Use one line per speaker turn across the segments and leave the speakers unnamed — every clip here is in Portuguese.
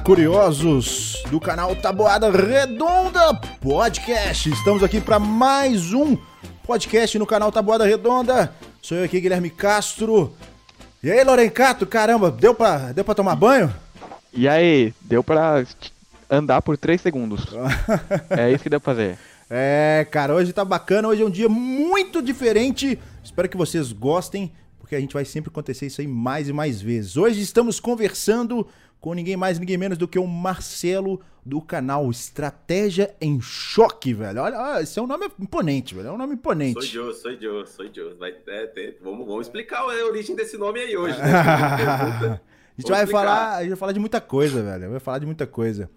curiosos do canal Taboada Redonda Podcast. Estamos aqui para mais um podcast no canal Taboada Redonda. Sou eu aqui, Guilherme Castro. E aí, Lorencato, caramba, deu pra, deu pra tomar banho?
E aí, deu pra andar por 3 segundos. é isso que deu pra fazer.
É, cara, hoje tá bacana, hoje é um dia muito diferente. Espero que vocês gostem, porque a gente vai sempre acontecer isso aí mais e mais vezes. Hoje estamos conversando com ninguém mais, ninguém menos do que o Marcelo do canal Estratégia em Choque, velho. Olha, olha, esse é um nome imponente, velho. É um nome
Sou
imponente.
Joe, sou Joe, sou Joe. Vai, é, tem- vamos, vamos explicar a origem desse nome aí hoje. Né? Pergunta.
A gente
Vamos
vai
explicar.
falar, a gente vai falar de muita coisa, velho. Vai falar de muita coisa.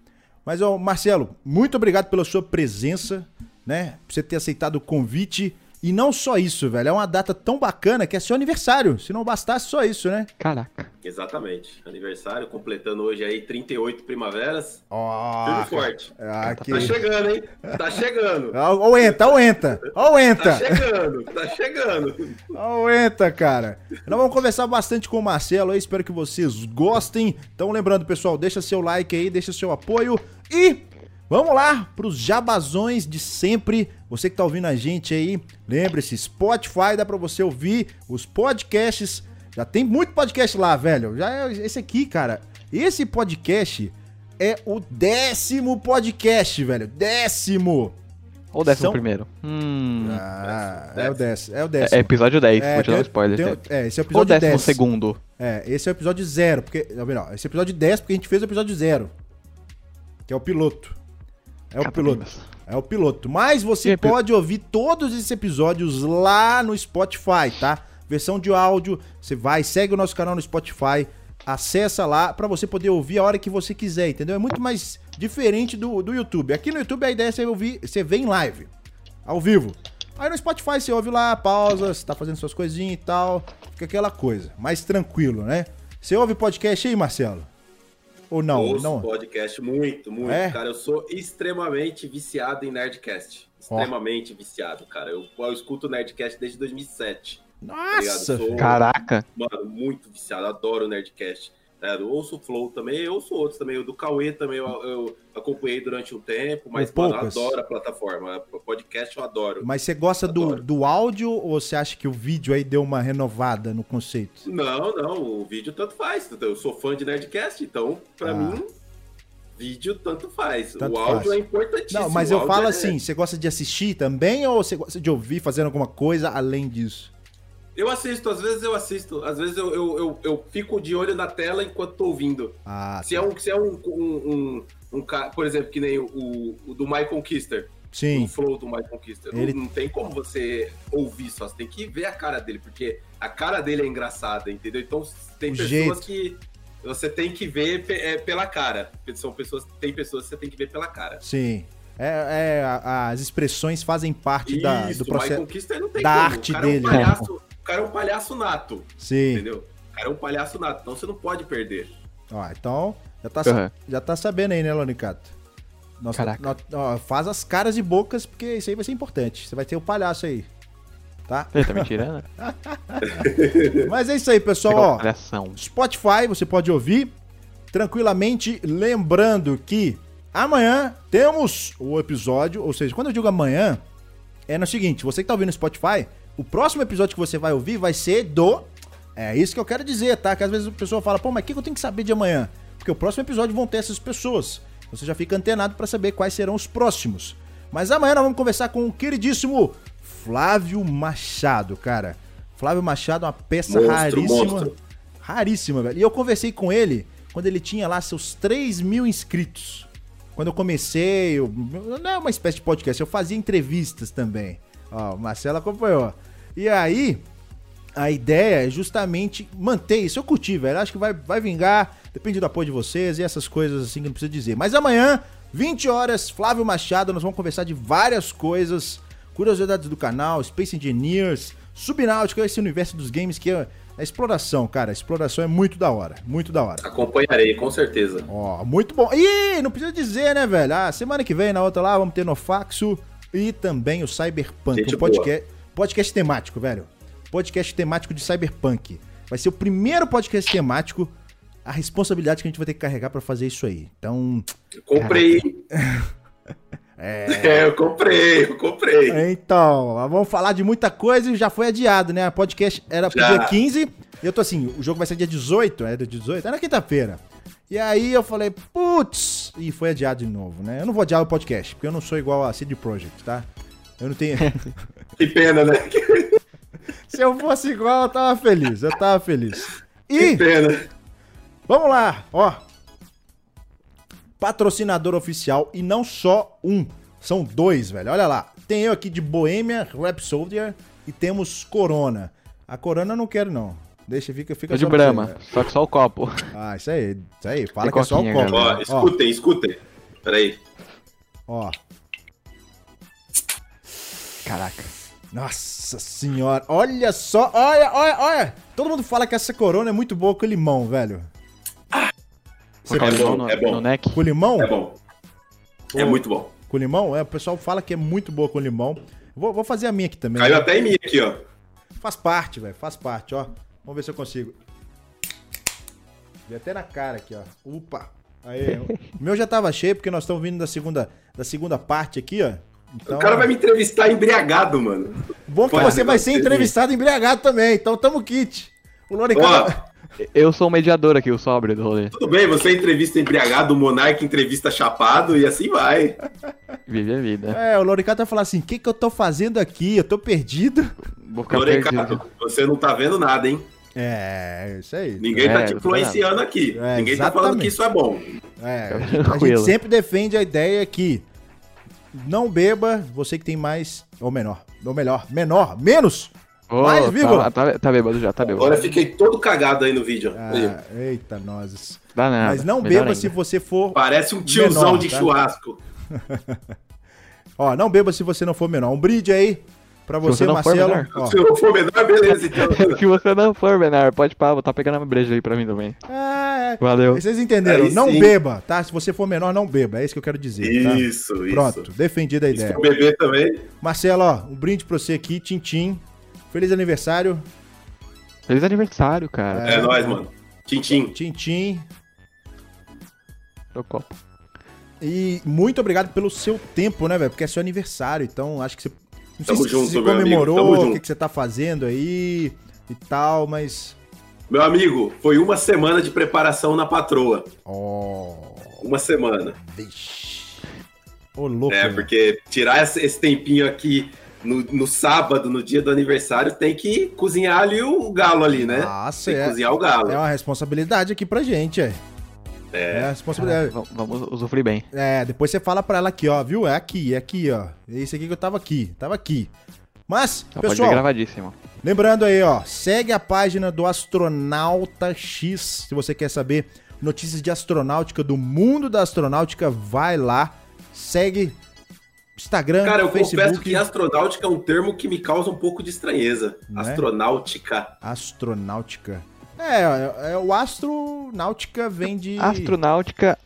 Mas, ó, Marcelo, muito obrigado pela sua presença, né? Por você ter aceitado o convite. E não só isso, velho. É uma data tão bacana que é seu aniversário. Se não bastasse só isso, né?
Caraca.
Exatamente. Aniversário, completando hoje aí 38 primaveras.
Ó.
Firme e forte.
Ah, que...
Tá chegando, hein? Tá chegando.
Ó, ó, entra, ó, entra. Ó,
Tá
entra.
chegando, tá chegando.
Aguenta, cara. Nós vamos conversar bastante com o Marcelo aí, espero que vocês gostem. Então, lembrando, pessoal, deixa seu like aí, deixa seu apoio e vamos lá pros jabazões de sempre. Você que tá ouvindo a gente aí, lembre-se, Spotify dá pra você ouvir os podcasts. Já tem muito podcast lá, velho. Já é esse aqui, cara. Esse podcast é o décimo podcast, velho. Décimo.
Ou décimo
São-
primeiro. Hum.
Ah,
décimo,
é o décimo. É o
É,
décimo.
é episódio 10,
É,
vou te dar um
tem-
spoiler.
tem-
certo?
é, esse é o
Ou
episódio
décimo
10.
segundo.
É, esse é o episódio zero, porque. Não, melhor, esse é o episódio 10, porque a gente fez o episódio zero. Que é o piloto. É o
Capa
piloto.
Primas.
É o piloto. Mas você
E aí, pi-
pode ouvir todos esses episódios lá no Spotify, tá? Versão de áudio, você vai, segue o nosso canal no Spotify, acessa lá pra você poder ouvir a hora que você quiser, entendeu? É muito mais diferente do, do YouTube. Aqui no YouTube a ideia é você ouvir, você vê em live, ao vivo. Aí no Spotify você ouve lá, pausa, você tá fazendo suas coisinhas e tal, fica aquela coisa, mais tranquilo, né? Você ouve podcast aí, Marcelo? Ou não?
Ouço
não?
podcast muito, muito.
É?
Cara, eu sou extremamente viciado em Nerdcast. Extremamente viciado, cara. Eu, eu escuto Nerdcast desde 2007.
Nossa!
Obrigado, sou-
velho.
Caraca.
Mano, muito viciado, adoro o Nerdcast. É, eu ouço o Flow também, eu ouço outros também. O do Cauê também eu, eu acompanhei durante um tempo, mas,
Ou
mano, eu
poucas.
adoro a plataforma. O podcast eu adoro.
Mas você gosta do,
Adoro.
do áudio ou você acha que o vídeo aí deu uma renovada no conceito?
Não, não, o vídeo tanto faz. Eu sou fã de Nerdcast, então, pra
Ah.
mim, vídeo tanto faz.
Tanto
o
faz.
áudio é importantíssimo.
Não, mas
o
eu
áudio
falo
é-
assim, você gosta de assistir também ou você gosta de ouvir fazendo alguma coisa além disso?
Eu assisto, às vezes eu assisto, às vezes eu, eu, eu, eu fico de olho na tela enquanto tô ouvindo.
Ah,
Se é
tá.
um, se é um, um, um, um cara, por exemplo, que nem o, o do Michael Kister. o
sim,
flow do Michael Conquista.
Ele-
Não, não tem como você ouvir só, você tem que ver a cara dele, porque a cara dele é engraçada, entendeu? Então tem
O
pessoas
jeito.
que você tem que ver pe- é, pela cara. São pessoas, tem pessoas que você tem que ver pela cara.
sim. É, é, a- as expressões fazem parte da, do
Isso, o
processo.
Michael Kister não tem
da
como.
arte
o cara
dele, né?
É um palhaço, o cara é um palhaço nato,
Sim.
entendeu? O cara é um palhaço nato, então você não pode perder.
Ó, então, já tá, sa-
Uhum.
já tá sabendo aí, né, Lonicato? Nós,
Caraca.
nós- ó, faz as caras e bocas, porque isso aí vai ser importante. Você vai ter o palhaço aí. Tá?
Ele tá me tirando?
Mas é isso aí, pessoal.
Legal,
Ó,
Coração.
Spotify, você pode ouvir tranquilamente. Lembrando que amanhã temos o episódio, ou seja, quando eu digo amanhã, é no seguinte: você que tá ouvindo no Spotify, o próximo episódio que você vai ouvir vai ser do. É isso que eu quero dizer, tá? Que às vezes a pessoa fala, pô, mas o que que eu tenho que saber de amanhã? Porque o próximo episódio vão ter essas pessoas. Você já fica antenado para saber quais serão os próximos. Mas amanhã nós vamos conversar com o queridíssimo Flávio Machado, cara. Flávio Machado é uma peça
Monstro,
raríssima.
monstro.
Raríssima, velho. E eu conversei com ele quando ele tinha lá seus 3 mil inscritos. Quando eu comecei, eu- não é uma espécie de podcast, eu fazia entrevistas também. Ó, o Marcelo acompanhou. E aí, a ideia é justamente manter isso. Eu curti, velho. Acho que vai, vai vingar. Depende do apoio de vocês e essas coisas assim que não precisa dizer. Mas amanhã, 20 horas, Flávio Machado, nós vamos conversar de várias coisas. Curiosidades do canal, Space Engineers, Subnáutica, esse universo dos games que é a exploração, cara. A exploração é muito da hora. Muito da hora.
Acompanharei, com certeza.
Ó, muito bom. E não precisa dizer, né, velho? Ah, semana que vem, na outra lá, vamos ter Nofaxo e também o Cyberpunk.
Gente
um podcast, podcast temático, velho. Podcast temático de Cyberpunk. Vai ser o primeiro podcast temático a responsabilidade que a gente vai ter que carregar pra fazer isso aí. Então,
Eu comprei.
é.
É, eu comprei, eu comprei.
Então, vamos falar de muita coisa e já foi adiado, né? O podcast era pro
Já.
dia 15 e eu tô assim, o jogo vai ser dia 18, era 18, era quinta-feira. E aí eu falei, putz, e foi adiado de novo, né? Eu não vou adiar o podcast, porque eu não sou igual a CD Projekt, tá? Eu não tenho.
Que pena, né?
Se eu fosse igual, eu tava feliz, eu tava feliz. E
Que pena.
Vamos lá, ó. Patrocinador oficial e não só um, são dois, velho. Olha lá. Tem eu aqui de Bohemia, Rhapsody e temos Corona. A Corona eu não quero não. Deixa fica fica
Tô de
só pra
brama,
você. né?
só que só o copo.
Ah, isso aí, isso aí. Fala
Tem
que é só o
coquinha,
copo.
Ó,
Ó,
escutem, escutem. Peraí.
ó.
Caraca.
Nossa senhora, olha só, olha, olha, olha. Todo mundo fala que essa Corona é muito boa com limão, velho.
É
Colocar o
bom,
limão no,
é bom.
no neck.
Com limão?
É bom. É muito bom.
Com limão? É, o pessoal fala que é muito boa com limão. Vou, vou fazer a minha aqui também.
Caiu até em mim aqui, ó.
Faz parte, velho. Faz parte, ó. Vamos ver se eu consigo. Dei até na cara aqui, ó. Upa! Aí, o meu já tava cheio, porque nós estamos vindo da segunda, da segunda parte aqui, ó. Então,
O cara vai me entrevistar embriagado, mano.
bom que
Pode,
você vai
pode
ser
ser.
entrevistado e embriagado também, então tamo kit. O
Ó,
Lorica.
Eu sou o mediador aqui, o sóbrio do rolê.
tudo bem, você é entrevista embriagado, o Monark entrevista chapado e assim vai.
Vive a vida.
É, o Loricato vai falar assim: o que, que eu tô fazendo aqui? Eu tô perdido.
Vou ficar perdido.
Lorecado, você não tá vendo nada, hein?
É, isso aí.
Ninguém tá
É,
te
eu tô
influenciando aqui.
É,
Ninguém tá
exatamente.
falando que isso é bom.
É, a gente
Tranquilo.
sempre defende a ideia que não beba, você que tem mais, ou menor, ou melhor, menor, menos.
Ô,
Mais
tá-
vírgula.
Tá, tá bêbado já, tá bêbado.
Agora eu fiquei todo cagado aí no vídeo. ó. Aí.
Ah, eita, nozes.
Dá nada.
Mas não
Ah, melhor
beba
ainda.
se você for.
Parece um tiozão
Menor,
de
tá?
churrasco.
Ó, não beba se você não for menor. Um brinde aí pra você,
você não for
Marcelo.
menor.
Ó. Tá.
Se eu for menor, beleza, então.
Se você não for, Benar, pode parar, vou tá pegando a breja aí pra mim também.
É, é.
Valeu.
Vocês entenderam?
Aí
não
sim.
beba, tá? Se você for menor, não beba. É isso que eu quero dizer. tá?
Isso, isso.
Pronto, defendida a
E se
ideia.
for bebê também,
Marcelo, ó, um brinde pra você aqui, Tintim. Feliz aniversário,
Feliz aniversário, cara.
é, nóis, mano. Tintim.
Tintim.
Tô copo.
E muito obrigado pelo seu tempo, né, velho? Porque é seu aniversário, então acho que você. Não sei
Tamo
se
junto,
você
meu amigo,
comemorou
tamo
o que,
junto.
que você tá fazendo aí e tal, mas.
Meu amigo, foi uma semana de preparação na patroa.
Ó.
Uma semana.
Vixe. Ô, louco.
É,
velho.
porque tirar esse, esse tempinho aqui no, no sábado, no dia do aniversário, tem que cozinhar ali o, o galo ali, né?
Nossa,
tem que
é,
cozinhar o galo.
é uma responsabilidade aqui pra gente, é. É, a responsabilidade.
Caraca, v- vamos usufruir bem.
É, depois você fala pra ela aqui, ó, viu? É aqui, é aqui, ó. É isso aqui que eu tava aqui, tava aqui. Mas,
Só Tá, pode ver
pessoal,
gravadíssimo.
Lembrando aí, ó, segue a página do Astronauta X, se você quer saber notícias de astronáutica do mundo da astronáutica, vai lá, segue Instagram,
Cara, eu confesso
Facebook,
que astronáutica é um termo que me causa um pouco de estranheza.
Né?
Astronáutica.
astronáutica. É, é, é, o astronáutica vem de
Astronáutica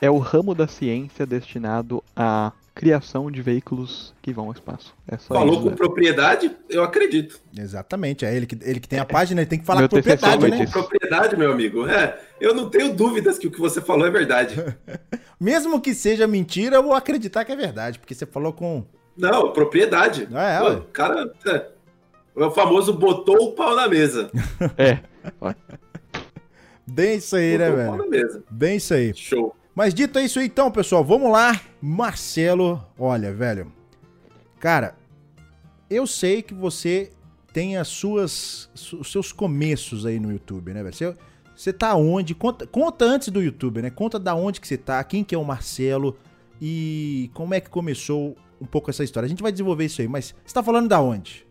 é o ramo da ciência destinado à criação de veículos que vão ao espaço. É só
Falou
isso.
com
né?
propriedade, eu acredito.
Exatamente, é ele que ele que tem a página, ele tem que falar
Meu é TCC
propriedade,
foi
né?
disso.
Propriedade, meu amigo. É, eu não tenho dúvidas que o que você falou é verdade.
Mesmo que seja mentira, eu vou acreditar que é verdade, porque você falou com
Não, propriedade.
É,
Pô,
ué.
o cara. é, é o famoso botou o pau na mesa.
É.
bem isso aí, né,
botou o pau
velho?
na mesa.
Bem isso aí.
Show.
Mas dito isso então, pessoal, vamos lá. Marcelo, olha, velho. Cara, eu sei que você tem as suas su- os seus começos aí no YouTube, né, velho? Você, você tá onde? Conta, conta antes do YouTube, né? Conta da onde que você tá, quem que é o Marcelo e como é que começou um pouco essa história. A gente vai desenvolver isso aí, mas você tá falando da onde?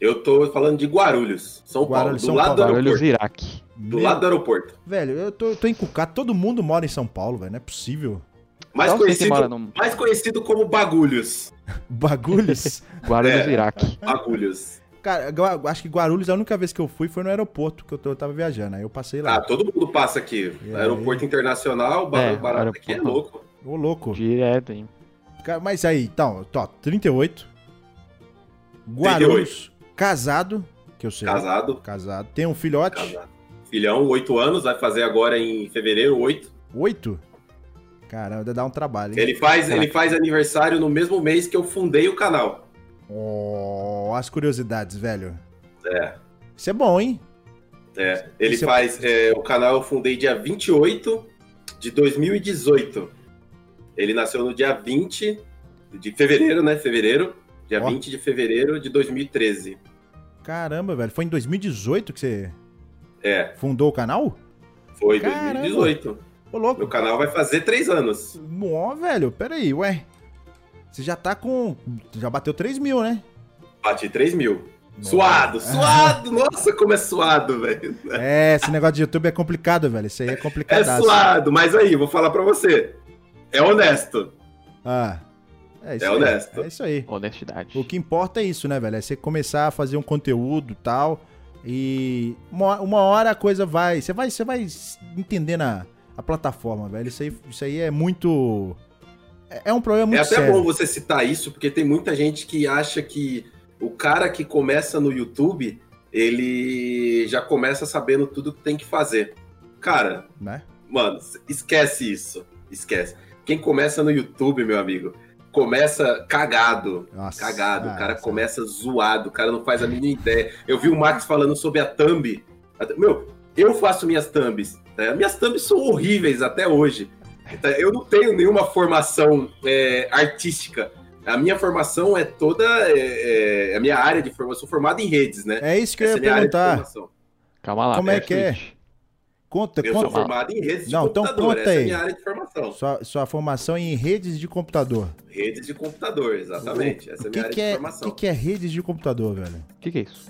Eu tô falando de Guarulhos, São
Guarulhos,
Paulo, do
São
lado
Paulo.
do
Barulhos
aeroporto.
Iraque.
Do
Meu-
lado do aeroporto.
Velho, eu tô, eu tô encucado. Todo mundo mora em São Paulo, velho. Não é possível.
Mais
Não sei quem mora
conhecido,
no
mais conhecido como Bagulhos.
Bagulhos.
Guarulhos,
É.
Iraque.
Bagulhos.
Cara, eu acho que Guarulhos, a única vez que eu fui foi no aeroporto, que eu, tô- eu tava viajando. Aí eu passei
Ah,
lá.
todo mundo passa aqui.
E aí?
Aeroporto Internacional, ba-
É,
barato aqui é
aeroporto.
louco.
Ô, louco.
Direto, hein?
Cara, mas aí, então, tô, 38. Guarulhos. Casado, que eu sei.
Casado,
Casado. Tem um filhote.
casado. filhão, oito anos, vai fazer agora em fevereiro, oito.
Oito? Caramba, dá um trabalho, hein?
Ele faz, ele faz aniversário no mesmo mês que eu fundei o canal.
Oh, as curiosidades, velho.
É,
Isso é bom, hein?
é. Ele
Isso é-
faz. é, o canal eu fundei dia 28 de 2018. Ele nasceu no dia 20 de fevereiro, né? Fevereiro. Dia
Ó.
20 de fevereiro de 2013.
Caramba, velho. Foi em 2018 que você
É,
fundou o canal?
foi
Caramba.
2018.
Ô, louco.
Meu canal vai fazer três anos.
Mó, velho, peraí, ué. Você já tá com. Já bateu 3 mil, né?
Bati 3 mil. Suado, suado! Nossa, como é suado, velho.
É, esse negócio de YouTube é complicado, velho. Isso aí é
É
complicadaço.
suado, mas aí, vou falar pra você. É honesto.
Ah. É isso
É
aí.
honesto.
É isso aí.
Honestidade.
O que importa é isso, né, velho? É você começar a fazer um conteúdo e tal. E uma, uma hora a coisa vai. Você vai, você vai entendendo a, a plataforma, velho. Isso aí, isso aí é muito. É, é um problema muito
é até
sério.
bom você citar isso, porque tem muita gente que acha que o cara que começa no YouTube, ele já começa sabendo tudo que tem que fazer. Cara,
Né?
Mano, esquece isso. Esquece. Quem começa no YouTube, meu amigo, começa cagado.
Nossa.
Cagado.
Ah,
o cara
essa-
começa zoado. O cara não faz a mínima ideia. Eu vi o Max falando sobre a thumb. Até- Meu, eu faço minhas thumbs. né? Minhas thumbs são horríveis até hoje. Então, Eu não tenho nenhuma formação é, artística. A minha formação é toda. é, é, a minha área de formação. Eu sou formado em redes, né?
É isso que eu
Essa
ia
é a minha área de
perguntar.
formação.
Calma lá,
Como é que é?
Twitch.
Conta,
Eu sou
conta.
formado em redes de
Não, então
computador.
conta
Essa é
aí.
a minha área de formação.
Sua, sua formação em redes de computador.
Redes de computador, exatamente. Essa é
O
a minha
que,
área
que,
de
é,
formação.
que que é redes de computador, velho?
O que, que é isso?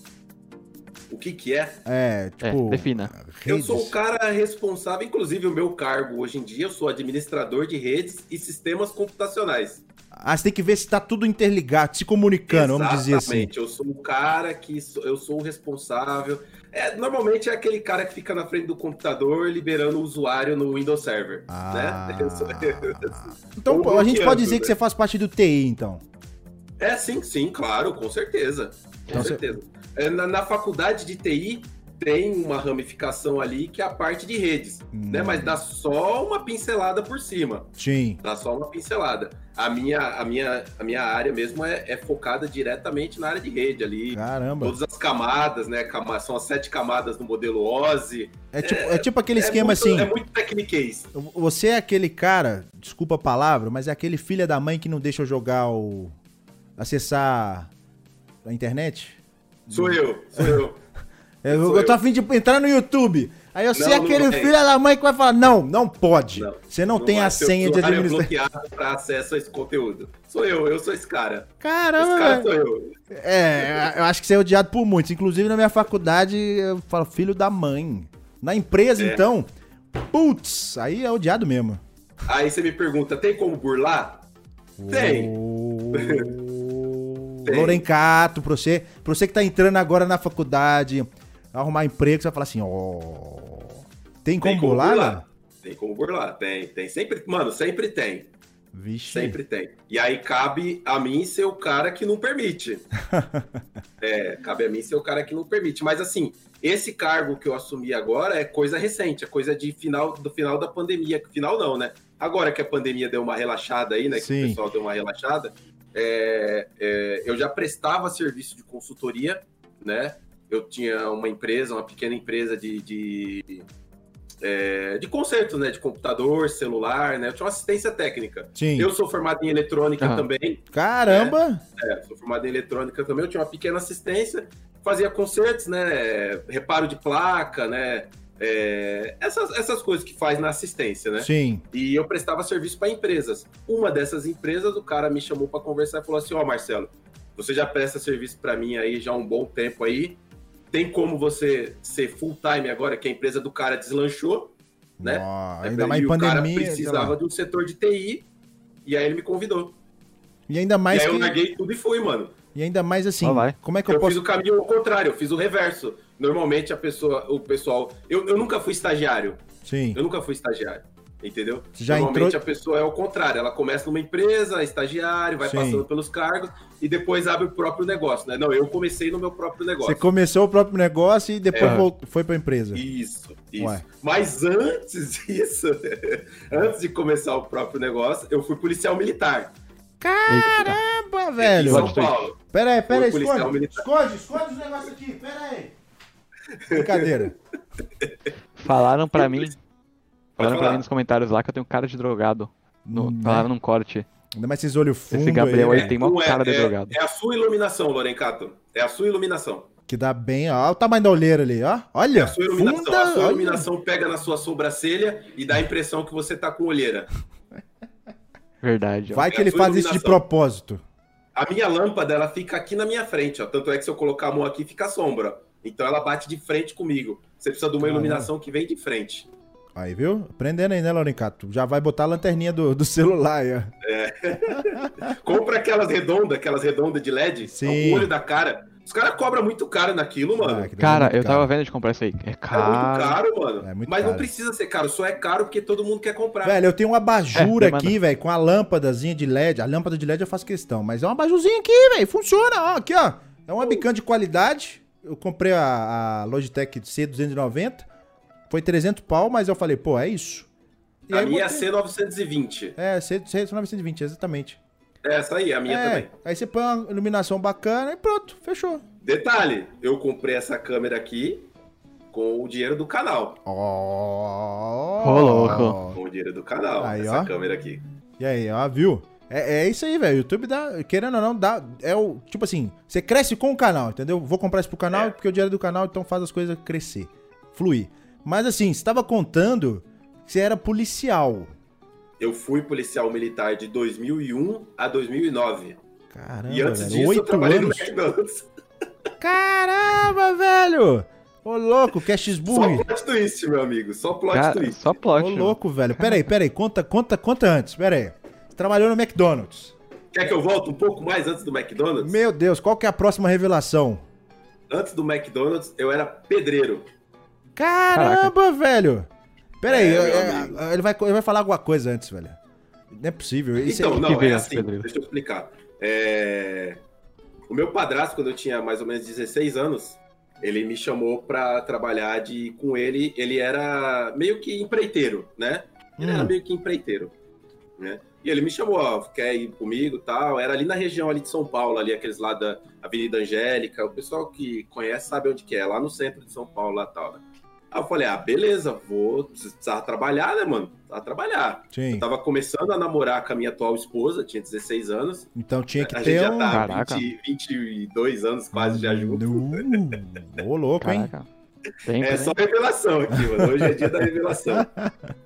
O que, que é?
É,
É,
tipo.
defina.
redes.
Eu sou o cara responsável, inclusive o meu cargo hoje em dia, eu sou administrador de redes e sistemas computacionais.
Ah, você tem que ver se tá tudo interligado, se comunicando, vamos dizer assim.
Exatamente, Eu sou o cara que sou- eu sou o responsável. É, normalmente é aquele cara que fica na frente do computador liberando o usuário no Windows Server.
Ah.
Né? Eu sou- eu sou-
Então,
Ou
pô, a gente pode
bloqueando,
dizer
né?
que você faz parte do TI, então.
É, sim, sim, claro, com certeza. Com
Então, você-
certeza. É, Na, na faculdade de TI tem uma ramificação ali que é a parte de redes, né?
Hum.
Mas dá só uma pincelada por cima.
Sim.
Dá Tá só uma pincelada. A minha, a minha, a minha área mesmo é, é focada diretamente na área de rede ali.
Caramba.
Todas as camadas, né? Cama- São as sete camadas no modelo OSI.
É tipo, é tipo aquele
É
esquema
muito-
assim.
É muito tecniquez.
Você é aquele cara, desculpa a palavra, mas é aquele filho da mãe que não deixa eu jogar o. acessar a internet?
Sou eu, sou eu.
Eu,
Sou
eu tô
eu.
afim de entrar no YouTube. Aí eu sei
Não, não
aquele
tem.
filho da mãe que vai falar: não, não pode.
Não,
você não, tem a
vai ser o
senha de
usuário
administração.
bloqueado para acesso a esse conteúdo. Sou eu, eu sou esse cara. Esse
Caramba,
cara
velho.
sou eu.
É, eu acho que você é odiado por muitos. Inclusive na minha faculdade, eu falo filho da mãe. Na empresa,
É.
então, putz, aí é odiado mesmo.
Aí você me pergunta, tem como burlar? Tem.
Ô,
Tem.
Lorencato, pra você, pra você que tá entrando agora na faculdade, arrumar emprego, você vai falar assim, ó. Tem como burlar? né?
Tem como burlar, tem, tem. Sempre, mano, sempre tem.
Vixe.
Sempre tem. E aí cabe a mim ser o cara que não permite. é, cabe a mim ser o cara que não permite. Mas assim, esse cargo que eu assumi agora é coisa recente, é coisa de final do final da pandemia. Final não, né? Agora que a pandemia deu uma relaxada aí, né? Que
Sim.
o pessoal deu uma relaxada. é, é, eu já prestava serviço de consultoria, né? Eu tinha uma empresa, uma pequena empresa de, de, é, de consertos, né? De computador, celular, né? Eu tinha uma assistência técnica.
Sim.
Eu sou formado em eletrônica
Aham.
também.
Caramba!
é, sou formado em eletrônica também. Eu tinha uma pequena assistência, fazia concertos, né? Reparo de placa, né? é, essas, essas coisas que faz na assistência, né?
Sim.
E eu prestava serviço para empresas. Uma dessas empresas, o cara me chamou para conversar e falou assim: Ó, Marcelo, você já presta serviço para mim aí já há um bom tempo aí. Tem como você ser full-time agora, que a empresa do cara deslanchou. Né?
Ó,
né?
ainda mais
e
em
o cara
pandemia. sei
precisava
lá.
de um setor de TI. E aí ele me convidou.
E ainda mais
e aí eu
que,
larguei tudo e fui, mano.
E ainda mais assim,
Lá vai.
como é que
Eu,
eu,
fiz
posso.
o caminho ao contrário, eu fiz o reverso. Normalmente a pessoa, o pessoal. Eu, eu nunca fui estagiário.
Sim.
Eu nunca fui estagiário. Entendeu?
Já
Normalmente
entrou-
a pessoa é o contrário, ela começa numa empresa, é estagiário, vai
Sim.
passando pelos cargos e depois abre o próprio negócio, né? Não, eu comecei no meu próprio negócio.
Você começou o próprio negócio e depois
É.
voltou- foi pra empresa.
Isso, isso.
Ué.
Mas antes disso, antes de começar o próprio negócio, eu fui policial militar
Eita,
Caramba,
em
velho!
São Paulo.
Pera aí, pera aí,
Foi policial
esconde.
militar.
Esconde, esconde os negócios aqui, pera aí. Brincadeira.
falaram pra mim. Falaram pra
falar.
mim nos comentários lá que eu tenho cara de drogado. No,
Né?
tá.
Falaram num corte.
Ainda mais esses olhos fundo
Esse Gabriel
aí,
aí tem maior
Não é-
cara de
é-
drogado.
É a sua iluminação, Lorencato. É a sua iluminação.
que dá bem, ó. Olha o tamanho da olheira ali, ó. Olha,
A sua iluminação,
funda,
a sua
olha.
iluminação pega na sua sobrancelha e dá a impressão que você tá com olheira.
Verdade. ó.
Vai que ele
sua
faz isso de
iluminação.
propósito.
A minha lâmpada, ela fica aqui na minha frente, ó. Tanto é que se eu colocar a mão aqui, fica a sombra. Então ela bate de frente comigo. Você precisa de uma
Caramba.
iluminação que vem de frente.
Aí, viu? Aprendendo aí, né, Lorencato? Já vai botar a lanterninha do, do celular aí, ó.
Compra aquelas redondas, aquelas redondas de LED,
Sim.
o olho da cara. Os caras cobram muito caro naquilo, mano.
Ah, que deve ser
Cara,
muito
eu
caro.
tava vendo de comprar isso aí. É
É muito
caro.
caro, mano.
É muito
Mas não
caro.
precisa ser caro, só é caro porque todo mundo quer comprar.
Velho, eu tenho uma abajur
É,
aqui,
demanda.
velho, com a lâmpadazinha de LED. A lâmpada de LED eu faço questão, mas é uma abajurzinha aqui, velho. Funciona, ó. Aqui, ó. É uma webcam de qualidade. Eu comprei a, a Logitech C290. Foi 300 pau, mas eu falei, pô, é isso. E
a
aí
minha é
botei-
C920.
É, C, C920, exatamente.
É essa aí, a minha
é,
também.
Aí você põe uma iluminação bacana e pronto, fechou.
Detalhe, eu comprei essa câmera aqui com o dinheiro do canal.
Ó.
Ô, louco.
Com o dinheiro do canal,
Aí,
essa
ó.
câmera aqui.
E aí, ó, viu? É, é isso aí, velho. YouTube dá, querendo ou não, dá. É o. Tipo assim, você cresce com o canal, entendeu? Vou comprar isso pro canal,
É.
porque o dinheiro é do canal, então faz as coisas crescer, fluir. Mas assim, você tava contando que você era policial.
Eu fui policial militar de 2001 a 2009.
Caramba,
e antes
velho.
disso, eu
Oito
trabalhei
anos.
no McDonald's.
Caramba, velho! Ô, louco, Cash
Só
Burry.
plot twist, meu amigo. Só plot
Cara,
twist.
só
Ô,
plot. mano.
louco, velho. Pera aí, pera aí. Conta, conta, conta antes. Pera aí. Você trabalhou no McDonald's.
Quer que eu volte um pouco mais antes do McDonald's?
Meu Deus, qual que é a próxima revelação?
Antes do McDonald's, eu era pedreiro.
Caramba, velho! Pera aí,
É, meu
é,
amigo.
é, ele, vai, ele vai falar alguma coisa antes, velho. Não é possível. Isso
então,
é...
não,
vem
é
antes,
assim,
pedreiro?
deixa eu explicar. É, O meu padrasto, quando eu tinha mais ou menos 16 anos, ele me chamou pra trabalhar de... com ele. Ele era meio que empreiteiro, né? Ele era
Hum.
meio que empreiteiro, né? E ele me chamou, ó, quer ir comigo e tal. Era ali na região ali de São Paulo, ali aqueles lá da Avenida Angélica. O pessoal que conhece sabe onde que é, lá no centro de São Paulo, lá e tal, né? Aí eu falei, ah, beleza, vou... Precisava trabalhar, né, mano? Precisava trabalhar. Eu
Sim.
tava começando a namorar com a minha atual esposa, tinha 16 anos.
Então tinha que
a gente
ter
já
um.
tá
Caraca.
20, 22 anos quase já junto.
Uh, Ô, louco, hein?
Caraca. Tem,
É
tem.
só revelação aqui, mano. Hoje é dia da revelação.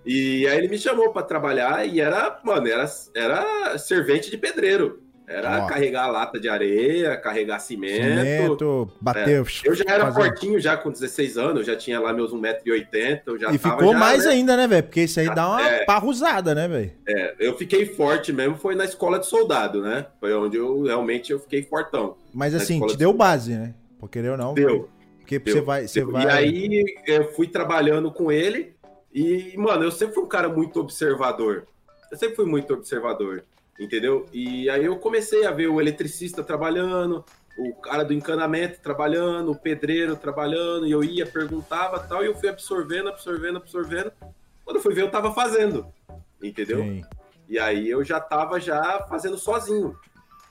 E aí ele me chamou pra trabalhar e era, mano, era, era servente de pedreiro. Era
Ó.
carregar lata de areia, carregar cimento. É,
Cimento, bateu.
Eu já era
fazer-
fortinho já com 16 anos, eu já tinha lá meus 1,80m, eu já
E
tava
ficou
já,
mais
né?
ainda, né, velho? Porque isso aí dá uma
É.
parrusada, né, velho?
Eu fiquei forte mesmo, foi na escola de soldado, né? Foi onde eu realmente eu fiquei fortão.
Mas
Na
assim,
escola
te deu base, né? Por querer ou não.
Deu.
Porque
deu,
você vai. Você vai...
E aí eu fui trabalhando com ele e, mano, eu sempre fui um cara muito observador. Eu sempre fui muito observador, entendeu? E aí eu comecei a ver o eletricista trabalhando, o cara do encanamento trabalhando, o pedreiro trabalhando, e eu ia, perguntava tal, e eu fui absorvendo, absorvendo, absorvendo. Quando eu fui ver, eu tava fazendo, entendeu?
Sim.
E aí eu já tava já fazendo sozinho.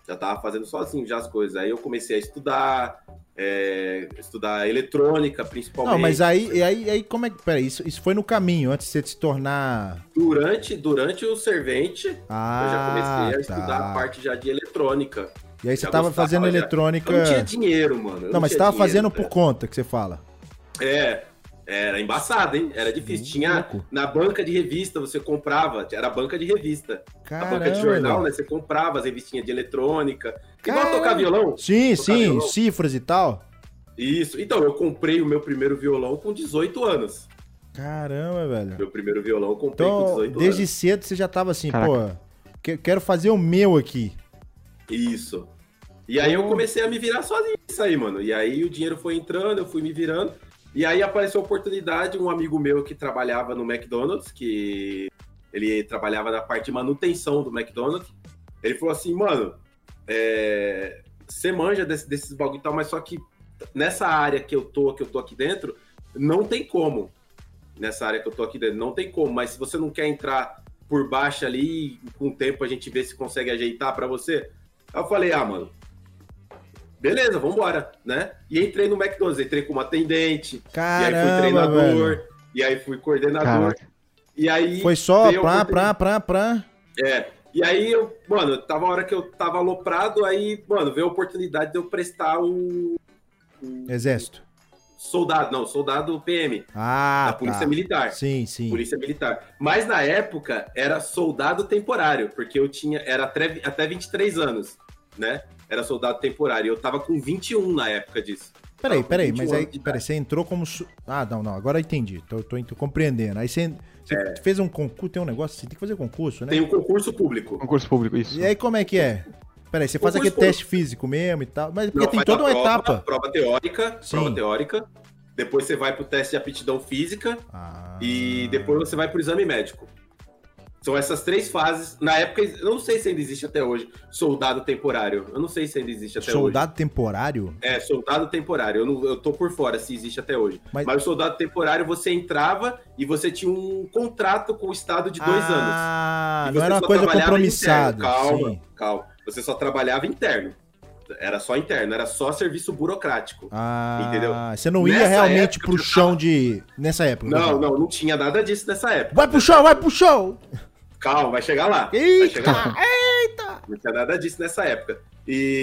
Já tava fazendo sozinho já as coisas. Aí eu comecei a estudar, é, estudar eletrônica, principalmente.
Não, mas aí, e aí, aí como é que. Peraí, isso, isso foi no caminho, antes de você se tornar.
Durante, durante o servente, eu já
Ah,
comecei a
tá.
estudar a parte já de eletrônica.
E aí você
Já
tava
gostava,
fazendo
já.
eletrônica.
Eu não tinha dinheiro, mano. eu
Não, mas você
tinha
tava
dinheiro, né?
fazendo
cara.
por conta que você fala.
É, era embaçado, hein? Era difícil. Tinha...
Louco.
Na banca de revista você comprava, era banca de revista. na
Caramba.
banca de jornal, né? Você comprava as revistinhas de eletrônica. Igual
Caramba.
tocar violão,
Sim,
Tocar
sim,
violão.
cifras e tal.
Isso. Então, eu comprei o meu primeiro violão com 18 anos.
Caramba, velho.
Meu primeiro violão eu comprei com
Então,
18
desde
anos.
cedo você já tava assim,
Caraca.
pô, que- quero fazer o meu aqui.
Isso. E aí eu
Oh.
comecei a me virar sozinho isso aí, mano. E aí o dinheiro foi entrando, eu fui me virando. E aí apareceu a oportunidade, um amigo meu que trabalhava no McDonald's, que ele trabalhava na parte de manutenção do McDonald's. Ele falou assim, mano, é, você manja desse, desses bagulho e tal, mas só que nessa área que eu tô, que eu tô aqui dentro, não tem como. Nessa área que eu tô aqui dentro, não tem como. Mas se você não quer entrar por baixo ali, com o tempo a gente vê se consegue ajeitar para você. Aí eu falei, ah, mano, beleza, vambora, né? E entrei no McDonald's, entrei como atendente, e aí fui
Caramba,
treinador,
velho.
e aí fui coordenador.
Caraca.
E aí.
Foi só
veio a
pra,
oportunidade.
pra, pra, pra.
É. E aí, eu, mano, tava a hora que eu tava aloprado, aí, mano, veio a oportunidade de eu prestar o
Exército.
soldado, não, soldado PM,
Ah,
da Polícia
tá.
Militar.
Sim, sim.
Polícia Militar. Mas na época era soldado temporário, porque eu tinha, era até, até 23 anos, né? Era soldado temporário. Eu tava com 21 na época disso.
Peraí,
Tava com
peraí,
21
mas
anos
aí,
de idade.
peraí, você entrou como. su- Ah, não, não, agora eu entendi, tô, tô, ent- compreendendo. Aí você, você
É.
fez um concurso, tem um negócio, você tem que fazer concurso, né?
Tem um concurso público.
Concurso público, isso.
E aí como é que é? Peraí, você faz
Concurso
aquele teste físico mesmo e tal, mas é porque
Não,
tem
faz
toda
a
uma
prova,
etapa.
Prova teórica,
Sim.
prova teórica. Depois você vai pro teste de aptidão física
Ah,
e depois você vai pro exame médico. São essas três fases. Na época, eu não sei se ainda existe até hoje soldado temporário. Eu não sei se ainda existe até hoje.
Soldado Ah, temporário?
É, soldado temporário. Eu, não, eu tô por fora se existe até hoje.
Mas-
Mas... o soldado temporário, você entrava e você tinha um contrato com o Estado de dois anos.
Ah,
E
não
você
era uma
só
coisa
trabalhava
compromissada.
interno. Calma,
Sim.
calma. Você só trabalhava interno. Era só interno, era só serviço burocrático.
Ah,
Entendeu?
Você não ia
Nessa
realmente
época
pro
eu já
chão de. Nessa época.
Não,
né?
não, não tinha nada disso nessa época.
Vai pro chão, vai pro chão!
Calma, vai chegar lá. Vai chegar lá.
Eita!
Não tinha nada disso nessa época.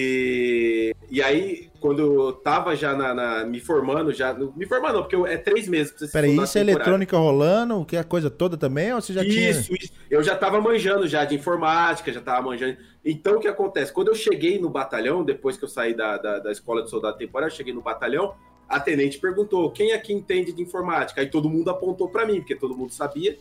E, e aí, quando eu tava já na, na- me formando, já. Me formando, não, porque eu- é três meses pra você se
Peraí,
formar
isso é
temporário.
eletrônica rolando, que é a coisa toda também, ou você já tinha.
Isso, isso. Eu já tava manjando já de informática, já tava manjando. Então, o que acontece? Quando eu cheguei no batalhão, depois que eu saí da, da, da escola de soldado temporário, eu cheguei no batalhão, a tenente perguntou, quem aqui entende de informática? Aí todo mundo apontou pra mim, porque todo mundo sabia.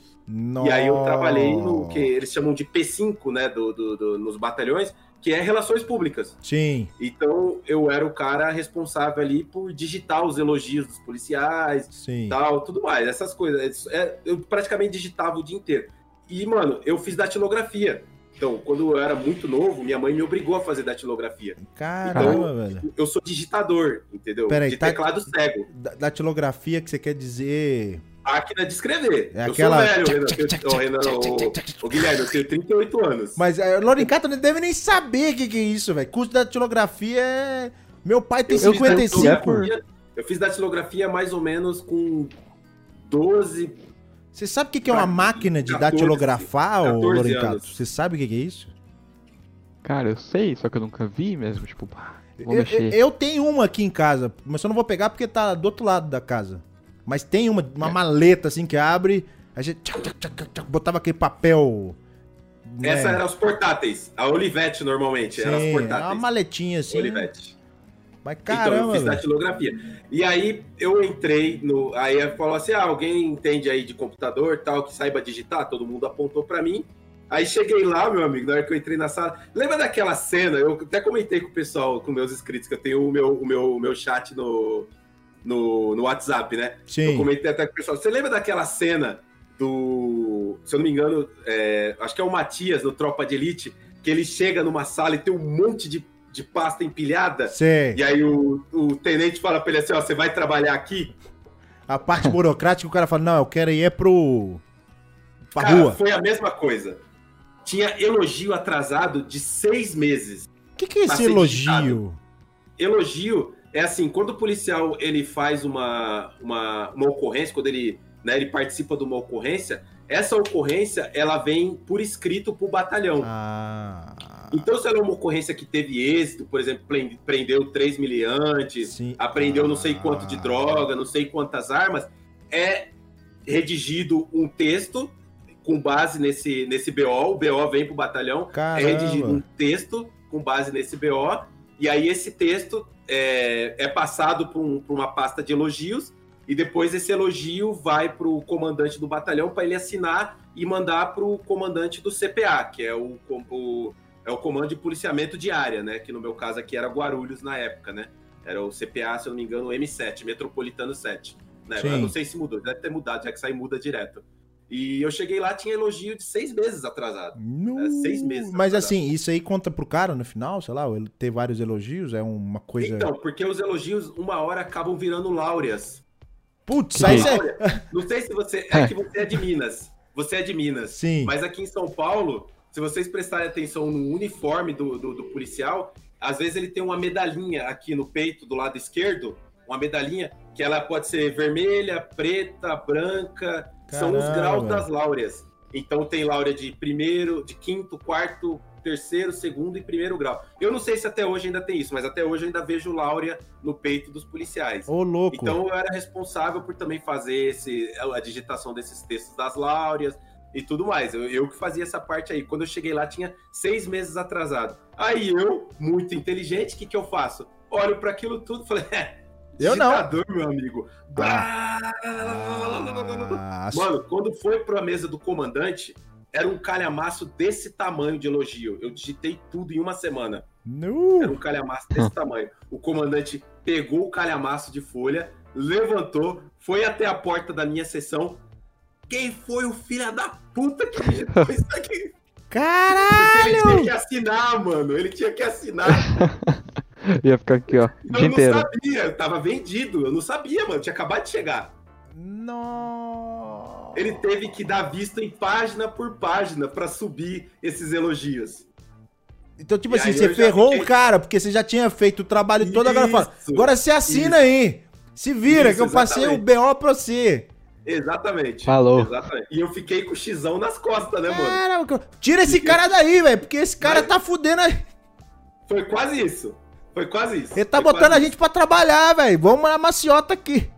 E aí eu trabalhei no que eles chamam de P5, né, do, do- do- nos batalhões, que é relações públicas.
Sim.
Então, eu era o cara responsável ali por digitar os elogios dos policiais,
Sim.
tal, tudo mais, essas coisas. É, eu praticamente digitava o dia inteiro. E, mano, eu fiz datilografia. Então, quando eu era muito novo, minha mãe me obrigou a fazer datilografia.
Caramba,
Então-
velho.
Eu sou digitador, entendeu?
Peraí,
de
tá-
teclado cego.
Da- Datilografia que você quer dizer.
Máquina de escrever.
É
eu
aquela-
sou velho, Renan. Eu- ô, Renan, ô, ô, Guilherme, eu tenho 38 anos.
Mas é, o Lorencato não deve nem saber o que, que é isso, velho. Curso de datilografia é. Meu pai tem
Eu fiz
55.
datilografia- Eu fiz datilografia mais ou menos com 12.
Você sabe o que, que é uma máquina de
14,
datilografar, ô
14
Lorencato?
anos.
Você sabe o que, que é isso?
Cara, eu sei, só que eu nunca vi mesmo. Tipo, pá, vou
Eu, eu-
mexer.
eu tenho uma aqui em casa, mas eu não vou pegar porque tá do outro lado da casa. Mas tem uma, uma
É.
maleta assim que abre, a gente tchac, tchac, tchac, tchac, tchac, botava aquele papel. né?
Essa era os portáteis. A Olivetti, normalmente. Era as
Sim, era uma
portáteis.
maletinha assim.
Olivetti.
Mas caramba,
então eu fiz
velho.
datilografia. E aí eu entrei no. Aí falou assim: ah, alguém entende aí de computador e tal, que saiba digitar? Todo mundo apontou pra mim. Aí cheguei lá, meu amigo, na hora que eu entrei na sala. Lembra daquela cena? Eu até comentei com o pessoal, com meus inscritos, que eu tenho o meu, o meu, o meu chat no, no, no WhatsApp, né? Eu
Sim.
comentei até com o pessoal. Você lembra daquela cena do. Se eu não me engano, é, acho que é o Matias, no Tropa de Elite, que ele chega numa sala e tem um monte de, de pasta empilhada.
Sei.
E aí o, o tenente fala pra ele assim, ó, você vai trabalhar aqui?
A parte burocrática, o cara fala, não, eu quero ir é pro. pra
Cara,
rua.
foi a mesma coisa. Tinha elogio atrasado de seis meses.
O que, que é
pra
esse
ser
elogio?
Elogio é assim, quando o policial ele faz uma, uma, uma ocorrência, quando ele, né, ele participa de uma ocorrência, essa ocorrência ela vem por escrito pro batalhão.
Ah.
Então, se ela é uma ocorrência que teve êxito, por exemplo, pren- prendeu três miliantes,
Sim.
apreendeu não sei quanto de
Ah.
droga, não sei quantas armas, é redigido um texto com base nesse, nesse BO, o BO vem pro batalhão, é redigido um
Caramba.
texto com base nesse BO, e aí esse texto é, é passado por, um- por uma pasta de elogios, e depois esse elogio vai pro comandante do batalhão para ele assinar e mandar pro comandante do CPA, que é o, com- o- é o comando de policiamento de área, né? Que no meu caso aqui era Guarulhos na época, né? Era o CPA, se eu não me engano, o M7, Metropolitano 7. Né?
Sim.
Eu não sei se mudou, deve ter mudado, já que sai muda direto. E eu cheguei lá, tinha elogio de seis meses atrasado.
Não.
É, seis meses
Mas
atrasado.
assim, isso aí conta pro cara no final, sei lá, ele ter vários elogios, é uma coisa.
Então, porque os elogios, uma hora, acabam virando láureas.
Putz,
Que
aí
isso?
você.
Láurea, não sei se você. É que você é de Minas. Você é de Minas.
Sim.
Mas aqui em São Paulo, se vocês prestarem atenção no uniforme do, do, do policial, às vezes ele tem uma medalhinha aqui no peito do lado esquerdo, uma medalhinha que ela pode ser vermelha, preta, branca, são os
Caramba.
graus das láureas. Então tem láurea de primeiro, de quinto, quarto, terceiro, segundo e primeiro grau. Eu não sei se até hoje ainda tem isso, mas até hoje eu ainda vejo láurea no peito dos policiais.
Ô, louco.
Então eu era responsável por também fazer esse, a digitação desses textos das Láureas e tudo mais. Eu, eu que fazia essa parte aí. Quando eu cheguei lá, tinha seis meses atrasado. Aí eu, muito inteligente, o que, que eu faço? Olho para aquilo tudo e falei, é,
Eu não.
digitador, meu amigo.
Ah,
Mano, quando foi pra mesa do comandante, era um calhamaço desse tamanho de elogio. Eu digitei tudo em uma semana. Era
nu.
um calhamaço desse tamanho. O comandante pegou o calhamaço de folha, levantou, foi até a porta da minha sessão. Quem foi o filho da puta que digitou isso aqui?
Caralho!
Ele tinha que assinar, mano. Ele tinha que assinar.
Ia ficar aqui, ó, o
Eu
dia
não
inteiro.
sabia. Eu tava vendido. Eu não sabia, mano. Tinha acabado de chegar.
Nossa.
Ele teve que dar vista em página por página pra subir esses elogios.
Então, tipo
E
assim,
aí
você
eu já
ferrou
fiquei-
o cara, porque você já tinha feito o trabalho todo, agora fala.
Isso,
Agora você assina aí. Se vira,
Isso,
que eu passei o
exatamente.
BO pra você.
Exatamente.
Falou.
Exatamente. E eu fiquei com o xizão nas costas, né, mano?
Cara, tira esse cara daí, velho, porque esse cara
Mas-
tá fudendo. a-
Foi quase isso. Foi quase isso.
Ele tá
Foi
botando
quase
a gente pra trabalhar, velho. Vamos na maciota aqui.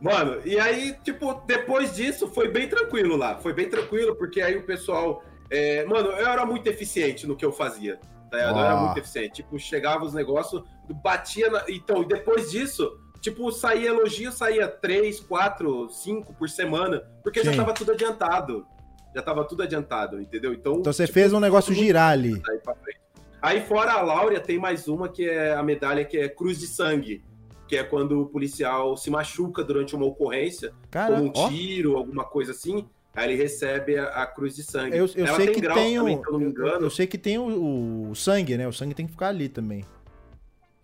Mano, e aí, tipo, depois disso foi bem tranquilo lá. Foi bem tranquilo, porque aí o pessoal. é, mano, eu era muito eficiente no que eu fazia. Tá? ligado? Eu era
Ó.
muito eficiente. Tipo, chegava os negócios, batia na. Então, e depois disso, tipo, saía elogio, saía três, quatro, cinco por semana, porque já
Sim.
tava tudo adiantado. Já tava tudo adiantado, entendeu? Então.
Então você
tipo,
fez um negócio girar ali.
daí pra frente. Aí fora a Láurea, tem mais uma que é a medalha que é cruz de sangue, que é quando o policial se machuca durante uma ocorrência,
Cara,
como um
ó,
tiro, alguma coisa assim, aí ele recebe a, a cruz de sangue.
eu, eu
né? Ela
sei que
graus
tem um- o.
também, se eu não me
Eu,
engano.
eu sei que tem o, o sangue, né? O sangue tem que ficar ali também.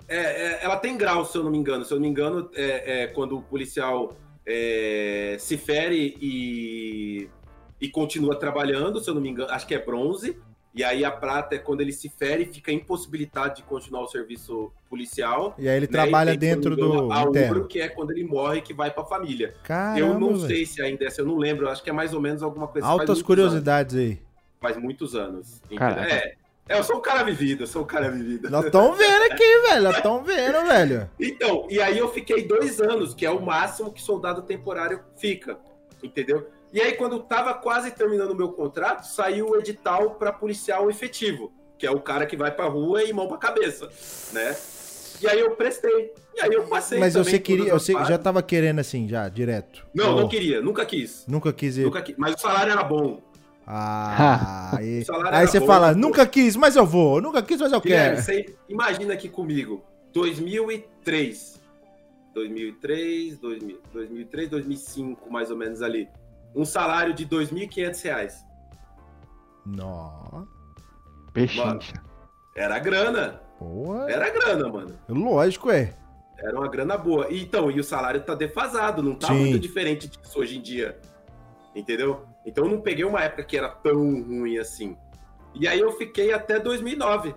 É, é, ela tem grau, se eu não me engano. Se eu não me engano, é, é quando o policial é, se fere e, e continua trabalhando, se eu não me engano, acho que é bronze. E aí a prata é quando ele se fere e fica impossibilitado de continuar o serviço policial.
E aí ele
né?
trabalha
E tem, se eu não
dentro
me engano,
do
A
interno.
ouro, que é quando ele morre, que vai pra família.
Caramba,
eu não
velho.
sei se ainda é essa, eu não lembro. eu Acho que é mais ou menos alguma coisa. faz
Altas
muitos anos.
curiosidades aí.
faz muitos anos. entendeu?
Caraca.
É, é, eu sou um cara vivido, eu sou um cara vivido.
Nós estamos vendo aqui, velho. Nós estamos vendo, velho.
Então, e aí eu fiquei dois anos, que é o máximo que soldado temporário fica, entendeu? E aí, quando eu tava quase terminando o meu contrato, saiu o edital para policial efetivo, que é o cara que vai pra rua e mão pra cabeça, né? E aí eu prestei. E aí eu passei.
Mas eu
também
sei queria,
todas
eu
as
sei, já
partes.
tava querendo assim, já, direto.
Não,
Ou
não queria, nunca quis.
Nunca quis ir.
Nunca quis. Mas o salário era bom.
Ah, aí,
O salário
aí
era
você
bom,
fala,
pô.
nunca quis, mas eu vou. Nunca quis, mas eu
Guilherme,
quero.
você imagina aqui comigo, 2003, 2003, 2000, 2003, 2005, mais ou menos ali, um salário de 2.500 reais.
Nossa,
Pechincha.
Era grana,
boa.
era grana, mano.
Lógico, é.
Era uma grana boa. E, Então, e o salário tá defasado, não tá
Sim.
muito diferente disso hoje em dia. Entendeu? Então eu não peguei uma época que era tão ruim assim. E aí eu fiquei até 2009.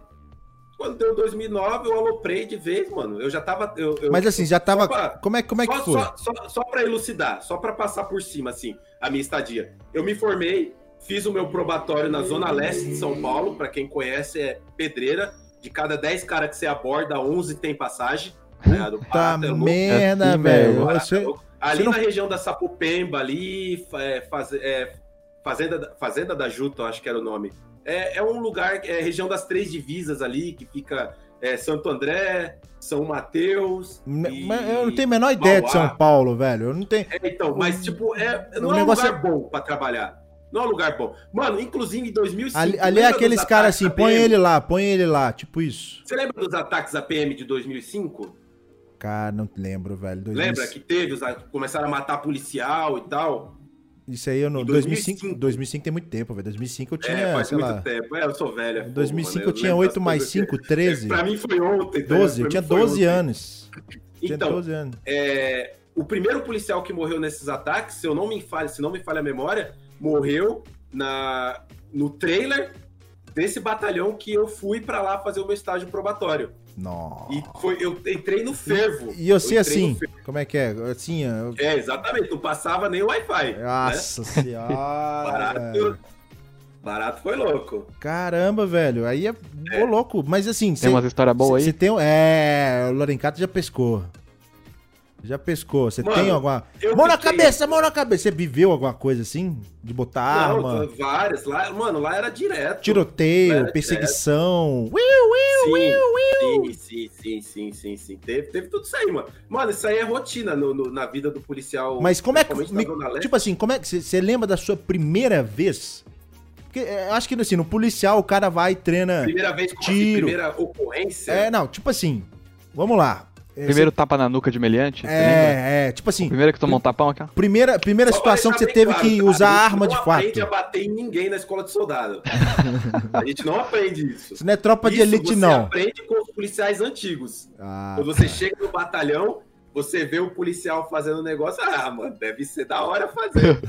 Quando deu 2009, eu aloprei de vez, mano. Eu já tava... Eu, tipo, ah, eu-
Mas assim, já tava.
Opa,
Como é, como é que
só,
foi?
Só, só, só pra elucidar, só pra passar por cima, assim, a minha estadia. Eu me formei, fiz o meu probatório na Zona Leste de São Paulo, pra quem conhece, é pedreira. De cada 10 caras que você aborda, 11 tem passagem. né, do
Tá
Pata, é louco,
merda,
assim,
velho.
velho.
Barata,
Você-
louco. ali
você não-
na região da Sapopemba, ali, fa- é, faze- é, fazenda, da- fazenda da Juta, eu acho que era o nome. É, é um lugar, é região das três divisas ali, que fica é, Santo André, São Mateus. e-
Mas eu não tenho a menor ideia de
Mauá.
São Paulo, velho. Eu não tenho.
é, então, mas tipo, é, não
O
é um
negócio
lugar bom pra trabalhar. Não é um lugar bom. Mano, inclusive em 2005...
Ali, ali é
lembra dos
aqueles
ataques
caras assim,
à
põe
PM?
ele lá, põe ele lá, tipo isso.
Você lembra dos ataques à PM de 2005?
Cara, não lembro, velho.
Lembra que teve, os, começaram a matar policial e tal?
Isso aí eu não.
Em
2005,
2005.
2005 tem muito tempo, velho. 2005 eu tinha,
é, faz
sei
muito
lá.
tempo. É, eu sou velho. é fogo,
2005
mano,
eu tinha
lembro
8
das
mais
coisas que-
5, 13.
Pra mim foi ontem. tá ligado?
12,
Pra
eu
mim
tinha
foi
12
ontem.
anos. Tinha
Então,
12 anos.
é, o primeiro policial que morreu nesses ataques, se eu não me falha, se não me falha a memória, morreu na no trailer desse batalhão que eu fui pra lá fazer o meu estágio probatório.
Nossa.
E foi, eu entrei no fervo.
E eu sei
entrei
assim,
no fervo.
como é que é? Assim, eu...
É, exatamente, não passava nem o Wi-Fi. né?
Nossa senhora. velho.
Barato, barato foi louco.
Caramba, velho. Aí é, ô louco. Mas assim,
Tem umas histórias boas
Você
aí?
tem. um- É, o Lorencato já pescou. Já pescou. Você
Mano,
tem alguma.
eu
Mão na
fiquei-
cabeça, mão na cabeça. Você viveu alguma coisa assim? De botar
Não,
arma,
t- várias. Lá, mano, lá era direto.
tiroteio,
É,
perseguição. Ui,
Sim, sim, sim, sim, sim, sim. Teve, teve tudo isso aí, mano. Mano, isso aí é rotina no- no- na vida do policial.
Mas como é que.
principalmente
me-
na Zona Leste.
tipo assim, como é que. você- Você lembra da sua primeira vez? Porque é, eu acho que assim, no policial o cara vai e treina.
Primeira vez, como assim,
é, Tiro.
primeira ocorrência.
É, não, tipo assim. Vamos lá. É,
Primeiro tapa na nuca de meliante?
você-
você lembra?
É, é, tipo assim.
Primeiro que tomou um tapão aqui. ó.
Primeira, primeira
Só
situação que
pra
você
deixar
teve
bem
que
claro,
usar
a gente
arma de
não aprende a
fato.
bater em ninguém na escola de soldado. a gente não aprende isso.
Isso não é tropa de
Isso
elite,
você
não.
aprende com os policiais antigos.
Ah,
Quando você chega no batalhão, você vê o policial fazendo um negócio, ah, mano, deve ser da hora fazer.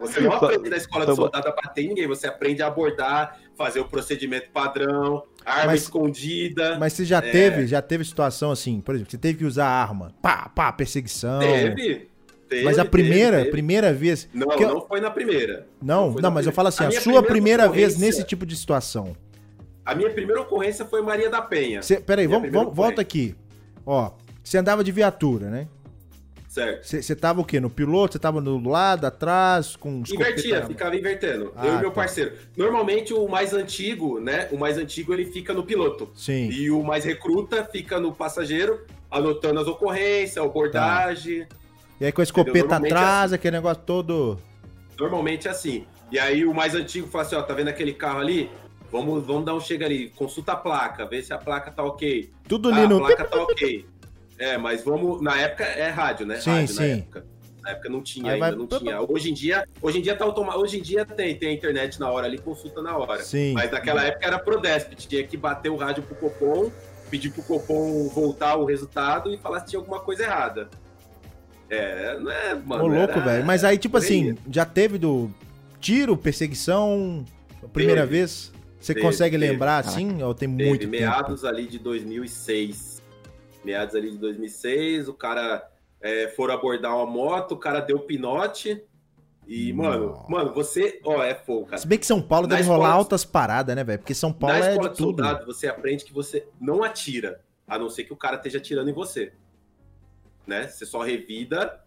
Você não aprende na escola de
Tá bom.
soldado a bater em ninguém, você aprende a abordar, fazer o procedimento padrão, arma
Mas-
escondida.
Mas você já teve, já teve situação assim, por exemplo, você teve que usar arma. Pá, pá, perseguição.
Teve, teve,
mas a
teve,
primeira,
teve.
primeira vez.
Não,
que eu-
não foi na primeira.
Não,
não
não,
foi na
mas eu
primeira.
falo assim,
A
a,
minha
sua
primeira
primeira vez
ocorrência-
nesse tipo de situação.
A minha primeira ocorrência foi Maria da Penha,
Você, peraí,
Minha
vamos,
primeira
vamos- volta aqui. Ó, você andava de viatura, né?
certo?
Você você tava o quê? No piloto? Você tava no lado, atrás, com um os
Invertia,
copetão?
ficava invertendo.
Ah,
eu e meu
tá.
parceiro. Normalmente o mais antigo, né? O mais antigo ele fica no piloto.
Sim.
E o mais recruta fica no passageiro, anotando as ocorrências, a abordagem.
E aí com a escopeta
Normalmente é
atrás, aquele negócio todo.
Normalmente é assim. E aí o mais antigo fala assim: ó, tá vendo aquele carro ali? Vamos, vamos dar um chega ali, consulta a placa, vê se a placa tá ok.
Tudo
Ah,
ali
a
no.
placa tá ok. É, mas vamos. Na época é rádio, né?
Sim,
rádio
sim.
na época. Na época não tinha
Aí
ainda,
vai-
não tinha. Hoje em dia, hoje em dia tá automático. Hoje em dia tem, tem a internet na hora ali, consulta na hora.
Sim.
Mas naquela época era Prodesp, tinha que bater o rádio pro Copom, pedir pro Copom voltar o resultado e falar se tinha alguma coisa errada. É, não é, mano.
Ô, louco,
era-
velho. Mas aí, tipo
por
assim, já teve do tiro, perseguição, a primeira
Teve.
vez? Você
Teve,
consegue
teve.
lembrar assim? Ou tem
Teve
muito tempo?
meados ali de 2006. Meados ali de 2006, o cara é, foram abordar uma moto, o cara deu pinote. E, mano,
Nossa.
mano, você. Ó, é fogo, cara.
Se bem que São Paulo
Na
deve rolar
escola-
altas paradas, né, velho? Porque São Paulo
Na
é
escola
de
de
tudo.
soldado, você aprende que você não atira, a não ser que o cara esteja atirando em você. Né? Você só revida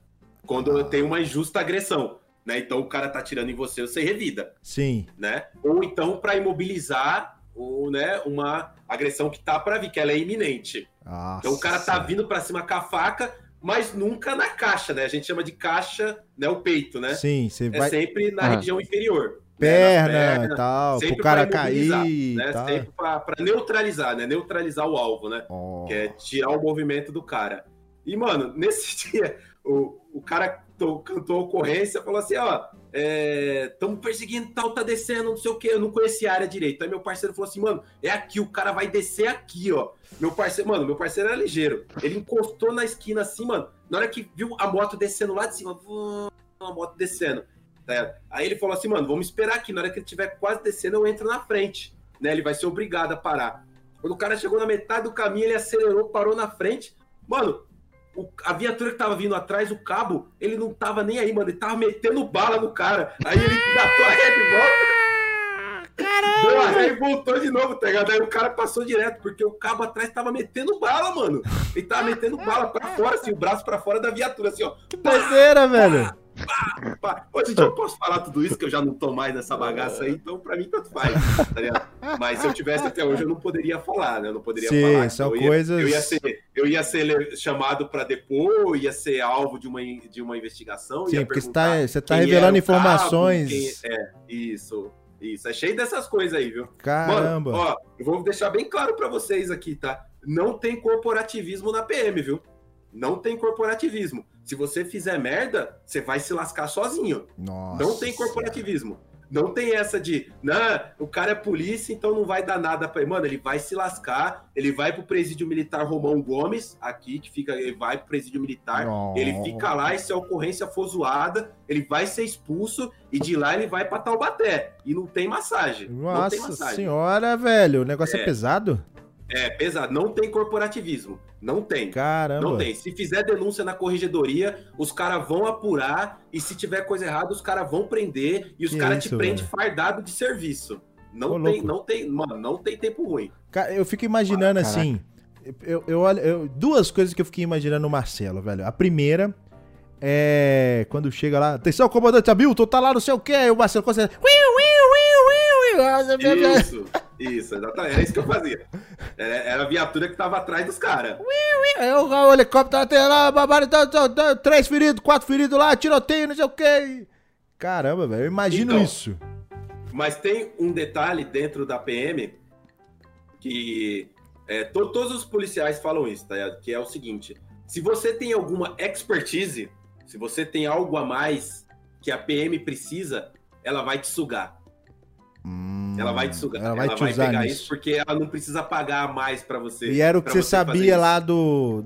quando
Ah.
tem uma injusta agressão. Né? Então o cara tá atirando em você, você revida,
Sim.
né? Ou então para imobilizar ou, né, uma agressão que tá para vir, que ela é iminente.
Nossa.
Então o cara tá vindo pra cima com a faca, mas nunca na caixa, né? A gente chama de caixa, né, o peito, né?
Sim, você
É
vai
sempre na
Ah.
região inferior. né? Na
perna tá, e tal, pro
sempre
cara
pra imobilizar,
cair e
né?
tal.
Sempre pra, pra neutralizar, né? Neutralizar o alvo, né?
Ó.
Que é tirar o movimento do cara. E, mano, nesse dia, o, o cara to- cantou a ocorrência, falou assim, ó, estamos perseguindo tal, tá descendo, não sei o quê, eu não conhecia a área direito. Aí meu parceiro falou assim, mano, é aqui, o cara vai descer aqui, ó. Meu parceiro, mano, meu parceiro era ligeiro. Ele encostou na esquina assim, mano, na hora que viu a moto descendo lá de cima, vum, a moto descendo. tá ligado? Aí ele falou assim, mano, vamos esperar aqui, na hora que ele estiver quase descendo, eu entro na frente. Né, ele vai ser obrigado a parar. Quando o cara chegou na metade do caminho, ele acelerou, parou na frente. Mano, o- a viatura que tava vindo atrás, o cabo, ele não tava nem aí, mano. Ele tava metendo bala no cara. Aí ele matou a ré de volta. Deu a ré e voltou de novo, tá ligado? Aí o cara passou direto, porque o cabo atrás tava metendo bala, mano. Ele tava metendo bala pra fora, assim, o braço pra fora da viatura, assim, ó.
Que doideira, velho.
Pá, Hoje em dia eu posso falar tudo isso, que eu já não tô mais nessa bagaça aí, então pra mim tanto faz, tá ligado? Mas se eu tivesse até hoje, eu não poderia falar, né? Eu não poderia
Sim,
falar.
são
eu ia-
coisas-
Eu ia ser, eu ia ser le- chamado pra depor, eu ia ser alvo de uma, in- de uma investigação.
Sim,
ia
porque você
perguntar
tá, você tá
quem era
revelando
o cabo,
informações.
quem- é, isso, isso. É cheio dessas coisas aí, viu?
Caramba.
Mano, ó, eu vou deixar bem claro pra vocês aqui, tá? Não tem corporativismo na PM, viu? Não tem corporativismo. Se você fizer merda, você vai se lascar sozinho.
Nossa.
Não tem corporativismo. Não tem essa de, nah, o cara é polícia, então não vai dar nada pra ele. Mano, ele vai se lascar, ele vai pro presídio militar Romão Gomes, aqui, que fica, ele vai pro presídio militar,
Nossa.
ele fica lá e se a ocorrência for zoada, ele vai ser expulso e de lá ele vai pra Taubaté. E não tem massagem. não tem
Nossa
massagem.
senhora, velho. O negócio é,
É.
pesado?
É, pesado. Não tem corporativismo. Não tem.
Caramba.
Não tem. Se fizer denúncia na corregedoria, os caras vão apurar e se tiver coisa errada, os caras vão prender e os
Que
caras te
isso,
prendem fardado de serviço. Não
Ô,
tem,
louco.
não tem, mano, não tem tempo ruim.
Ca- Eu fico imaginando
Caraca.
assim. Eu, eu olho. eu- duas coisas que eu fiquei imaginando o Marcelo, velho. A primeira é. Quando chega lá. Atenção, comandante Hamilton, tá lá não sei o quê. Aí o Marcelo consegue. Uiu, uiu, uiu, uiu.
Isso, isso, exatamente. Era isso que eu fazia. Era, era a viatura que tava atrás dos caras.
Aí É, o, o helicóptero até lá, babado, tá, tá, tá, três feridos, quatro feridos lá, tiroteio, não sei o quê. Caramba, velho. Eu imagino
Então.
isso.
Mas tem um detalhe dentro da PM que é, to- todos os policiais falam isso, tá? ligado? que é o seguinte: se você tem alguma expertise, se você tem algo a mais que a PM precisa, ela vai te sugar.
Hum,
Ela vai te sugar.
Ela vai te usar
pegar
nisso.
isso porque ela não precisa pagar a mais pra você.
E era o que
pra
você
fazer
sabia
isso.
lá do.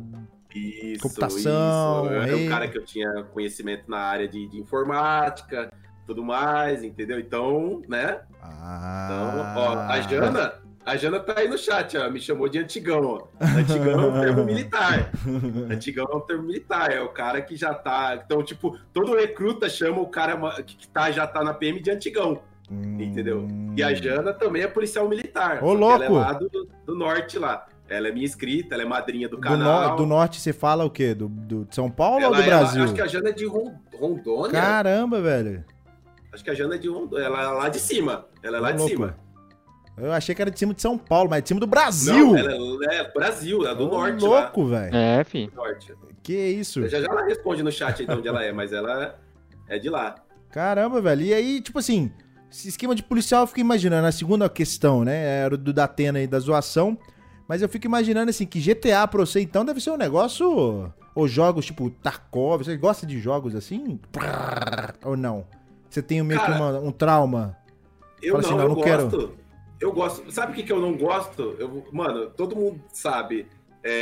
Isso,
Computação,
isso. É
rede.
um cara que eu tinha conhecimento na área de, de informática, tudo mais, entendeu? Então, né? Então,
Ah.
ó, a Jana, a Jana tá aí no chat, ó, me chamou de antigão, ó. Antigão é um termo militar. Antigão é um termo militar, é o cara que já tá. Então, tipo, todo recruta chama o cara ma- que que tá, já tá na PM de antigão.
Ah,
Entendeu? E a Jana também é policial militar.
Hum. Ô,
só que Ela é
louco!
lá do, do norte lá. Ela é minha inscrita, ela é madrinha do
Do,
canal.
no- do norte você fala o quê? Do, do- de São Paulo
Ela-
ou do
ela-
Brasil?
acho que a Jana é de Ron- Rondônia.
Caramba, velho.
Acho que a Jana é de Rondônia. Ela é lá de cima. Ela é lá
Ô,
de
louco.
cima.
Eu achei que era de cima de São Paulo, mas de cima do Brasil.
Não, ela é, é Brasil, é do
Ô,
norte lá.
louco, velho.
É, fi.
Norte.
Que isso?
Já já ela responde no chat aí de onde ela é, mas ela é de lá.
Caramba, velho. E aí, tipo assim, esse esquema de policial eu fico imaginando. A segunda questão, né? Era o do da Atena aí da zoação. Mas eu fico imaginando assim, que GTA pra você então deve ser um negócio. Ou jogos tipo Tarkov. Você gosta de jogos assim? Prrr, Ou não? Você tem meio que
Cara,
uma- um trauma.
Eu
Fala assim,
não,
não,
eu
não quero.
gosto. Eu gosto. Sabe o que, que eu não gosto? Eu, mano, todo mundo sabe.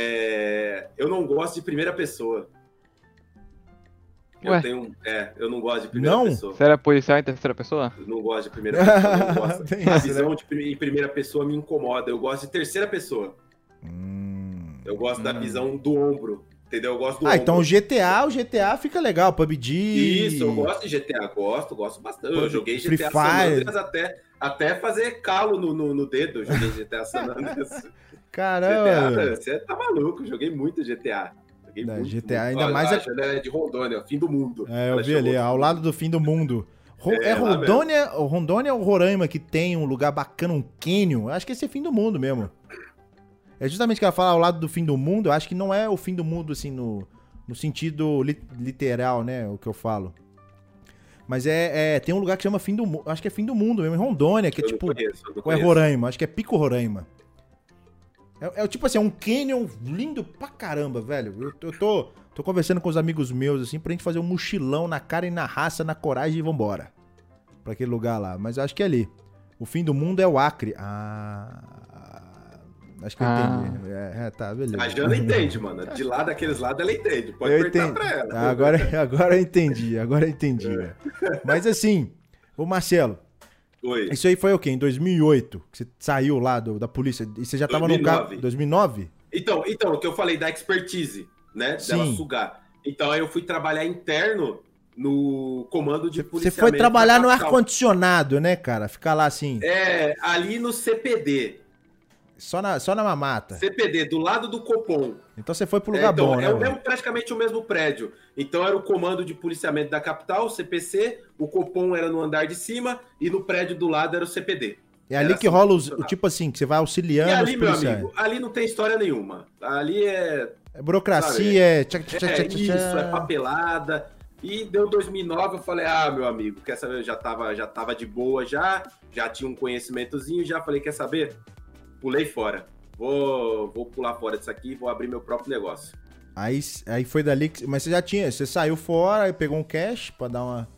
é, eu não gosto de primeira pessoa.
Ué?
Eu tenho. É, eu não gosto de primeira
Não?
pessoa.
Você era policial em terceira pessoa?
Eu não gosto de primeira pessoa. eu não gosto.
Tem
A
isso, né?
visão de prim- em primeira pessoa me incomoda. Eu gosto de terceira pessoa.
Hum.
Eu gosto da
Hum.
visão do ombro. Entendeu? Eu gosto do
Ah,
ombro.
então o GTA, o GTA fica legal, PUBG.
Isso, eu gosto de GTA, gosto, gosto bastante. Eu joguei
Free
GTA
Fire.
San Andreas até, até fazer calo no, no, no dedo. Eu joguei GTA San Andreas. GTA,
Caramba.
né? você tá maluco, eu joguei muito GTA. Joguei
Não,
muito,
GTA,
muito.
ainda
Olha,
mais
a
é-
Jana é de Rondônia, ó, fim do mundo.
É, eu
Ela
vi
chamou.
ali, ao lado do fim do mundo. Ro- é
É, lá
Rondônia, Rondônia ou Roraima que tem um lugar bacana, um cânion? Eu Acho que esse é fim do mundo mesmo. É justamente que ela fala ao lado do fim do mundo, eu acho que não é o fim do mundo, assim, no, no sentido li- literal, né? O que eu falo. Mas é, é- Tem um lugar que chama fim do mundo. Acho que é fim do mundo mesmo, em Rondônia, que é
Eu
tipo.
não conheço, eu não
Ou é
conheço.
Roraima? Acho que é Pico Roraima. É, é tipo assim, é um canyon lindo pra caramba, velho. Eu, eu tô, tô conversando com os amigos meus, assim, pra gente fazer um mochilão na cara e na raça, na coragem e vambora. Pra aquele lugar lá. Mas acho que é ali. O fim do mundo é o Acre. Ah. Acho que eu
Ah.
entendi. É, é, tá, beleza.
A Jana entende, mano. De lá daqueles lados ela entende. Pode
Eu
perguntar
entendi.
pra ela.
Ah, Agora, agora eu entendi, agora eu entendi. velho. Mas assim, ô Marcelo,
Oi.
isso aí foi o quê? Em 2008? Que você saiu lá do- da polícia e você já tava no carro...
2009.
2009?
Então, então, o que eu falei da expertise, né?
Sim.
Dela sugar. Então aí eu fui trabalhar interno no comando de
Você
policiamento.
foi trabalhar no
da capital.
ar-condicionado, né, cara? Ficar lá assim,
É, ali no CPD.
só, na, só na mamata.
CPD, do lado do Copom.
Então você foi pro
É,
lugar
então,
bom,
é
né?
o
velho?
mesmo- praticamente o mesmo prédio. Então era o comando de policiamento da capital, o CPC, o Copom era no andar de cima e no prédio do lado era o CPD.
É ali
era
que
assim
rola os,
que
o
funcionava.
tipo assim, que você vai
E
auxiliando
ali,
os
meu
policiais.
amigo, ali não tem história nenhuma. Ali é,
É burocracia,
Sabe,
é... Tchac, tchac,
é
tchac, tchac,
isso, é
tchac.
papelada. E deu 2009, eu falei, ah, meu amigo, quer saber, eu já tava, já tava de boa já, já tinha um conhecimentozinho, já falei, quer saber? Pulei fora. Vou, vou pular fora disso aqui, vou abrir meu próprio negócio.
Aí, aí foi dali que. Mas você já tinha. Você saiu fora, aí pegou um cash pra dar uma,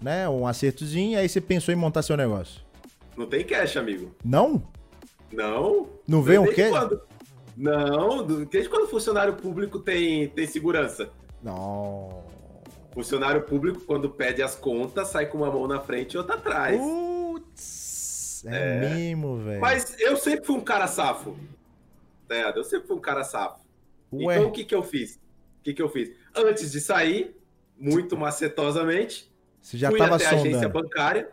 né, um acertozinho, aí você pensou em montar seu negócio.
Não tem cash, amigo.
Não?
Não.
Não veio um
Desde
cash?
quando- Não, do- desde quando funcionário público tem, tem segurança?
Não.
Funcionário público, quando pede as contas, sai com uma mão na frente e outra atrás.
Putz, é, mimo, velho.
Mas eu sempre fui um cara safo. Né? Eu sempre fui um cara safo.
Ué,
Então o que que eu fiz? O que que eu fiz? Antes de sair, muito macetosamente,
você já
fui
tava
até a agência
sondando.
bancária,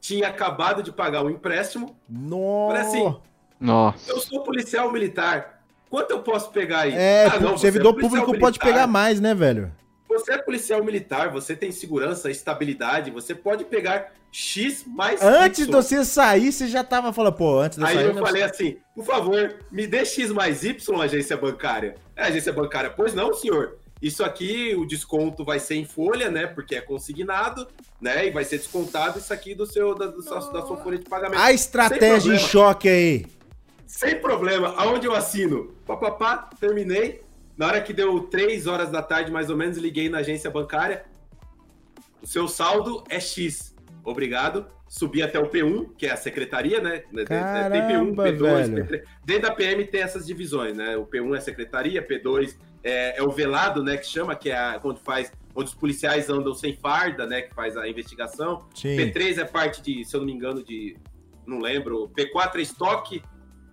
tinha acabado de pagar o empréstimo.
Nossa.
Falei assim,
Nossa.
eu sou policial militar. Quanto eu posso pegar aí?
É,
Ah, não,
o
você é
servidor
policial
público pode
militar.
pegar mais, né, velho?
Você é policial militar, você tem segurança, estabilidade, você pode pegar X mais
Antes de
Y.
você sair, você já tava falando, pô, antes de eu
Aí
sair.
eu
não-
falei assim, por favor, me dê X mais Y, agência bancária. É, agência bancária, pois não, senhor. Isso aqui, o desconto vai ser em folha, né? Porque é consignado, né? E vai ser descontado isso aqui do seu, da, do sua- da sua folha de pagamento.
A estratégia em
assim, problema.
choque aí.
Sem problema, aonde eu assino? Papapá, terminei. Na hora que deu 3 horas da tarde, mais ou menos, liguei na agência bancária. O seu saldo é X. Obrigado. Subi até o P1, que é a secretaria, né? um,
Caramba, velho.
P3. Dentro da PM tem essas divisões, né? O P1 é secretaria, P2 é, é o velado, né? Que chama, que é a- onde faz, onde os policiais andam sem farda, né? Que faz a investigação.
Sim.
P3 é parte de, se eu não me engano, de. Não lembro. P4 é estoque.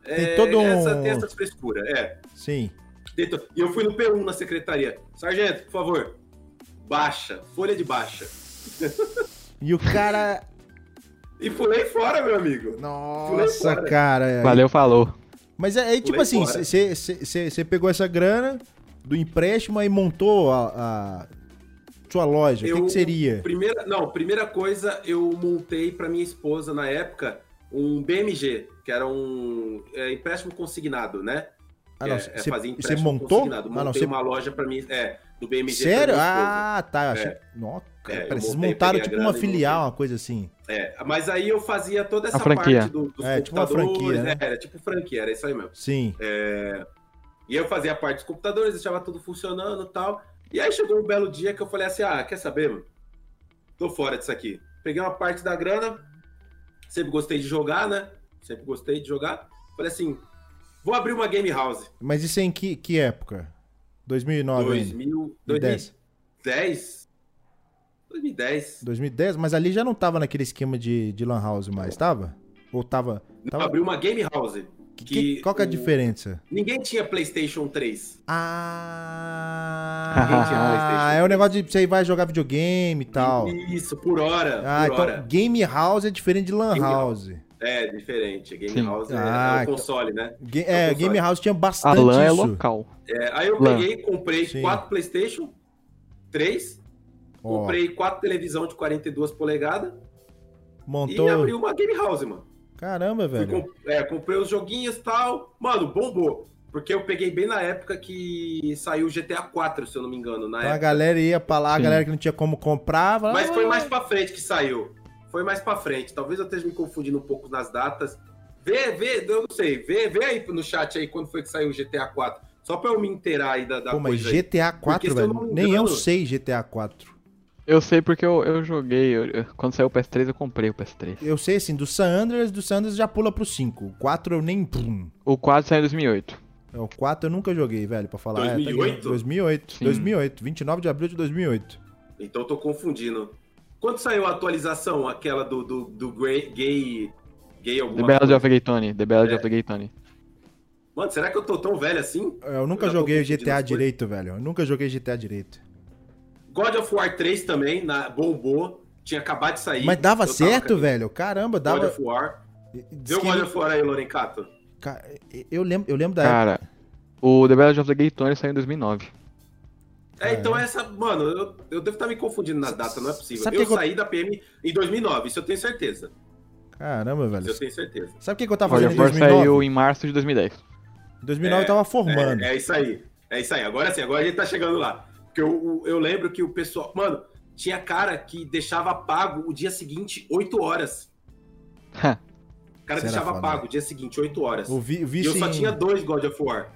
É,
Tem todo um-
essa, tem essas frescuras, é.
Sim.
Tem to- E eu fui no P1 na secretaria. Sargento, por favor, baixa, folha de baixa.
E o cara.
E pulei fora, meu amigo.
Nossa,
fora.
cara. é.
Valeu, falou.
Mas aí, tipo
Pulei
assim,
fora.
você pegou essa grana do empréstimo e montou a, a sua loja. O que,
Eu-
que seria?
Primeira, não, primeira coisa, eu montei para minha esposa na época um BMG, que era um é, empréstimo consignado, né?
Ah, não.
É, é fazer
Você
empréstimo
montou?
consignado.
Ah,
Montei
não. Você
uma loja para mim, é, do BMG. pra
Sério?
minha esposa.
Ah, tá. eu Achei... Nossa, cara,
É, eu
pera, vocês
montei,
montaram
peguei a
tipo uma
grana e
filial, uma coisa assim.
É, mas aí eu fazia toda essa
A franquia.
parte do, dos
É, tipo uma
computadores.
franquia, né?
né? Era tipo franquia, era isso aí mesmo.
Sim.
E eu fazia a parte dos computadores, deixava tudo funcionando e tal. E aí chegou um belo dia que eu falei assim: ah, quer saber, mano? Tô fora disso aqui. Peguei uma parte da grana, sempre gostei de jogar, né? Sempre gostei de jogar. Falei assim: vou abrir uma game house.
Mas isso é em que, que época? 2009 ainda?
2000,
2010.
2010? 2010.
2010? Mas ali já não tava naquele esquema de, de lan house mais, tava? Ou tava... tava...
Abri uma game house.
que-
que
qual que é a
o-
diferença?
Ninguém tinha PlayStation 3. Ninguém tinha
Ah,
um PlayStation.
é o negócio de você vai jogar videogame e tal.
Isso, por hora.
Ah,
por
então
hora.
Game House é diferente de Lan
Game
House.
É, diferente. Game
Sim.
House é-
Ah,
é, o console, né?
Ga-
É o
é,
console.
Game House tinha
A
bastante
LAN é
isso.
local.
É, aí eu
Lan.
peguei, comprei
Sim.
quatro PlayStation, três,
Ó,
comprei quatro televisão de 42 polegadas
montou.
e abri uma Game House, mano.
Caramba,
Fui
velho.
com- é, comprei os joguinhos e tal. Mano, bombou. Porque eu peguei bem na época que saiu o GTA 4, se eu não me engano, na
Então a
época.
galera ia pra lá, a
Sim.
galera que não tinha como comprar. falava,
Ah, é. Mas
"Ah,
foi mais pra frente que saiu. Foi mais pra frente. Talvez eu esteja me confundindo um pouco nas datas. Vê, vê, eu não sei. Vê, vê aí no chat aí quando foi que saiu o GTA 4. Só pra eu me inteirar aí da, da
Pô, mas
coisa aí.
GTA
Porque
4,
se eu não
velho.
me
Nem eu
engano-
sei GTA 4.
Eu sei porque eu, eu joguei. eu- eu- quando saiu o PS3, eu comprei o PS3.
Eu sei, assim, do San Andreas, do San Andreas já pula pro 5. O 4 eu nem. pum.
O 4 saiu em 2008.
É, O 4 eu nunca joguei, velho, pra falar. É, tá aqui,
2008?
2008.
Sim.
2008. 29 de abril de 2008.
Então eu tô confundindo. Quando saiu a atualização, aquela do, do, do gay, gay. Gay
The
alguma
Ballad
coisa?
of Gay Tony. The Ballad
É.
of the Gay Tony.
Mano, será que eu tô tão velho assim?
Eu nunca
Eu já tô
joguei o
confundindo
GTA
as coisas.
direito, velho. Eu nunca joguei GTA direito.
God of War 3 também, na, bombou. Tinha acabado de sair.
Mas dava
Eu tava
certo,
com aquele
velho? Caramba,
God
dava.
of War.
Diz
Viu o
que-
God of War aí, Lorencato?
Ca- Eu lembro, eu lembro da época.
Cara, o The Ballad of the Gay Tony saiu em 2009.
Ah,
É, então essa. Mano, eu, eu devo estar me confundindo nas datas, não é possível.
Sabe
eu
que eu-
saí da PM em 2009, isso eu tenho certeza.
Caramba, velho.
Isso eu tenho certeza.
Sabe o que, que eu tava
God
Tá fazendo
of
em
War saiu
2009?
em março de 2010.
Em 2009 eu tava formando.
É, é isso aí. É isso aí. Agora sim, agora a gente tá chegando lá. Porque eu, eu lembro que o pessoal. Mano, tinha cara que deixava pago o dia seguinte 8 horas.
Ha.
O cara
Isso era
deixava
foda,
pago
né?
o dia seguinte 8 horas.
O vi, assim,
E
vice
eu só tinha dois God of War.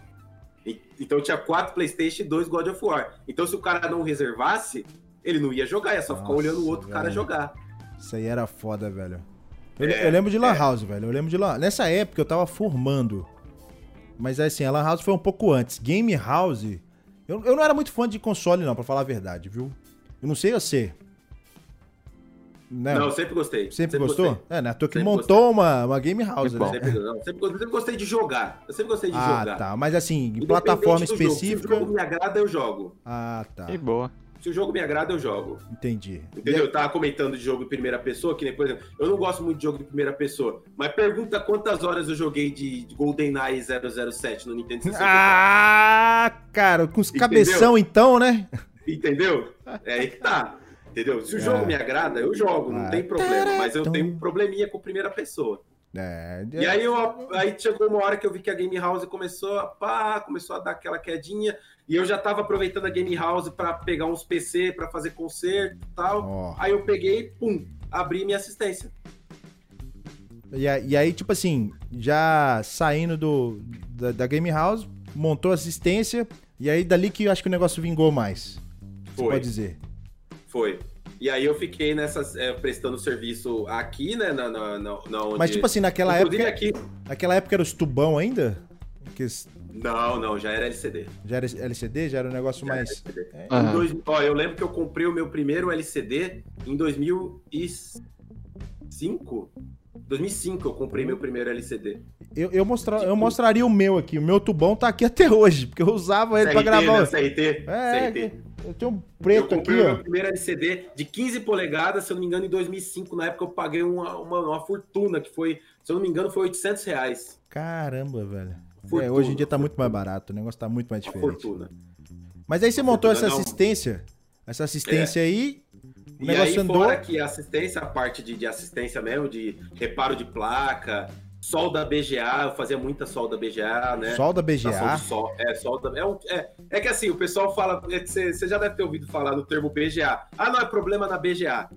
E- Então tinha quatro Playstation e dois God of War. Então se o cara não reservasse, ele não ia jogar, ia só ficar
Nossa,
olhando o outro cara
velho.
jogar.
Isso aí era foda, velho. Eu,
É,
eu lembro de Lan House, velho. Eu lembro de Lan Nessa época eu tava formando. Mas assim, a Lan House foi um pouco antes. Game House. Eu, eu não era muito fã de console, não, pra falar a verdade, viu? Eu não sei você. Né?
Não, eu sempre gostei.
sempre, gostou?
gostei.
É, né? Tu que
Sempre
montou uma, uma Game House,
Muito bom.
né?
Sempre, não, sempre gostei, sempre gostei de jogar. Eu sempre gostei de
Ah,
jogar.
tá. Mas assim, em
Independente
plataforma
do jogo. Se o
específica.
jogo me agrada, eu jogo.
Ah, tá.
E boa.
Se o jogo me agrada, eu jogo.
Entendi.
Entendeu? Eu tava comentando de jogo em primeira pessoa, que nem, por exemplo, eu não gosto muito de jogo em primeira pessoa, mas pergunta quantas horas eu joguei de de GoldenEye 007 no Nintendo 64.
Ah, cara, com os
Entendeu?
cabeção então, né?
Entendeu? É aí que tá. Entendeu? Se o
É.
jogo me agrada, eu jogo, não
Ah.
tem problema. Mas eu
Então-
tenho um probleminha com primeira pessoa.
É,
E aí, eu, aí chegou uma hora que eu vi que a Game House começou a pá, começou a dar aquela quedinha. E eu já tava aproveitando a Game House pra pegar uns PC, pra fazer concerto e tal.
Ó.
Aí eu peguei, pum, abri minha assistência.
E, a- e aí, tipo assim, já saindo do, da, da Game House, montou assistência, e aí dali que eu acho que o negócio vingou mais. Você
Foi.
pode dizer.
Foi. E aí eu fiquei nessas, eh, prestando serviço aqui, né? Na, na, na, na onde...
Mas, tipo assim, naquela
Inclusive
época.
aqui.
Naquela época era os tubão ainda? Que s-
Não, não, já era LCD.
já era LCD, já era um negócio mais.
Em
Aham.
dois- ó, eu lembro que eu comprei o meu primeiro LCD em 2005. 2005 eu comprei meu primeiro LCD.
Eu, eu, mostra,
Tipo-
eu mostraria o meu aqui. O meu tubão tá aqui até hoje, porque eu usava ele pra gravar.
né? CRT.
É,
CRT.
eu tenho um
Eu
preto aqui,
comprei o meu
ó.
primeiro LCD de 15 polegadas, se eu não me engano, em 2005. Na época eu paguei uma, uma, uma fortuna, que foi, se eu não me engano, foi 800 reais.
Caramba, velho. É,
Fortuna,
hoje em dia tá muito mais barato, o negócio tá muito mais
Uma
diferente.
fortuna.
Mas
Tá
aí você montou essa
Fortuna não.
assistência. Essa assistência aí. O
É. E aí,
negócio andou.
fora que a assistência, a parte de, de assistência mesmo, de reparo de placa, solda BGA, eu fazia muita solda BGA, né?
Sol da
Estação de
BGA.
sol. É, sol também. É, um- é- é que assim, o pessoal fala. é que Você você já deve ter ouvido falar no termo BGA. Ah, não, é problema na BGA.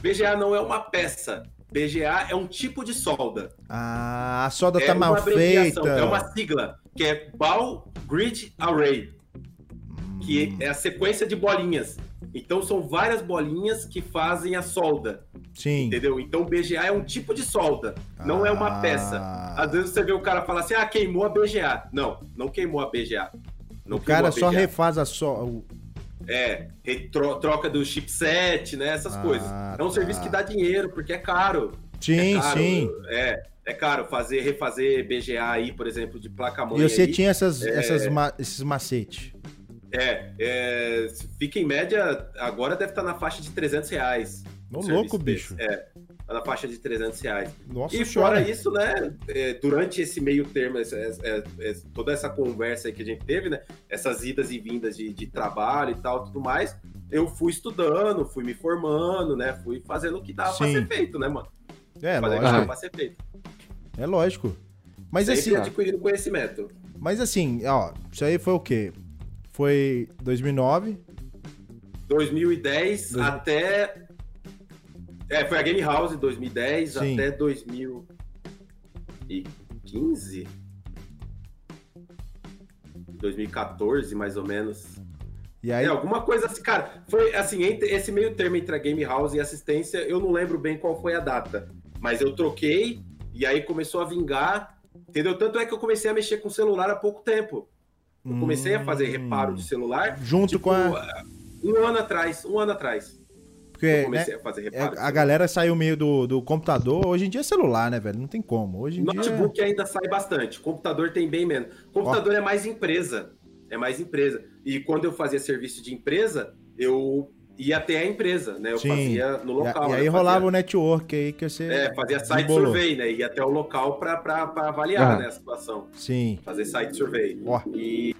BGA não é uma peça. BGA é um tipo de solda.
Ah, a solda
é
tá mal feita.
é uma sigla, que é Ball Grid Array, que é a sequência de bolinhas. Então são várias bolinhas que fazem a solda,
Hum, Sim.
entendeu? Então BGA é um tipo de solda, não é uma
Ah,
peça. Às vezes você vê o cara falar assim, ah, queimou a BGA. Não, não queimou a BGA. Não
o cara
queimou
só
a BGA.
refaz a sol.
É, retro- troca do chipset, né? Essas
Ah,
coisas. É um
tá.
serviço que dá dinheiro, porque é caro.
Sim,
é caro,
sim.
É, é caro fazer, refazer BGA aí, por exemplo, de placa-mãe.
E você
aí.
tinha essas, essas ma- esses macetes.
É, é, fica em média, agora deve estar na faixa de 300 reais.
Ô,
o serviço
louco,
desse.
bicho.
É, tá na faixa de 300 reais.
Nossa
E
senhora.
fora isso, né, é, durante esse meio termo, essa- essa- é, essa- toda essa conversa aí que a gente teve, né, essas idas e vindas de, de trabalho e tal, tudo mais, eu fui estudando, fui me formando, né, fui fazendo o que dava pra
Sim.
ser feito, né, mano?
É,
Fazendo o
lógico.
que
lógico.
dava pra ser feito.
É lógico. Mas
Sempre
assim,
adquirindo conhecimento.
mas assim, ó, isso aí foi o quê? Foi 2009,
2010
Dois-
até... É, foi a Game House em 2010
Sim.
até 2015? 2014, mais ou menos.
e aí
É, alguma coisa assim, cara, foi assim, entre esse meio termo entre a Game House e assistência, eu não lembro bem qual foi a data. Mas eu troquei e aí começou a vingar, entendeu? Tanto é que eu comecei a mexer com celular há pouco tempo. Eu comecei a fazer
Hum.
reparo de celular
junto
tipo,
com a
um ano atrás, um ano atrás. Eu
porque, né,
comecei a fazer reparo. de
a
celular.
galera saiu meio do, do computador, hoje em dia é celular, né, velho? Não tem como. Hoje em dia
Notebook ainda sai bastante, computador tem bem menos. Computador é mais empresa, é mais empresa. E quando eu fazia serviço de empresa, eu ia até a empresa, né? Eu
Sim.
fazia no
E a-
local.
E,
né?
aí
Eu
rolava
fazia-
o network aí que você.
É, fazia site
Embolou.
survey, né? Ia até o local para avaliar
Ah.
né, a situação.
Sim.
Fazer site survey.
Ó.
E,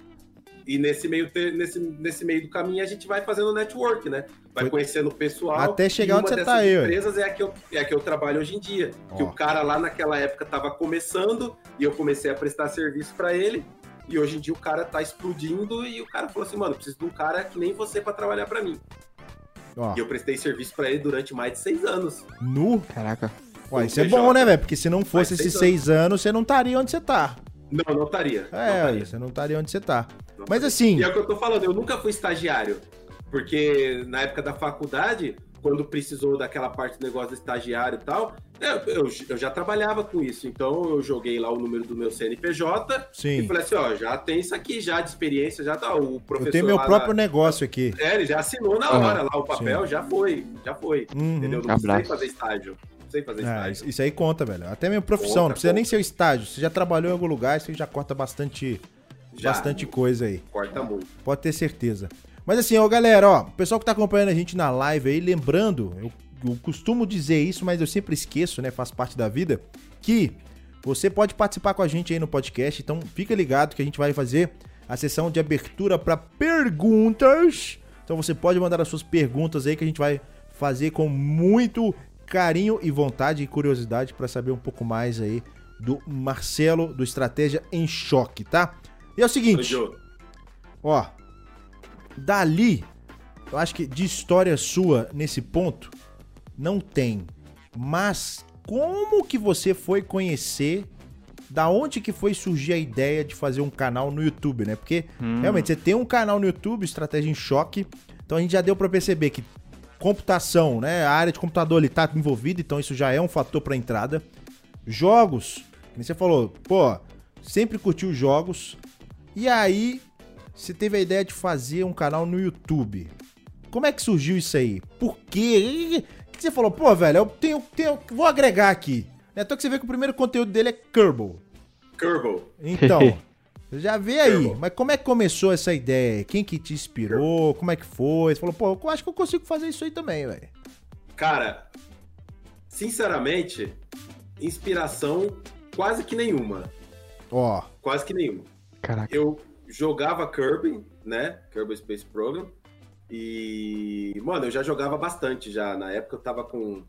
e nesse, meio te- nesse, nesse meio do caminho a gente vai fazendo network, né? Vai
Foi-
conhecendo o pessoal.
Até chegar
E
onde
uma
você tá
dessas
aí, ó.
empresas é a, que eu, é a que eu trabalho hoje em dia. Que
Ó.
o cara lá naquela época tava começando e eu comecei a prestar serviço para ele. E hoje em dia o cara tá explodindo e o cara falou assim, mano, preciso de um cara que nem você para trabalhar para mim.
Ó.
E eu prestei serviço para ele durante mais de seis anos.
Nu.
Caraca.
Ué,
Um
isso é
PJ.
bom, né, velho? Porque se não fosse
Faz
esses
seis
seis anos, você não estaria onde você tá.
Não, não estaria.
É,
não
aí,
estaria,
você não estaria onde você tá.
não
Mas
estaria.
assim,
E é o que eu tô falando, eu nunca fui estagiário. Porque na época da faculdade, quando precisou daquela parte do negócio do estagiário e tal, né, eu, eu- eu já trabalhava com isso. Então eu joguei lá o número do meu CNPJ e
sim.
falei assim: ó, já tem isso aqui já de experiência, já tá. O professor.
Eu tenho meu
lá
próprio
na-
negócio aqui.
É, ele já assinou na hora lá o papel, já foi, já foi.
Uhum.
Entendeu? Não
Abraço.
precisei fazer estágio. Não precisei fazer
Ah,
estágio.
isso isso aí conta, velho. Até minha profissão,
Conta,
não precisa nem
conta.
ser o estágio. Você já trabalhou em algum lugar, isso aí já corta bastante,
Já.
bastante coisa aí.
Corta muito.
Pode ter certeza. Mas assim, ó, galera, ó, o pessoal que tá acompanhando a gente na live aí, lembrando, eu, eu costumo dizer isso, mas eu sempre esqueço, né? Faz parte da vida, que você pode participar com a gente aí no podcast, então fica ligado que a gente vai fazer a sessão de abertura para perguntas. Então você pode mandar as suas perguntas aí que a gente vai fazer com muito carinho e vontade e curiosidade para saber um pouco mais aí do Marcelo do Estratégia em Choque, tá? E é o
Ô,
seguinte,
Jô,
Ó, dali, eu acho que de história sua nesse ponto, não tem. Mas como que você foi conhecer, da onde que foi surgir a ideia de fazer um canal no YouTube, né? Porque
Hum.
realmente você tem um canal no YouTube, Estratégia em Choque, então a gente já deu pra perceber que computação, né? A área de computador ali tá envolvida, então isso já é um fator pra entrada. Jogos, como você falou, pô, sempre curtiu jogos. E aí, você teve a ideia de fazer um canal no YouTube. Como é que surgiu isso aí? Por quê? O que que você falou? Pô, velho, eu tenho, tenho vou agregar aqui. É à toa que você vê que o primeiro conteúdo dele é Kerbal.
Kerbal.
Então, você já vê aí.
Kerbal.
Mas como é que começou essa ideia? Quem que te inspirou? Como é que foi? Você falou, pô, eu acho que eu consigo fazer isso aí também, velho.
Cara, sinceramente, inspiração quase que nenhuma.
Ó,
Quase que nenhuma.
Caraca.
Eu jogava Kirby, né? Kirby Space Program. E, mano, eu já jogava bastante já. Na época eu tava com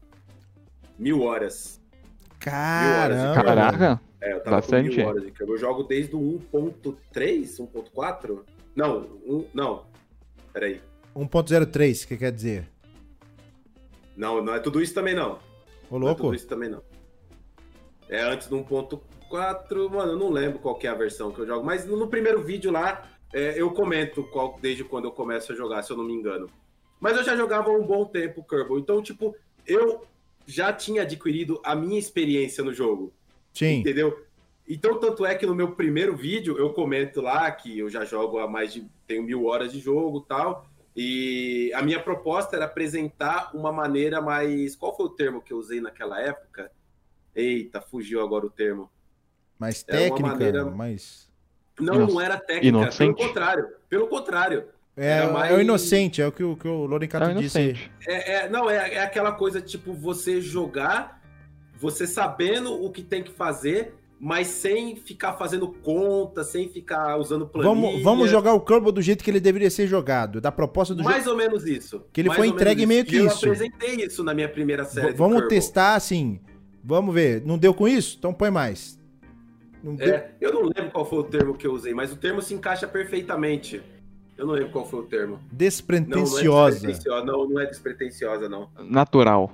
mil horas.
caramba.
Caraca.
É, eu tava
Bastante,
com
é.
mil horas de Kirby. Eu jogo desde o 1.3, 1.4? Não, um, não. Peraí.
1.03, o que quer dizer?
Não, não é tudo isso também não.
Ô,
Não é
louco.
tudo isso também não. É antes do 1.4, mano, eu não lembro qual que é a versão que eu jogo, mas no primeiro vídeo lá é, eu comento qual, desde quando eu começo a jogar, se eu não me engano. Mas eu já jogava há um bom tempo Kerbal, então, tipo, eu já tinha adquirido a minha experiência no jogo,
Sim.
entendeu? Então, tanto é que no meu primeiro vídeo eu comento lá que eu já jogo há mais de. tenho mil horas de jogo e tal. E a minha proposta era apresentar uma maneira mais. Qual foi o termo que eu usei naquela época? Eita, fugiu agora o termo.
Mais
É uma
técnica,
maneira-
mas...
Não,
Inoc-
não era técnica,
inocente?
pelo contrário. Pelo contrário.
É,
Era mais-
é o inocente, é o que o, que o Lorencato
É um
disse aí.
inocente.
É, é- não, é, é aquela coisa, tipo, você jogar, você sabendo o que tem que fazer, mas sem ficar fazendo conta, sem ficar usando planilha.
Vamos, vamos jogar o Kerbal do jeito que ele deveria ser jogado, da proposta do jeito.
Mais ou menos isso.
Que ele
Mais
foi
ou menos
entregue
isso.
meio que
E
isso.
Eu apresentei isso na minha primeira série.
V-
do
Vamos
Kerbal.
testar assim. Vamos ver. Não deu com isso? Então põe mais. Não deu?
É, eu não lembro qual foi o termo que eu usei, mas o termo se encaixa perfeitamente. Eu não lembro qual foi o termo. Não, não é
Despretensiosa.
despretensiosa. Não, não é despretensiosa, não.
Natural.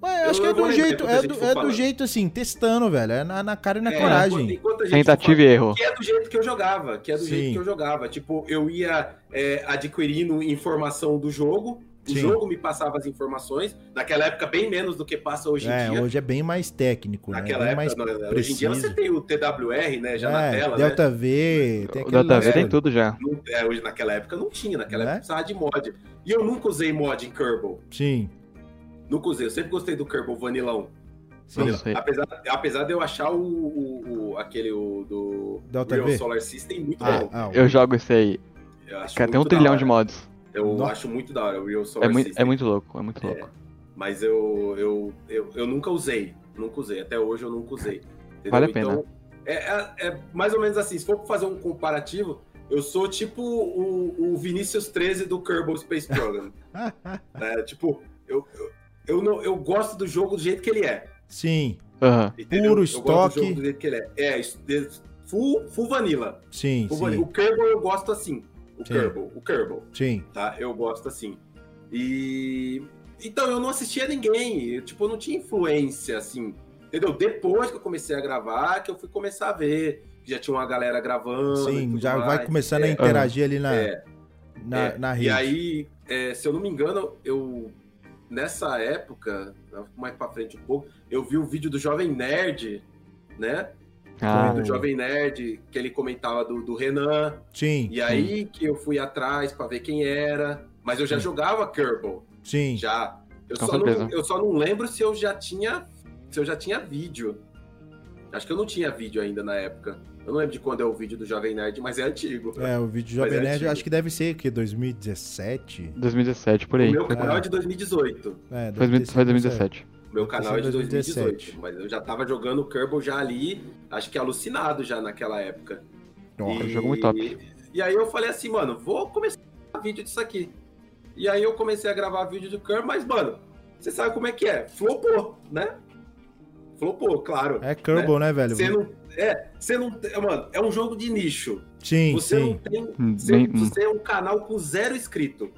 Mas eu
Eu-
acho que é
eu vou
do
lembrar
jeito,
enquanto a
é
gente
do,
for
é do
falando.
jeito assim, testando, velho. É na, na cara e na
É, enquanto-
coragem.
enquanto a gente
Tentativa e erro.
Que é do jeito que eu jogava, que é do
Sim.
jeito que eu jogava. Tipo, eu ia é, adquirindo informação do jogo, o
Sim.
jogo me passava as informações, naquela época bem menos do que passa hoje em
é,
dia.
hoje é bem mais técnico, né?
Naquela
bem
época,
mais
não, é, hoje em dia você tem o TWR, né, já na
É,
tela, né?
Delta V, tem
O
aquele
Data
lance
V tem
todo.
tudo já.
Não- é, hoje, naquela época não tinha, naquela
Né?
época precisava de mod. E eu nunca usei mod em Kerbal,
Sim.
nunca usei, eu sempre gostei do Kerbal Vanilão.
sim.
Não sei.
Apesar, apesar de eu achar o, o- o- aquele o, do
Delta
Real
V?
Solar System muito
Ah,
bom.
ah,
Eu jogo esse aí.
Eu acho
Cara, tem um
muito da
trilhão
hora.
de mods.
Eu
Nossa.
acho muito da hora o Real Solar
É muito,
System.
é muito louco, é muito louco.
Mas eu, eu, eu, eu nunca usei. Nunca usei. Até hoje eu nunca usei. entendeu?
Vale a pena.
Então, é, é- é mais ou menos assim. Se for pra fazer um comparativo, eu sou tipo o, o Vinícius 13 do Kerbal Space Program. né? Tipo, eu, eu, eu, não, eu gosto do jogo do jeito que ele é.
Sim,
Aham.
entendeu?
Puro
Eu gosto do
estoque.
jogo do jeito que ele é. É, isso- de- full, full vanilla.
sim,
Full vanilla.
sim,
O Kerbal eu gosto assim. O
Sim.
Kerbal. O Kerbal
sim.
tá? Eu gosto assim. E então eu não assistia ninguém, eu, tipo, eu não tinha influência assim Entendeu? Depois que eu comecei a gravar, que eu fui começar a ver. Que já tinha uma galera gravando. e
Sim,
tudo
já vai
mais.
começando a
É,
interagir ali na,
é,
na,
é.
na rede.
E aí, é, se eu não me engano, eu. Nessa época, mais pra frente um pouco, eu vi o vídeo do Jovem Nerd, né?
Ah,
do Jovem Nerd, que ele comentava do, do Renan.
Sim,
E aí que eu fui atrás pra ver quem era. Mas eu já
Sim.
jogava Kerbal.
sim.
Já. Eu
Com
só, não,
certeza.
eu só não lembro se eu já tinha. Se eu já tinha vídeo. Acho que eu não tinha vídeo ainda na época. Eu não lembro de quando é o vídeo do Jovem Nerd, mas é antigo.
É, o vídeo do
Mas
Jovem
é
Nerd eu
antigo.
acho que deve ser o quê? 2017?
2017, por
O
aí.
meu
Foi
canal é de 2018.
É, deve ter sido
foi 2017.
O meu canal é de
2017.
2018. Mas eu já tava jogando Kerbal já ali, acho que alucinado já naquela época.
Ó,
um jogo muito top.
E aí eu falei assim, mano, vou começar a vídeo disso aqui. E aí eu comecei a gravar vídeo do Kerr, mas, mano, você sabe como é que é? Flopou, né? Flopou, claro.
É Kerbal, né, velho?
Você não. É, você não. tem- Mano, é um jogo de nicho.
Sim,
Você não
sim.
tem.
Hum,
Você,
bem- hum.
você é um canal com zero inscrito.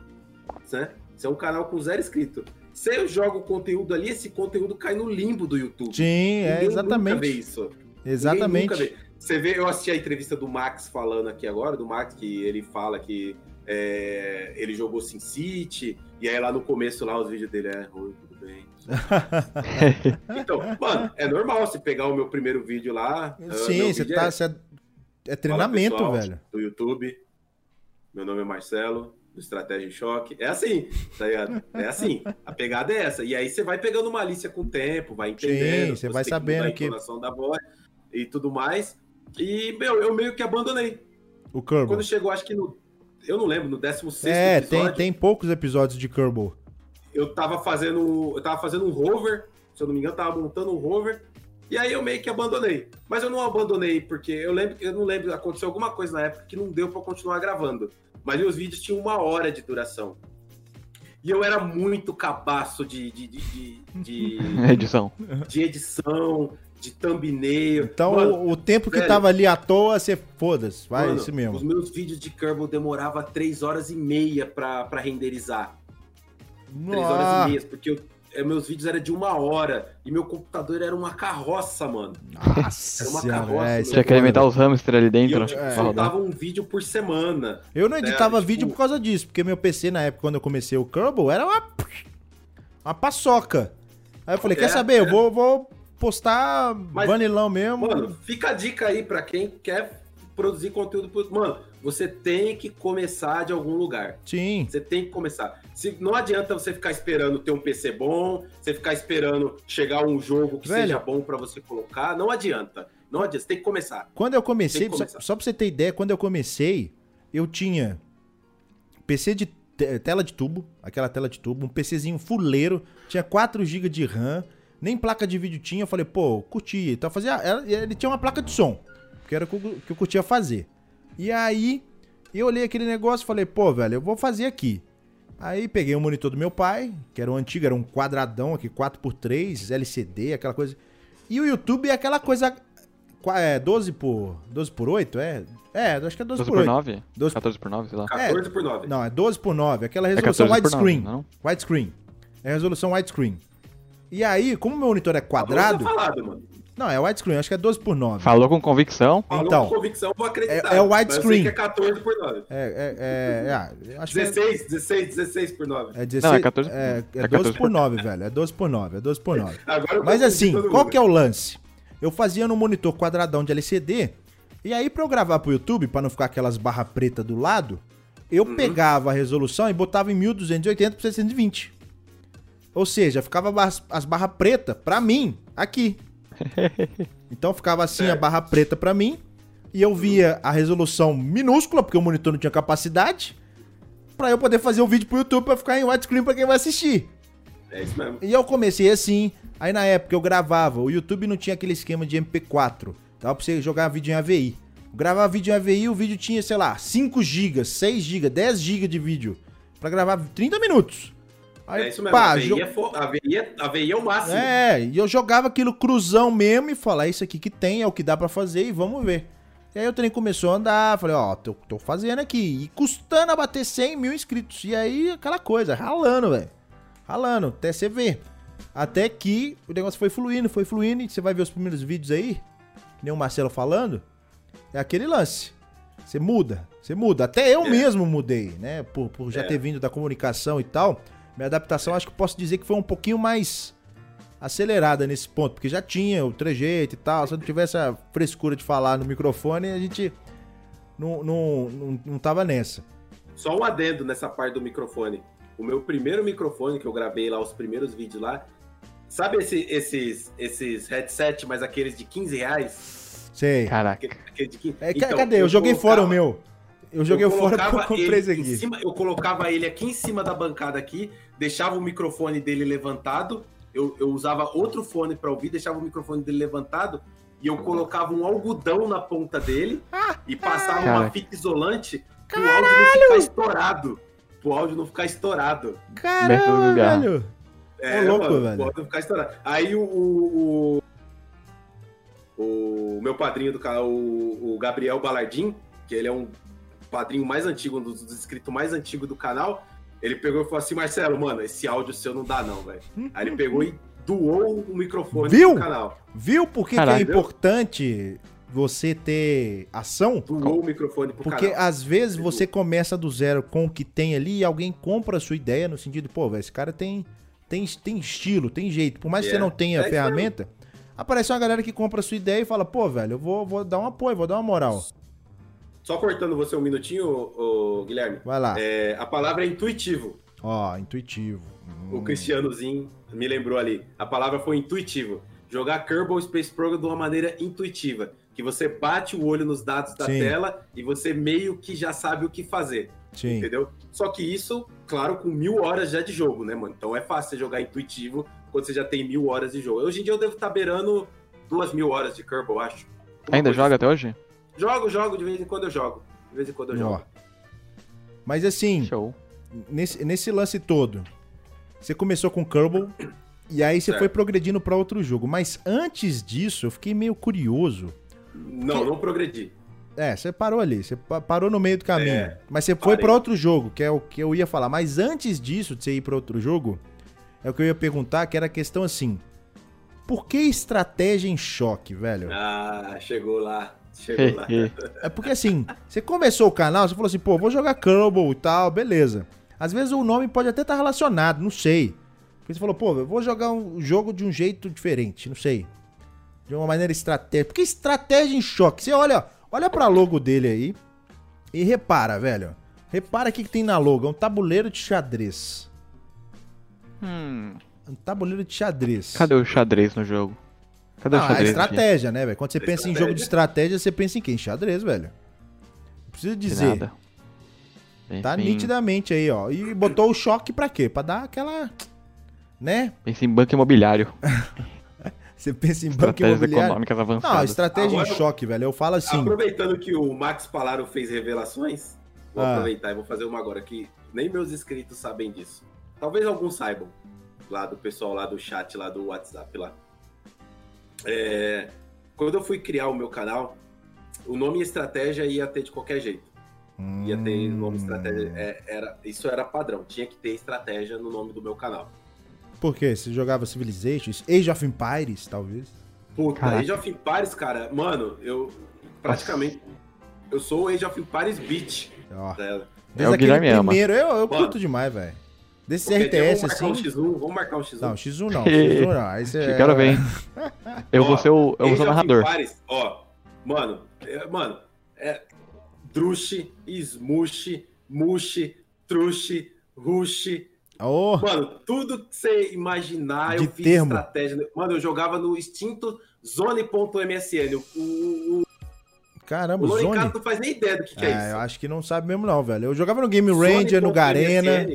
Né? Você é um canal com zero inscrito. Você joga o conteúdo ali, esse conteúdo cai no limbo do YouTube.
Sim, é
Ninguém Nunca vê
exatamente.
isso. Ninguém nunca
Exatamente.
vê. Você vê, eu assisti a entrevista do Max falando aqui agora, do Max, que ele fala que é, ele jogou Sin City, e aí lá no começo, lá os vídeos dele, é, oi, tudo bem. Então, mano, é normal você pegar o meu primeiro vídeo lá. ah, meu
Sim, você
vídeo
tá.
é-
você É, é treinamento,
Fala, pessoal
velho.
Do YouTube. Meu nome é Marcelo, do Estratégia em Choque. É assim, tá ligado? É assim. A pegada é essa. E aí você vai pegando uma malícia com o tempo, vai entendendo.
você vai
tem que
sabendo
mudar a
que-
entonação da voz e tudo mais. E, meu, eu meio que abandonei.
Tá O Kerbal.
Quando chegou, acho que no. Eu não lembro, no 16
É, tem,
episódio,
tem poucos episódios de Kerbal.
eu tava fazendo. Eu tava fazendo um rover, se eu não me engano, tava montando um rover. E aí eu meio que abandonei. Mas eu não abandonei, porque eu lembro, eu não lembro, aconteceu alguma coisa na época que não deu pra eu continuar gravando. Mas os vídeos tinham uma hora de duração. E eu era muito cabaço de, de, de, de, de-
hum, Edição.
de edição, de thumbnail.
Então,
Mano,
o, o tempo que
velho.
tava ali à toa, você foda-se. Vai,
Mano,
isso mesmo.
Os meus vídeos de Kerbal demorava 3 horas e meia pra, pra renderizar. Três horas
Ah,
e meia, porque eu- é, meus vídeos eram de uma hora e meu computador era uma carroça, mano.
Nossa
Era uma
senhora,
carroça,
é,
meu.
isso é
Tinha que alimentar
foda.
os hamsters ali
E
dentro.
eu tipo,
é.
soltava um vídeo por semana.
Eu não editava
Era, tipo-
vídeo por causa disso, porque meu PC na época, quando eu comecei o Kerbal, era uma, uma paçoca. Aí eu falei,
É,
quer saber? Eu
é.
vou, vou postar
Mas,
vanilão mesmo.
Mano, fica a dica aí pra quem quer produzir conteúdo. pro- Mano, você tem que começar de algum lugar.
Sim.
Você tem que começar. Se, não adianta você ficar esperando ter um PC bom, você ficar esperando chegar um jogo que
Velho.
seja bom pra você colocar. Não adianta. Não adianta. Você tem que começar.
Quando eu comecei,
Tem que
só,
começar.
só pra você ter ideia, quando eu comecei, eu tinha PC de te- tela de tubo, aquela tela de tubo, um PCzinho fuleiro, tinha 4 GB de RAM, nem placa de vídeo tinha. Eu falei, pô, curtia. Então eu fazia. ela- Ele tinha uma placa de som, que era o que eu- que eu curtia fazer. E aí, eu olhei aquele negócio e falei, pô, velho, eu vou fazer aqui. Aí peguei o monitor do meu pai, que era um antigo, era um quadradão aqui, 4x3, LCD, aquela coisa. E o YouTube é aquela coisa. qua- É, 12 por. 12 por 8? É? É, acho que é 12,
12
por 8.
por 9?
12
14 por 9, sei lá.
14 por 9.
É. Não, é 12 por 9, aquela
É
resolução
14 por
widescreen.
9, não?
Widescreen. É a resolução widescreen. E aí, como meu monitor é quadrado.
Falou, tá falado, mano.
Não, é widescreen, acho que é 12 por 9.
Falou com convicção.
Falou
Então.
com convicção, vou acreditar.
É- é o
Mas eu sei
widescreen.
que é 14 por 9.
É, é, é, é, ah, eu acho que é-
16, 16, 16 por 9.
é 16.
Não, é 14.
É, é 12
É 14.
por 9, velho. É 12 por 9, é 12 por 9.
Agora eu
Mas
confundi
assim,
todo
qual
mundo.
que é o lance? Eu fazia no monitor quadradão de LCD, e aí pra eu gravar pro YouTube, pra não ficar aquelas barra preta do lado, eu
Uhum.
pegava a resolução e botava em 1280 por 720. Ou seja, ficava as, as barra preta pra mim aqui. Então ficava assim a
Certo.
barra preta pra mim, e eu via a
Uhum.
resolução minúscula, porque o monitor não tinha capacidade, pra eu poder fazer o vídeo pro YouTube pra ficar em widescreen pra quem vai assistir.
É isso mesmo.
E eu comecei assim. Aí na época eu gravava. O YouTube não tinha aquele esquema de MP4. Dava pra você jogar vídeo em AVI. Eu gravava vídeo em AVI, o vídeo tinha, sei lá, 5 GB, 6 GB, 10 GB de vídeo. Pra gravar 30 minutos. Aí,
é isso mesmo.
pá,
a, VI
jo-
é fo... a, VI é... a VI é o máximo.
é, e eu jogava aquilo cruzão mesmo e falar isso aqui que tem, é o que dá pra fazer e vamos ver. E aí o trem começou a andar, falei, ó, tô, tô fazendo aqui. E custando a bater 100 mil inscritos. E aí aquela coisa, ralando, velho. Ralando, até você ver. Até que o negócio foi fluindo, foi fluindo, e você vai ver os primeiros vídeos aí, que nem o Marcelo falando, é aquele lance. Você muda, você muda. Até eu
É.
mesmo mudei, né? Por, por já
É.
ter vindo da comunicação e tal. Minha adaptação, acho que posso dizer que foi um pouquinho mais acelerada nesse ponto, porque já tinha o trejeito e tal. Se eu não tivesse a frescura de falar no microfone, a gente não, não, não, não tava nessa.
Só um adendo nessa parte do microfone. O meu primeiro microfone que eu gravei lá, os primeiros vídeos lá. Sabe esse- esses, esses headset, mas aqueles de 15 reais?
Sei.
Caraca.
Aquele- aquele de 15
É, ca-
Então,
cadê? Eu, joguei fora o
colocava-
meu. Eu joguei fora porque eu
colocava
comprei
ele
esse
em
aqui.
cima- eu colocava ele aqui em cima da bancada aqui, deixava o microfone dele levantado, eu, eu usava outro fone para ouvir, deixava o microfone dele levantado e eu colocava um algodão na ponta dele e passava
Caraca.
uma fita isolante pro áudio não ficar estourado. Pro áudio não ficar estourado.
Caramba,
lugar.
velho.
É,
Ô, louco, velho.
Pro áudio não ficar estourado. Aí o, o, o- o meu padrinho do canal, o, o Gabriel Balardim, que ele é um padrinho mais antigo, um dos, dos inscritos mais antigos do canal, ele pegou e falou assim, Marcelo, mano, esse áudio seu não dá não, velho. Aí ele pegou e doou o microfone
Viu?
do canal.
Viu por que, que é
Caralho.
importante você ter ação?
Doou o microfone pro
Porque
canal.
às vezes você começa do zero com o que tem ali e alguém compra a sua ideia no sentido, pô, velho, esse cara tem, tem, tem estilo, tem jeito. Por mais que
É.
você não tenha
É isso aí.
ferramenta, aparece uma galera que compra a sua ideia e fala, pô, velho, eu vou, vou dar um apoio, vou dar uma moral.
Só cortando você um minutinho, ô, ô, Guilherme.
Vai lá.
É, a palavra é intuitivo.
Ó, intuitivo.
O
Hum.
Cristianozinho me lembrou ali. A palavra foi intuitivo. Jogar Kerbal Space Program de uma maneira intuitiva. Que você bate o olho nos dados da
Sim.
tela e você meio que já sabe o que fazer,
Sim.
entendeu? Só que isso, claro, com mil horas já de jogo, né, mano? Então é fácil você jogar intuitivo quando você já tem mil horas de jogo. Hoje em dia eu devo estar beirando duas mil horas de Kerbal, eu acho. Uma
Ainda
coisa
joga até hoje?
assim. Jogo, jogo, de vez em quando eu jogo. De vez em quando eu
Ó.
jogo.
Mas assim,
Show.
nesse, nesse lance todo, você começou com Kerbal e aí você
Certo.
foi progredindo pra outro jogo. Mas antes disso, eu fiquei meio curioso.
Não, não progredi.
É, você parou ali, você pa- parou no meio do caminho.
É,
mas você foi
parei.
pra outro jogo, que é o que eu ia falar. Mas antes disso, de você ir pra outro jogo, é o que eu ia perguntar, que era a questão assim: por que estratégia em choque, velho?
Ah, chegou lá. Chegou lá.
Hehe.
É porque assim, você começou o canal, você falou assim, pô, vou jogar Kerbal e tal, beleza. Às vezes o nome pode até estar relacionado, não sei. Porque você falou, pô, eu vou jogar um jogo de um jeito diferente, não sei. De uma maneira estratégica. Porque estratégia em choque. Você olha, olha pra logo dele aí e repara, velho. Repara o que, que tem na logo. É um tabuleiro de xadrez.
Hum,
Um tabuleiro de xadrez.
cadê o xadrez no jogo? Cadê o
Não, é
xadrez? gente?
estratégia, né, velho? Quando você pensa em jogo de estratégia, você pensa em quem? Em xadrez, velho. Não precisa
De
dizer.
nada.
Tá
Pensa em-
nitidamente aí, ó. E botou o choque pra quê? Pra dar aquela. Né?
Pensa em banco imobiliário.
Você pensa em banco
Estratégias
imobiliário.
econômicas
Não,
avançadas.
estratégia em
Agora-
choque, velho. Eu falo assim.
Aproveitando que o Max Palaro fez revelações, vou
Ah.
aproveitar e vou fazer uma agora que nem meus inscritos sabem disso. Talvez alguns saibam, lá do pessoal lá do chat, lá do WhatsApp lá. É, quando eu fui criar o meu canal, o nome estratégia ia ter de qualquer jeito.
"Hum,
Ia ter nome estratégia. é, era, isso era padrão, tinha que ter estratégia no nome do meu canal.
Por quê? Você jogava Civilizations? Age of Empires, talvez?
Puta,
Caraca.
Age of Empires, cara, mano, eu praticamente. Eu sou o Age of Empires Beat né?
Ó.
dela.
Desde
é o
aquele
Guilherme ama.
primeiro, eu, eu
Mano.
curto demais, velho. Desses
Qualquer dia
RTS,
vamos marcar um
assim.
X1, vamos marcar um X1.
Não, X1 não. X1 não. Aí você.
Te um, Quero ver, hein? Eu vou ser o, eu vou
é
Age
ser o
of
narrador.
Empires, é ó, mano, é, mano, é Drush, Smush, Mush, Trush, Rush.
Ô,
Mano, tudo que você imaginar,
De
eu fiz
termo.
estratégia. Mano, eu jogava no extinto Zone.msn. O, o, o,
caramba,
o Lone
Zone.
Cato não faz nem ideia do que, que é
Ah,
isso.
eu acho que não sabe mesmo, não, velho. Eu jogava no Game Ranger, no Garena.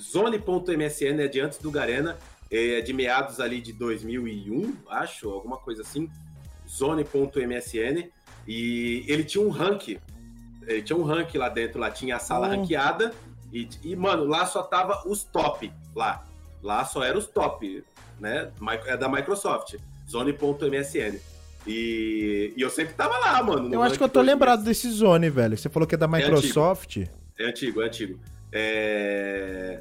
Zone.msn é de antes do Garena, é de meados ali de 2001, acho, alguma coisa assim. Zone.msn. E ele tinha um rank. Ele tinha um rank lá dentro, lá tinha a sala
Hum.
ranqueada. E, e, mano, lá só tava os top lá. Lá só era os top, né? Mi- É da Microsoft. Zone.msn. E, e eu sempre tava lá, mano. no
Eu acho que eu
rank
tô
2000.
lembrado desse Zone, velho. Você falou que é da
É antigo.
Microsoft.
É antigo, é antigo. É...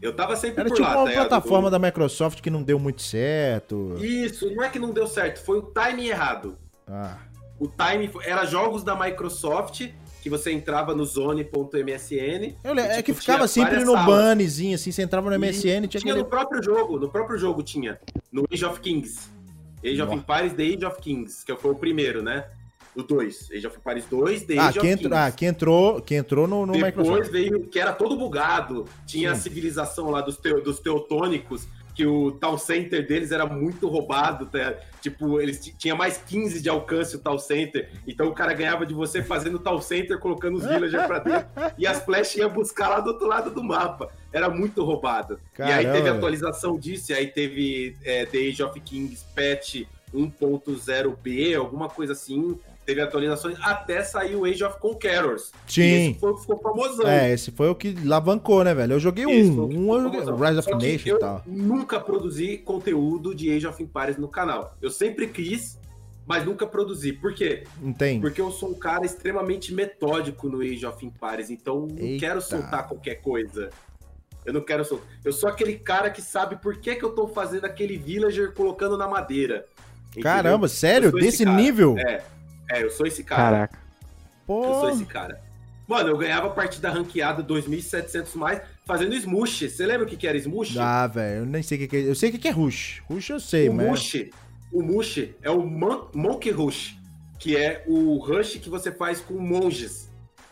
Eu tava sempre
Era
por
tipo
lá,
uma
tá ligado?
plataforma da Microsoft que não deu muito certo.
Isso, não é que não deu certo, foi o timing errado.
Ah,
O time fo- era jogos da Microsoft que você entrava no zone.msn.
eu le-
e,
é
tipo,
que ficava
tinha
sempre
várias
no
salas.
bannezinho, assim, você entrava no
E
MSN, tinha
Tinha
aquele...
no próprio jogo, no próprio jogo tinha. No Age of Kings. Age of
Nossa.
Empires, The Age of Kings, que foi o primeiro, né? O 2. Age of Empires 2, The
Ah,
Age
que,
of
entrou,
Kings.
ah, que entrou, que entrou no, no
Depois
Microsoft.
veio que era todo bugado. Tinha
Sim.
a civilização lá dos, teu- dos teutônicos, que o town center deles era muito roubado. tá? Tipo, eles ti- tinha mais 15 de alcance o town center. Então o cara ganhava de você fazendo town center, colocando os villagers pra dentro. E as flechas iam buscar lá do outro lado do mapa. Era muito roubado. e
Caramba,
aí teve
velho.
atualização disso, e aí teve é, The Age of Kings patch 1.0b, alguma coisa assim. Teve atualizações até sair o Age of Conquerors. E
Sim.
esse foi o que ficou famosão.
É, esse foi o que alavancou, né, velho? Eu joguei
Esse foi
um.
o que
Um eu
ficou
joguei.
famosão.
Rise of
Só que
Nation e
eu
tal.
Nunca produzi conteúdo de Age of Empires no canal. Eu sempre quis, mas nunca produzi. Por quê?
Entende?
Porque eu sou um cara extremamente metódico no Age of Empires, então não
Eita.
quero soltar qualquer coisa. Eu não quero soltar. Eu sou aquele cara que sabe por que, que eu tô fazendo aquele villager colocando na madeira. Entendeu?
Caramba, tipo. sério?
Eu sou esse
Desse
cara.
nível?
É, é, eu sou esse cara.
Caraca.
Pô.
Eu sou esse cara. Mano, eu ganhava partida ranqueada 2.700 mais fazendo smush. Você lembra o que, que era smush?
Ah, velho, eu nem sei o que, que é. Eu sei o que, que é Rush. Rush eu sei,
o
mas.
mush, o mush é o mon- monkey rush, que é o rush que você faz com monges.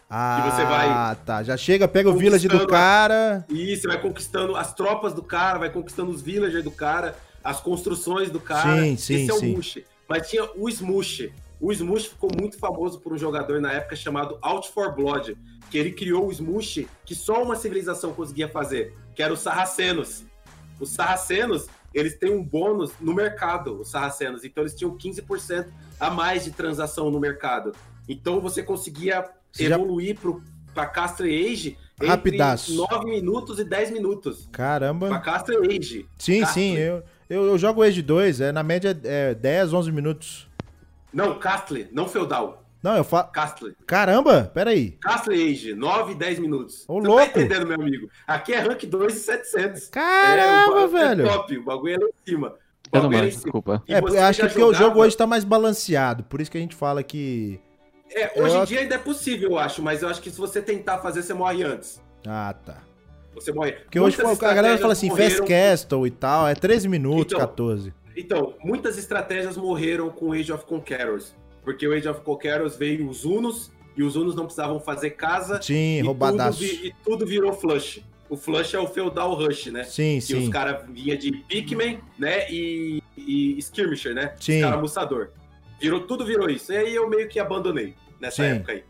Ah,
você vai
tá. Já chega, pega o village do
conquistando a-
cara.
E você vai conquistando as tropas do cara, vai conquistando os villagers do cara, as construções do cara.
Sim, sim,
Esse é
sim.
o mush. Mas tinha o smush. O smush ficou muito famoso por um jogador na época chamado Out for Blood, que ele criou o smush que só uma civilização conseguia fazer, que era os sarracenos. Os sarracenos, eles têm um bônus no mercado, os sarracenos. Então eles tinham 15% a mais de transação no mercado. Então você conseguia
Você já-
evoluir para Castle Age entre
Rapidaço.
9 minutos e 10 minutos. Pra
Caramba.
Castle Age.
Sim,
Castle.
sim. Eu, eu, eu jogo Age 2, é, na média é 10, 11 minutos.
Não, Castle, não feudal.
Não, eu falo.
Castle.
Caramba, peraí.
Castle Age, 9, 10 minutos.
Ô,
Você
louco!
tá entendendo, meu amigo? Aqui é rank 2 e 700. é, o
Caramba,
bagulho é
velho.
top, o bagulho é lá em cima. O
Eu não
bagulho é lá em
manjo,
cima.
desculpa.
E
É,
você
eu acho que
já
porque o jogo
jogava-
hoje tá mais balanceado, por isso que a gente fala que.
É, hoje
eu-
em dia ainda é possível, eu acho, mas eu acho que se você tentar fazer, você morre antes.
Ah, tá.
Você morre.
Porque hoje
Muitas
a galera
estratégias
fala assim,
morreram
Fast Castle e tal, é 13 minutos,
Então,
14.
Então, muitas estratégias morreram com o Age of Conquerors. Porque o Age of Conquerors veio os Unos, e os Unos não precisavam fazer casa.
Sim,
e,
roubadaço.
Tudo vi- e tudo virou Flush. O Flush é o Feudal Rush, né?
Sim,
Que os
sim.
caras vinha de Pikmin, né? E, e Skirmisher, né?
Sim.
Escaramuçador. Virou, tudo virou isso. E aí eu meio que abandonei nessa
Sim.
época aí.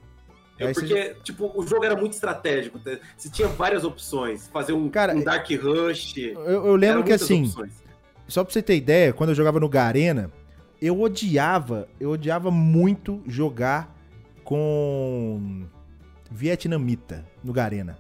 Eu-
Aí você-
porque, tipo, o jogo era muito estratégico. tá? Você tinha várias opções. Fazer um,
Cara,
um Dark Rush. Eu
Eu, eu lembro que assim. Só pra você ter ideia, quando eu jogava no Garena, eu odiava, eu odiava muito jogar com vietnamita no Garena.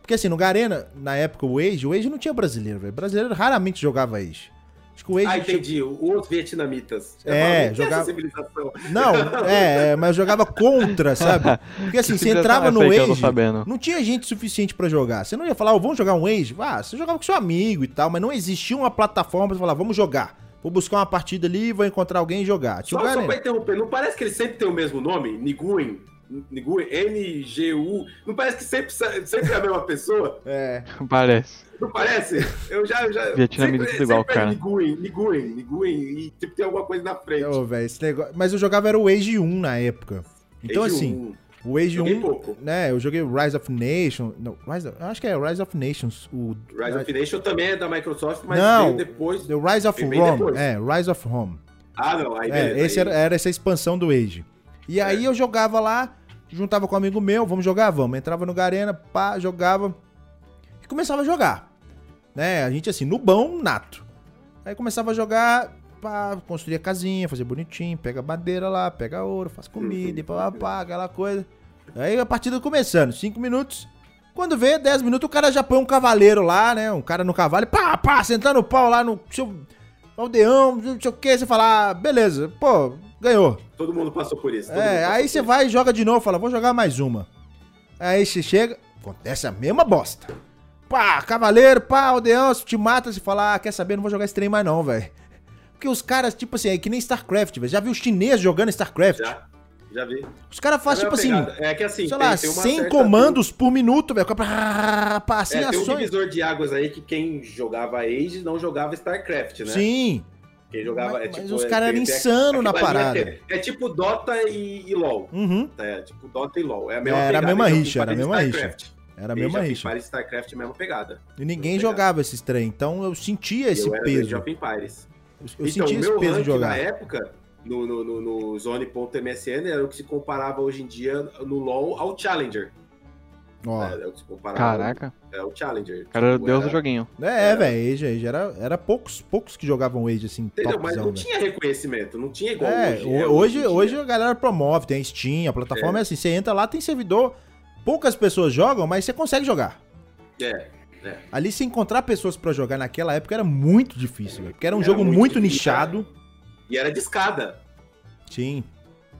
Porque assim, no Garena, na época, o Age, o Age não tinha brasileiro, velho. Brasileiro raramente jogava Age. Acho que o Age.
Ah,
tinha-
entendi. Os vietnamitas. Eu
tipo- É,
falo, "O que
jogava-
essa civilização?"
Não, é, é, mas eu jogava contra, sabe? Porque assim, você entrava no
Essa aí que Eu tô
Age,
sabendo.
não tinha gente suficiente pra jogar. Você não ia falar, "Ó, vamos jogar um Age? Ah, você jogava com seu amigo e tal, mas não existia uma plataforma pra falar, vamos jogar. Vou buscar uma partida ali, vou encontrar alguém e jogar. Tinha
Só,
o
só
Garena.
pra interromper, não parece que ele sempre tem o mesmo nome? Niguin? Niguin? N-G-U? Não parece que sempre, sempre é a mesma pessoa?
É.
Parece.
Não parece? Eu já... Eu já
Vietnamita é tudo igual,
é
cara.
Niguin, Niguin, Niguin. E tipo, tem alguma coisa na frente.
Ô, velho, esse negócio... Mas eu jogava era o Age 1 na época. Então,
Age
assim,
1.
o Age
Joguei
1,
pouco.
né? Eu joguei o Rise of Nations. Não, Rise of- eu acho que é Rise of Nations. O
Rise of Nation também é da Microsoft, mas
Não.
veio depois...
The Rise of
Vem bem
Rome.
depois.
É, Rise of Rome.
Ah, não. Aí,
É,
beleza,
esse
aí- É.
era, era essa expansão do Age. E aí eu jogava lá, juntava com um amigo meu, vamos jogar? Vamos. Entrava no Garena, pá, jogava. E começava a jogar. Né? A gente assim, no bom, nato. Aí começava a jogar, pá, construía casinha, fazia bonitinho, pega madeira lá, pega ouro, faz comida, e pá, pá, pá, aquela coisa. Aí a partida começando, 5 minutos. Quando vê, 10 minutos, o cara já põe um cavaleiro lá, né? Um cara no cavalo, pá, pá, sentando o pau lá no seu aldeão, não sei o que. Você fala, ah, beleza, pô, ganhou.
Todo mundo passou por isso. todo mundo tá
É,
passou
aí
por
você
isso.
vai e joga de novo, fala, vou jogar mais uma. Aí você chega, acontece a mesma bosta. pá, cavaleiro, pá, aldeão, se te mata, você fala, ah, quer saber, não vou jogar esse trem mais não, velho. Porque os caras, tipo assim, é que nem StarCraft, velho. Já viu os chineses jogando StarCraft?
Já, já vi.
Os caras fazem,
É a
tipo assim,
pegada. é que assim,
sei lá,
tem uma
100
certa-
comandos por minuto, velho. Pá, pá,
É,
assim,
tem um
ações.
divisor de águas aí que quem jogava Age não jogava StarCraft, né?
Sim,
Quem jogava,
mas,
é,
mas
tipo,
os
é,
caras
tem-
eram
tem-
insanos na
aquilo ali
parada.
É, é tipo Dota e, e LoL.
Uhum,
É, tipo Dota e LoL. É a mesma
É, era a
pegada.
mesma
Age of
rixa, era a
Empires e
mesma
StarCraft.
era a
Age
mesma
of
rixa.
Empires e StarCraft é a mesma pegada.
E ninguém
Obrigado.
jogava esses trem, então eu sentia esse
eu era do Age
peso.
of Empires.
Eu, eu
então,
sentia
o
esse
meu
peso de
rank na
jogar.
época, no, no, no, no Zone.msn, era o que se comparava hoje em dia no LoL ao Challenger. né?
Ó,
Era o que se
Ah,
comparava
Caraca,
É o Challenger.
o cara era o
Tipo,
deus do
era-
joguinho.
é,
era-
velho, Age, Age era, era poucos, poucos que jogavam Age assim,
Entendeu? Mas
topzão,
não
velho.
tinha reconhecimento, não tinha igual
É,
hoje.
ho-
né?
hoje,
em
hoje,
dia.
a galera promove, tem Steam, a plataforma é, assim, você entra lá, tem servidor, poucas pessoas jogam, mas você consegue jogar.
É,
Ali se encontrar pessoas pra jogar naquela época era muito difícil, velho, porque era um
Era
jogo
muito
muito
difícil,
nichado.
e era de escada.
Sim.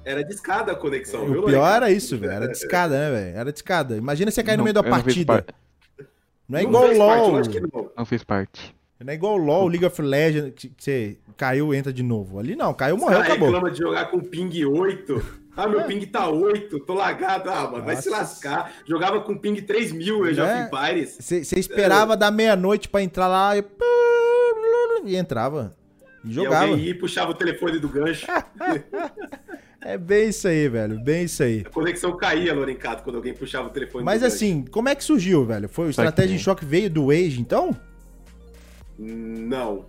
Era de escada a conexão, viu,
O
Lorena?
pior era isso, velho,
é,
era discada, né, velho? Era discada. Imagina você cair no
Não-
meio da
eu não fiz
partida.
par-
Não é
Não
igual o
fez parte,
LoL.
lógico que não.
Não fiz parte.
Não é igual o LoL, League of Legends, que que você caiu, entra de novo. Ali não, caiu, morreu,
Os cara
acabou. É.
reclama de jogar com ping 8. Ah, meu ping tá 8, tô lagado. Ah, mano, vai se
Nossa.
lascar. Jogava com ping 3000, eu já
Né?
fui Pires.
Você você esperava dar meia-noite pra entrar lá e... e entrava. E
E
jogava.
alguém ia e puxava o telefone do gancho.
É bem isso aí, velho, bem isso aí.
A conexão caía, Lorencato, quando alguém puxava o telefone
Mas
do gancho.
assim, como é que surgiu, velho? Foi o
Tá
Estratégia
aqui.
em
é?
Choque veio do Age, então?
Não.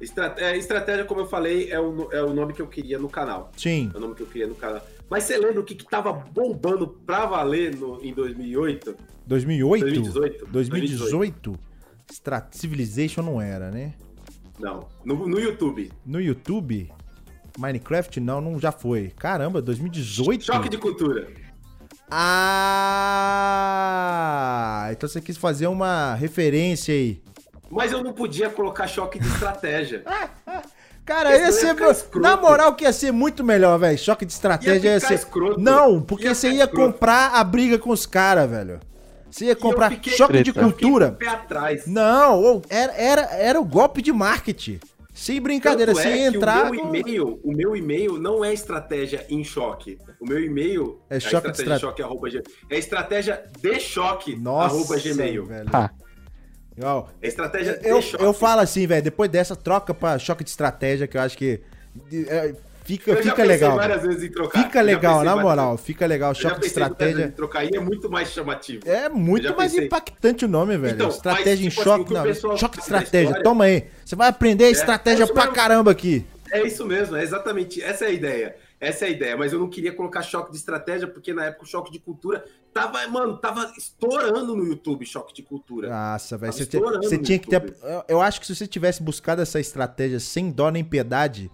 Estrate- é, estratégia, como eu falei, é o, no- é o nome que eu queria no canal.
Sim.
É o nome que eu queria no canal. Mas você lembra o que, que tava bombando pra valer no- em 2008?
2008?
2018?
2018? Estra- Civilization não era, né?
Não. No, no YouTube.
No YouTube? Minecraft? Não, não já foi. Caramba, 2018?
Choque de cultura.
Ah! Então você quis fazer uma referência aí.
Mas eu não podia colocar choque de estratégia.
Cara, ia
Isso ia
ser.
ficar
meu-
escroto.
Na moral, que ia ser muito melhor, velho. Choque de estratégia ia,
Ia ficar
ser.
escroto.
Não, porque
Ia
você
ficar
ia
escroto.
comprar a briga com os caras, velho. Você ia comprar
eu fiquei-
choque de
Treta.
cultura.
Pé atrás.
Não, ou- era, era, era o golpe de marketing. Sem brincadeira,
Tanto é
sem
que
entrar.
O meu e-mail, o meu e-mail não é estratégia em choque. O meu e-mail
É choque de
estratégia
estra-
de choque arroba gmail. É estratégia de choque
Nossa,
arroba gmail.
velho.
Ah,
Ó,
É estratégia de
eu,
choque.
eu falo assim, velho, depois dessa troca pra choque de estratégia, que eu acho que de- é, fica,
Eu já
fica
pensei
legal.
várias vezes em trocar.
Fica
Eu já
legal,
pensei
na
várias
moral,
vezes.
fica legal.
Eu já
Choque de
pensei várias vezes
estratégia.
em trocar e é muito mais chamativo.
É muito
já
mais
pensei.
impactante o nome, velho.
Então,
estratégia
mas,
em
tipo assim, o
choque.
que o
não,
pessoal
choque de
sabe da
estratégia.
história- É,
Toma aí. Você vai aprender estratégia
isso
pra
mesmo.
caramba aqui.
É isso mesmo, é exatamente essa é a ideia. Essa é a ideia, mas eu não queria colocar choque de estratégia, porque na época o choque de cultura tava, mano, tava estourando no YouTube choque de cultura.
Nossa, velho.
Tá
Você, te-
estourando
você
no
tinha que ter.
YouTube.
eu- Eu acho que se você tivesse buscado essa estratégia sem dó nem piedade,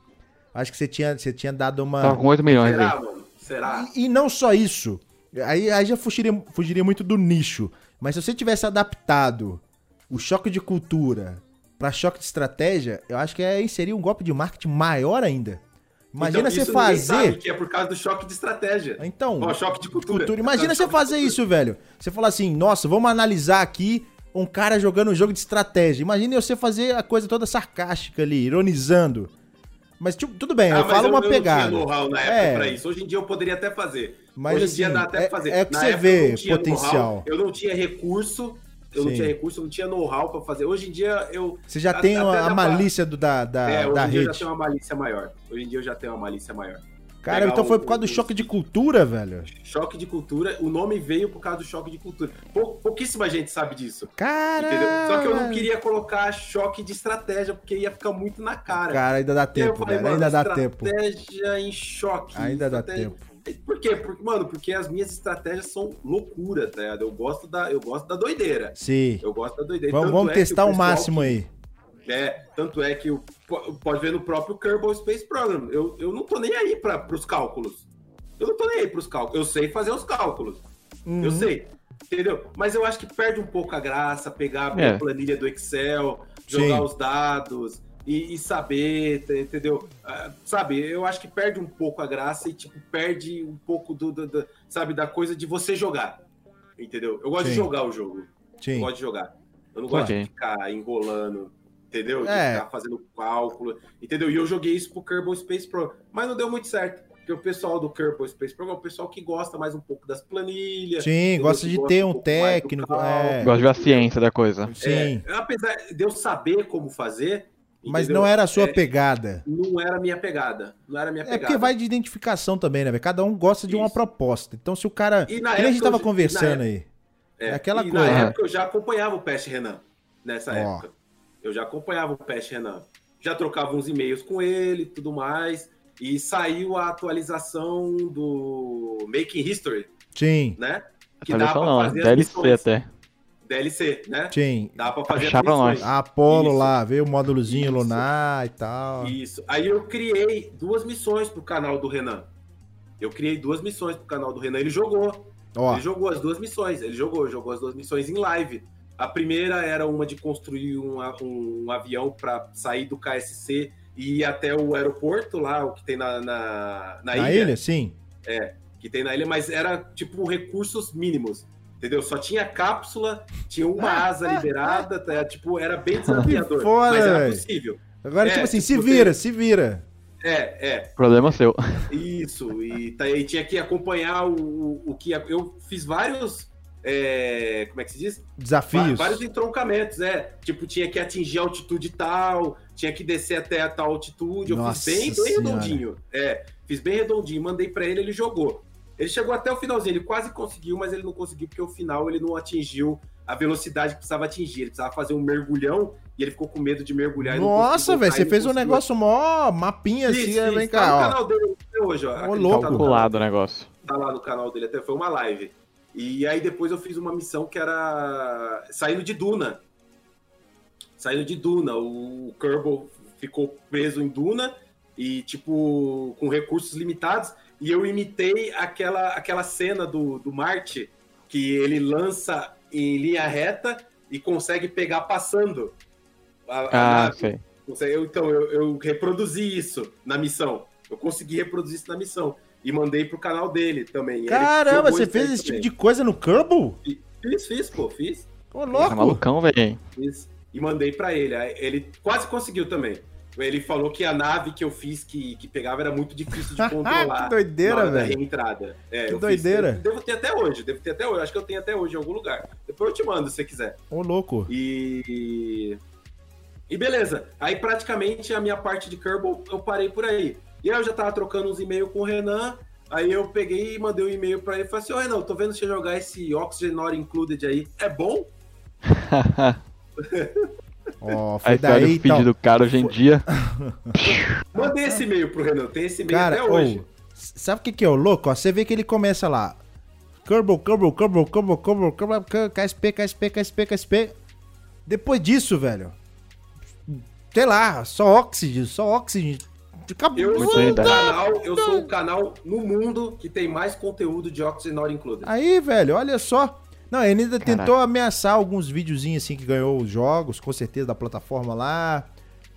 acho que você tinha, você tinha dado
tava
uma.
com 8 milhões aí.
Será, mano? Será?
E, e não só isso. Aí, aí já fugiria, fugiria muito do nicho. Mas se você tivesse adaptado o choque de cultura pra choque de estratégia, eu acho que aí seria um golpe de marketing maior ainda. Imagina
Então,
você
isso ninguém
fazer.
sabe que é por causa do choque de estratégia.
Então,
Ó, choque de cultura.
cultura.
É
Imagina
por
você
causa do
fazer
choque de
isso, velho. Você falar assim, nossa, vamos analisar aqui um cara jogando um jogo de estratégia. Imagina você fazer a coisa toda sarcástica ali, ironizando. Mas, tipo, tudo bem,
Ah,
eu
mas
falo uma
não
pegada.
tinha know-how na época
É.
pra isso. Hoje em dia eu poderia até fazer.
Mas,
Hoje em dia
assim,
dá até
é-
pra fazer.
é que
Na
você
época
vê
eu não tinha
potencial.
know-how, Eu não tinha recurso, eu não
Sim.
tinha recurso, eu não tinha know-how pra fazer. Hoje em dia eu.
Você já
a-
tem
até
uma-
dá
a
pra-
malícia do, da, da,
é, hoje
da
em dia eu já
rede.
tenho uma malícia maior. Hoje em dia eu já tenho uma malícia maior.
Cara,
pegar
então foi
o-
por causa do
o-
choque de cultura, velho.
Choque de cultura, o nome veio por causa do choque de cultura. Pou- pouquíssima gente sabe disso. Entendeu?
Cara.
Só que eu não queria colocar choque de estratégia, porque ia ficar muito na cara.
Cara, ainda dá
E aí eu
tempo,
falei,
velho.
mano,
Ainda dá tempo.
Estratégia em choque.
Ainda dá
estratégia-
tempo.
Por quê? Porque, mano, porque as minhas estratégias são loucura, tá ligado? Eu gosto da, eu gosto da doideira.
Sim.
Eu gosto da doideira.
Vamos,
Tanto
vamos
é que
testar o,
pessoal
máximo aí.
que- É, tanto é que o, po- pode ver no próprio Kerbal Space Program. Eu, eu não tô nem aí para pros cálculos. Eu não tô nem aí pros cálculos. Eu sei fazer os cálculos. Eu
Uhum.
sei. Entendeu? Mas eu acho que perde um pouco a graça pegar a
É.
planilha do Excel, jogar
Sim.
os dados e, e saber, tá- entendeu? Ah, sabe, eu acho que perde um pouco a graça e, tipo, perde um pouco do, do- do- sabe, da coisa de você jogar. Entendeu? Eu gosto de
Sim.
jogar o jogo. Eu
Sim.
gosto de jogar. Eu não gosto
Ok.
de ficar enrolando, entendeu? De
É.
ficar fazendo cálculo, entendeu? E eu joguei isso pro Kerbal Space Program, mas não deu muito certo. Porque o pessoal do Kerbal Space Program é o pessoal que gosta mais um pouco das planilhas.
Sim, gosta de
gosto
ter
um
um
pouco mais do
técnico.
cálculo.
é,
Gosto de ver a ciência da coisa.
sim.
É, apesar de eu saber como fazer,
Mas
entendeu?
não era a sua
É,
pegada.
Não era a minha pegada. Não era a minha
É
pegada.
porque vai de identificação também, né? velho? Cada um gosta de uma
Isso.
proposta. Então, se o cara.
E na
Que nem a gente
época eu-
tava
e na
conversando aí. É aquela
e
coisa.
Na época eu já acompanhava o Peste Renan. Nessa
Ó.
época. Eu já acompanhava o Peste Renan. Já trocava uns e-mails com ele e tudo mais. E saiu a atualização do Making History,
Sim,
né?
Atualização
pra
não, né?
fazer as
DLC
missões.
até.
DLC, né?
sim.
Dá pra fazer
Achar pra
missões.
A Apolo
Isso.
lá, veio o módulozinho
Isso.
lunar e tal.
Isso. Aí eu criei duas missões pro canal do Renan. Eu criei duas missões pro canal do Renan. Ele jogou.
Ó,
Ele jogou as duas missões, ele jogou, jogou as duas missões em live. A primeira era uma de construir um, a- um avião para sair do KSC e ir até o aeroporto lá, o que tem na, na, na
na
ilha,
ilha, sim.
que tem na ilha, mas era tipo recursos mínimos, entendeu? Só tinha cápsula, tinha uma asa liberada, tá? tipo, era bem desafiador,
foda,
mas era
velho.
possível.
Agora,
É,
tipo assim, se
tipo,
vira, se vira.
É, é,
Problema seu.
Isso, e, tá- e tinha que acompanhar o, o que... a- Eu fiz vários... é, como é que se diz? Va-
Desafios.
Vários entroncamentos, é. Tipo, tinha que atingir a altitude tal, tinha que descer até a tal altitude. Eu
Nossa
fiz bem, bem
Senhora.
redondinho. É, fiz bem redondinho, mandei pra ele, ele jogou. Ele chegou até o finalzinho, ele quase conseguiu, mas ele não conseguiu porque o final ele não atingiu a velocidade que precisava atingir. Ele precisava fazer um mergulhão e ele ficou com medo de mergulhar. e não
Nossa,
conseguiu
velho,
voltar,
você
e não
fez um
conseguiu.
negócio mó mapinha
Isso,
assim, é,
isso,
vem
tá no
cá, ó.
canal dele até hoje, ó.
louco.
Acredita, tá no canal
Calculado o negócio.
tá lá no canal dele, até foi uma live. E aí depois eu fiz uma missão que era saindo de Duna. Saindo de Duna, o Kerbal ficou preso em Duna e tipo com recursos limitados e eu imitei aquela aquela cena do, do Marte que ele lança em linha reta e consegue pegar passando. A, a
Ah,
nave.
sei.
Você- Eu, então, eu, eu reproduzi isso na missão. Eu consegui reproduzir isso na missão. E mandei pro canal dele também. Ele
Caramba,
jogou
você
isso
fez
aí
esse tipo de
também.
coisa no Kerbal?
Fiz, fiz, pô, fiz.
Ô,
Tá
louco.
malucão, velho.
fiz. E mandei pra ele. Aí Ele quase conseguiu também. Ele falou que a nave que eu fiz, que, que pegava, era muito difícil de
Ah, que
controlar. na
doideira,
hora da
velho.
reentrada. É,
Que
eu fiz-
doideira.
eu devo ter até hoje, devo ter até hoje. Acho que eu tenho até hoje em algum lugar. Depois eu te mando, se você quiser.
Ô, louco.
E. E beleza. Aí praticamente a minha parte de Kerbal eu parei por aí. E aí eu já tava trocando uns e-mails com o Renan. Aí eu peguei e mandei um e-mail pra ele e falei assim: Ô Renan, eu tô vendo você jogar esse Oxygen Not Included aí. É bom?
Ó, foi
Aí você olha
daí então. tá
o
e
feed
tal.
do cara hoje em dia.
Mandei esse e-mail pro Renan, tem esse e-mail
Cara,
até hoje.
ô, s- sabe o que que é o louco? Ó, você vê que ele começa lá. Kerbal, Kerbal, Kerbal, Kerbal, Kerbal, Kerbal, Kerbal, KSP, KSP, KSP, KSP. Depois disso, velho. Sei lá, só oxigênio, só oxigênio. Acabou.
Eu
Muito
sou, o
verdade.
canal, eu sou o canal no mundo que tem mais conteúdo de Oxygen Not Included.
Aí, velho, olha só. Não, ele ainda
Caraca.
tentou ameaçar alguns videozinhos assim que ganhou os jogos, com certeza, da plataforma lá.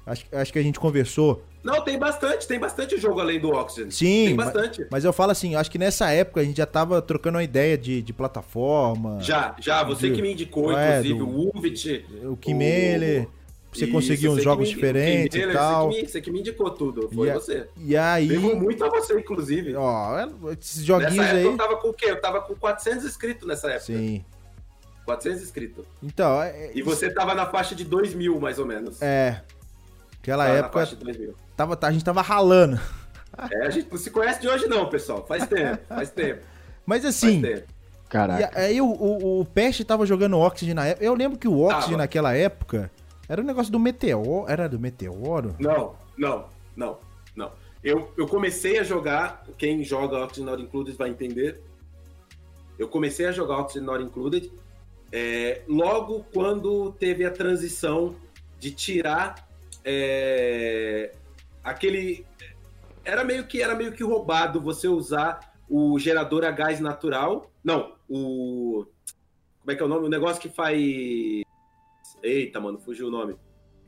Acho, acho que a gente conversou.
Não, tem bastante, tem bastante jogo além do Oxygen.
Sim,
tem
ma-
bastante.
mas eu falo assim, acho que nessa época a gente já tava trocando uma ideia de, de plataforma.
Já, já, você
Viu?
que me indicou,
Ah, É,
inclusive,
do-
o Uvit,
O Kimele, você conseguiu uns jogos diferentes e tal.
Você que, me, você que me indicou tudo, foi
Yeah.
você.
E aí,
Devo muito a você, inclusive.
ó, esses
Nessa
joguinhos
época eu
aí.
tava com o quê? Eu tava com 400 inscritos nessa época.
Sim.
400 inscritos.
Então, é,
E você tava na faixa de 2 mil, mais ou menos.
é aquela
Tava na
época
faixa de 2 mil.
tava, a gente tava ralando.
É, a gente não se conhece de hoje não, pessoal. Faz tempo, faz tempo,
Mas
faz
assim,
tempo.
E
Caraca.
aí o, o, o Pest tava jogando Oxygen na época. Eu lembro que o Oxygen
Tava.
naquela época era um negócio do meteoro. Era do meteoro?
Não, não, não, não. Eu, eu comecei a jogar, quem joga Oxygen Not Included vai entender. Eu comecei a jogar Oxygen Not Included é, logo quando teve a transição de tirar é, aquele. Era meio que era meio que roubado você usar o gerador a gás natural. Não, o. Como é que é o nome? O negócio que faz. Eita, mano, fugiu o nome.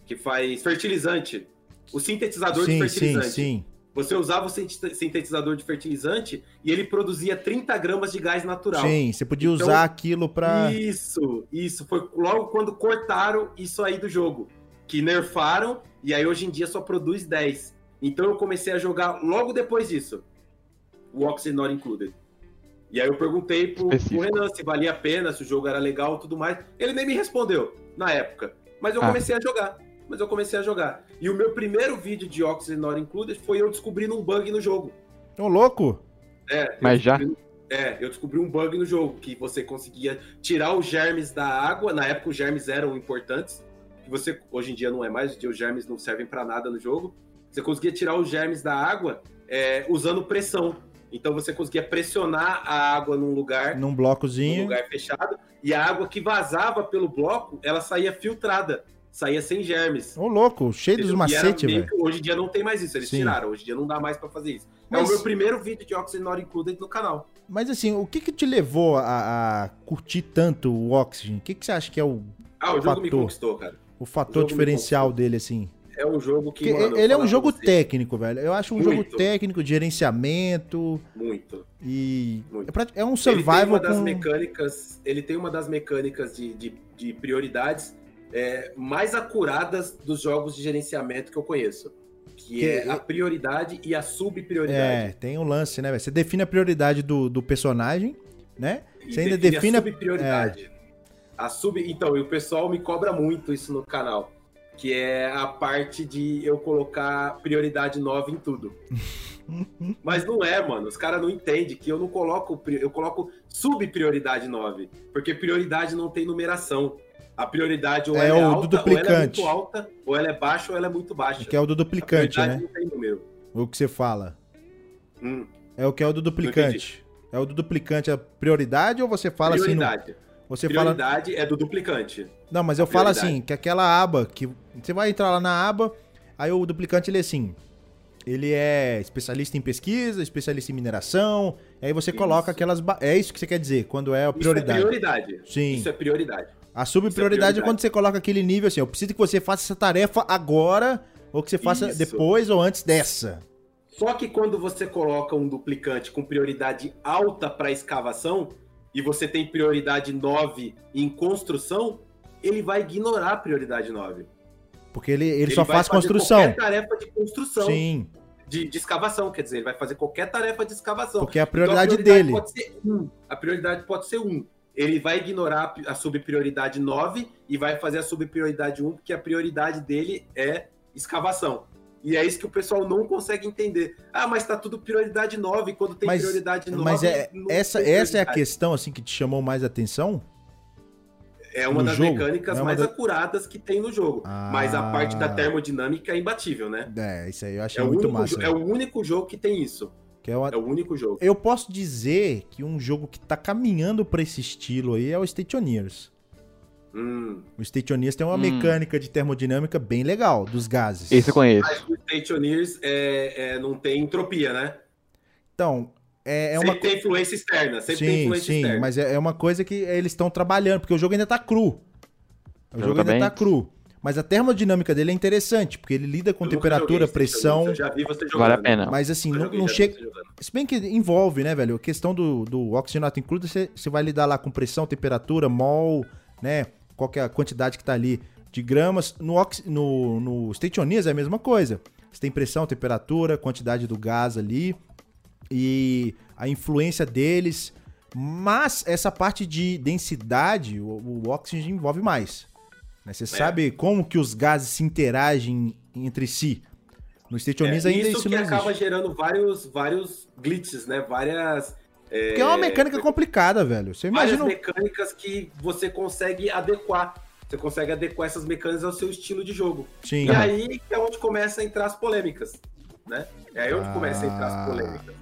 Que faz fertilizante. O sintetizador
Sim,
de
sim,
fertilizante.
sim.
Você usava o sinti- sintetizador de fertilizante e ele produzia 30 gramas de gás natural.
Sim, você podia
Então-
usar aquilo pra.
Isso, isso. Foi logo quando cortaram isso aí do jogo. Que nerfaram, e aí hoje em dia só produz 10. Então eu comecei a jogar logo depois disso. O Oxy Not Included. E aí eu perguntei pro, pro
Específico.
Renan se valia a pena, se o jogo era legal e tudo mais. Ele nem me respondeu na época. Mas eu
Ah.
comecei a jogar. Mas eu comecei a jogar. E o meu primeiro vídeo de Oxy Not Included foi eu descobrindo um bug no jogo.
Ô, louco!
É,
Mas já?
é, eu descobri um bug no jogo que você conseguia tirar os germes da água. Na época os germes eram importantes. Que você hoje em dia não é mais, hoje em dia os germes não servem pra nada no jogo. Você conseguia tirar os germes da água é, usando pressão. Então você conseguia pressionar a água num lugar,
Num
é. num
blocozinho.
lugar fechado, e a água que vazava pelo bloco, ela saía filtrada, saía sem germes.
Ô, louco, cheio dos
Entendeu? E era
macetes,
meio
velho.
que Hoje em dia não tem mais isso, eles
Sim.
tiraram. Hoje em dia não dá mais pra fazer isso. É
Mas-
o meu primeiro vídeo de Oxygen Not Included no canal.
Mas assim, o que que te levou a, a curtir tanto o Oxygen? O que que você acha que é o,
Ah, o jogo me
Fator.
conquistou, cara.
o fator
jogo me
diferencial dele, assim?
É um jogo que.
Porque
mano, eu
ele é
falo
um jogo
pra você,
técnico, velho. Eu acho um jogo
Muito.
técnico de gerenciamento
Muito.
e...
Muito.
é pra- É um
Ele tem uma
survival
das
com...
mecânicas. Ele tem uma das mecânicas de, de, de prioridades é, mais acuradas dos jogos de gerenciamento que eu conheço. Que,
Que
é
é-
a prioridade e a
É,
subprioridade.
tem um lance, né, velho? Você define a prioridade do, do personagem, né?
E
você ainda É. define a-
a subprioridade. A sub... Então, e o pessoal me cobra muito isso no canal. Que é a parte de eu colocar prioridade 9 em tudo. Mas não é, mano. Os caras não entendem que eu não coloco. pri- Eu coloco sub-prioridade 9. Porque prioridade não tem numeração. A prioridade ou
É
ela é
o do
alta, ou ela é
duplicante.
muito alta, ou ela é baixa, ou ela é muito baixa.
Que é o do
A
duplicante,
prioridade
né?
não tem número.
O que você fala.
Hum,
É o que é o do duplicante. É o do duplicante a prioridade ou você fala assim...
prioridade.
no- Você fala...
prioridade é do duplicante.
Não, mas eu
A
falo
prioridade.
assim, que aquela aba que você vai entrar lá na aba, aí o duplicante ele é assim, ele é especialista em pesquisa, especialista em mineração, aí você
Isso.
coloca aquelas ba- é isso que você quer dizer quando é a prioridade.
Isso é prioridade.
Sim.
Isso é prioridade.
A subprioridade é,
prioridade.
quando você coloca aquele nível assim, eu preciso que você faça essa tarefa agora ou que você faça
Isso.
depois ou antes dessa.
Só que quando você coloca um duplicante com prioridade alta para escavação e você tem prioridade 9 em construção, ele vai ignorar a prioridade 9.
Porque ele, ele, só faz construção.
Qualquer tarefa de construção,
Sim,
de, de escavação, quer dizer, ele vai fazer qualquer tarefa de escavação.
porque é a
Então,
prioridade, dele.
Pode ser um. A prioridade pode ser 1. Ele vai ignorar a pi- a subprioridade 9 e vai fazer a subprioridade 1, porque a prioridade dele é escavação. E é isso que o pessoal não consegue entender. Ah, mas tá tudo prioridade 9, quando tem
Mas-
prioridade 9.
Mas é,
não
essa,
tem
essa é a
prioridade.
questão assim que te chamou mais atenção?
É uma
no
das
jogo,
mecânicas
não é uma
mais
da-
acuradas que tem no jogo.
Ah.
Mas a parte da termodinâmica é imbatível, né?
É, isso aí eu achei
É o,
muito
único,
massa.
jo- é o único jogo que tem isso.
que é uma-
É o único jogo.
Eu posso dizer que um jogo que tá caminhando pra esse estilo aí é o Stationeers.
Hum.
O Stationeers tem uma
Hum.
mecânica de termodinâmica bem legal, dos gases.
Esse é eu
Mas
conheço.
o Stationeers é, é, não tem entropia, né?
Então, é, é
sempre
uma
tem influência externa, sempre tem
Sim,
influência
sim,
externa.
mas é, é uma coisa que eles estão trabalhando, porque o jogo ainda tá cru. O
Eu
jogo
também.
ainda tá cru. Mas a termodinâmica dele é interessante, porque ele lida com
Eu nunca joguei
temperatura,
esse
pressão.
jogo, Eu já vi você jogando.
Vale a pena.
Mas assim,
Eu
não,
joguei,
não
já vi
chega.
você jogando.
Se bem que envolve, né, velho? A questão do, do oxigenato incluído, você, você vai lidar lá com pressão, temperatura, mol, né? Qual que é a quantidade que tá ali de gramas. No, ox, no, no Stationias é a mesma coisa. Você tem pressão, temperatura, quantidade do gás ali e a influência deles. Mas essa parte de densidade, o, o oxigênio envolve mais. né?
É.
Você sabe como que os gases se interagem entre si. No Stationias
É,
ainda
isso,
isso
que
não existe.
acaba gerando vários, vários glitches, né? Várias,
Porque é uma mecânica complicada, velho. Você
várias
imagina. um-
mecânicas que você consegue adequar. Você consegue adequar essas mecânicas ao seu estilo de jogo.
Sim.
E aí é onde começa a entrar as polêmicas, né? É aí onde
Ah.
começa a entrar as polêmicas.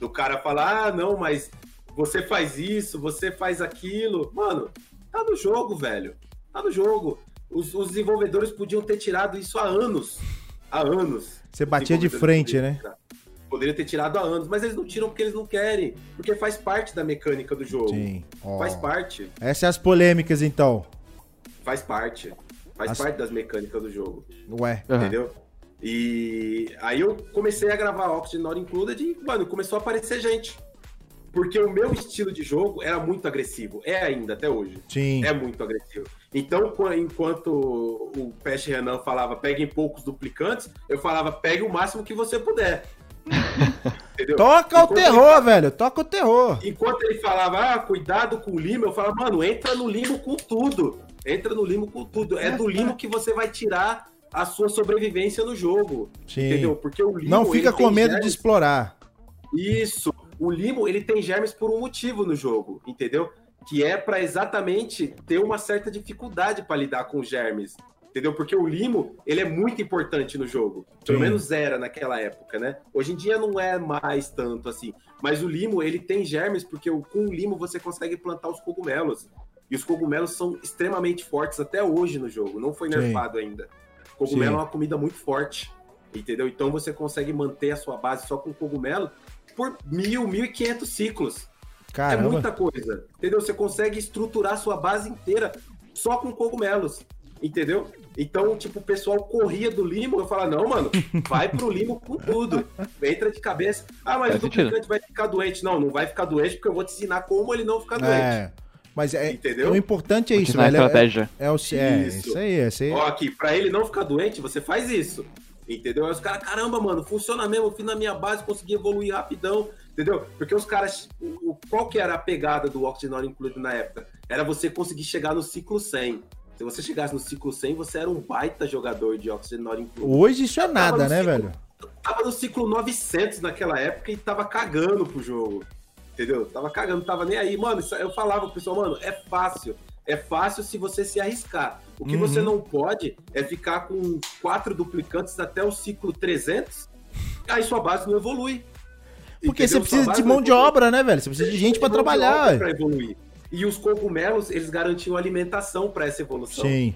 Do cara falar, ah, não, mas você faz isso, você faz aquilo. Mano, tá no jogo, velho. Tá no jogo. Os, os desenvolvedores podiam ter tirado isso há anos. Há anos.
Você batia de frente, né?
Poderia ter tirado há anos, mas eles não tiram porque eles não querem. Porque faz parte da mecânica do jogo.
Sim. Ó.
Faz parte.
Essas são as polêmicas, então.
Faz parte. Faz
As-
parte das mecânicas do jogo.
Ué.
Aham.
Entendeu? E aí eu comecei a gravar Oxygen Not Included e, mano, começou a aparecer gente. Porque o meu estilo de jogo era muito agressivo. É ainda, até hoje.
Sim.
É muito agressivo. Então, qu- enquanto o Peste Renan falava peguem poucos duplicantes, eu falava pegue o máximo que você puder. Entendeu?
Toca o
Enquanto ele- tá-
terror, velho. Toca o terror.
Enquanto ele falava, ah, cuidado com o limo, eu falava, mano, entra no limo com tudo. Entra no limo com tudo. É do limo que você vai tirar a sua sobrevivência no jogo.
Sim.
Entendeu? Porque o limo.
Não fica
ele
com
tem
medo de
germes-
explorar.
Isso. O limo, ele tem germes por um motivo no jogo, entendeu? Que é pra exatamente ter uma certa dificuldade pra lidar com germes. Entendeu? Porque o limo, ele é muito importante no jogo. Pelo
Sim.
menos era naquela época, né? Hoje em dia não é mais tanto assim. Mas o limo, ele tem germes porque o- com o limo você consegue plantar os cogumelos. E os cogumelos são extremamente fortes até hoje no jogo. Não foi
Sim.
nerfado ainda. Cogumelo
Sim.
é uma comida muito forte, entendeu? Então você consegue manter a sua base só com cogumelo por mil, mil e quinhentos ciclos. É
Caramba.
muita coisa, entendeu? Você consegue estruturar a sua base inteira só com cogumelos, entendeu? Então, tipo, o pessoal corria do limo, eu falava, não, mano, vai pro limo com tudo, entra de cabeça. Ah, mas
Faz
o duplicante vai ficar doente. Não, não vai ficar doente porque eu vou te ensinar como ele não ficar doente,
É. Mas é,
entendeu?
o importante é isso,
Continuar a
velho. É,
estratégia.
é, o, é
Isso.
isso aí, é isso aí.
Ó, aqui, pra ele não ficar doente, você faz isso. Entendeu? Aí os caras, caramba, mano, funciona mesmo, eu fiz na minha base, consegui evoluir rapidão, entendeu? Porque os caras, o, o- qual que era a pegada do Oxygen Not Included na época? Era você conseguir chegar no ciclo 100. Se você chegasse no ciclo 100, você era um baita jogador de Oxygen Not Included.
Hoje isso é
Eu tava
nada,
no
né,
ciclo-
velho?
Tava no ciclo 900 naquela época e tava cagando pro jogo, entendeu? Tava cagando, tava nem aí. Mano, isso- eu falava pro pessoal, mano, é fácil. É fácil se você se arriscar. O que
Uhum.
você não pode é ficar com quatro duplicantes até o ciclo 300, aí sua base não evolui.
Porque você
Entendeu? Sua
precisa
base
de mão
não
de
evolui.
obra, né, velho? Você precisa de gente pra
Mão de
trabalhar,
obra
velho.
pra evoluir. E os cogumelos, eles garantiam alimentação para essa evolução.
Sim,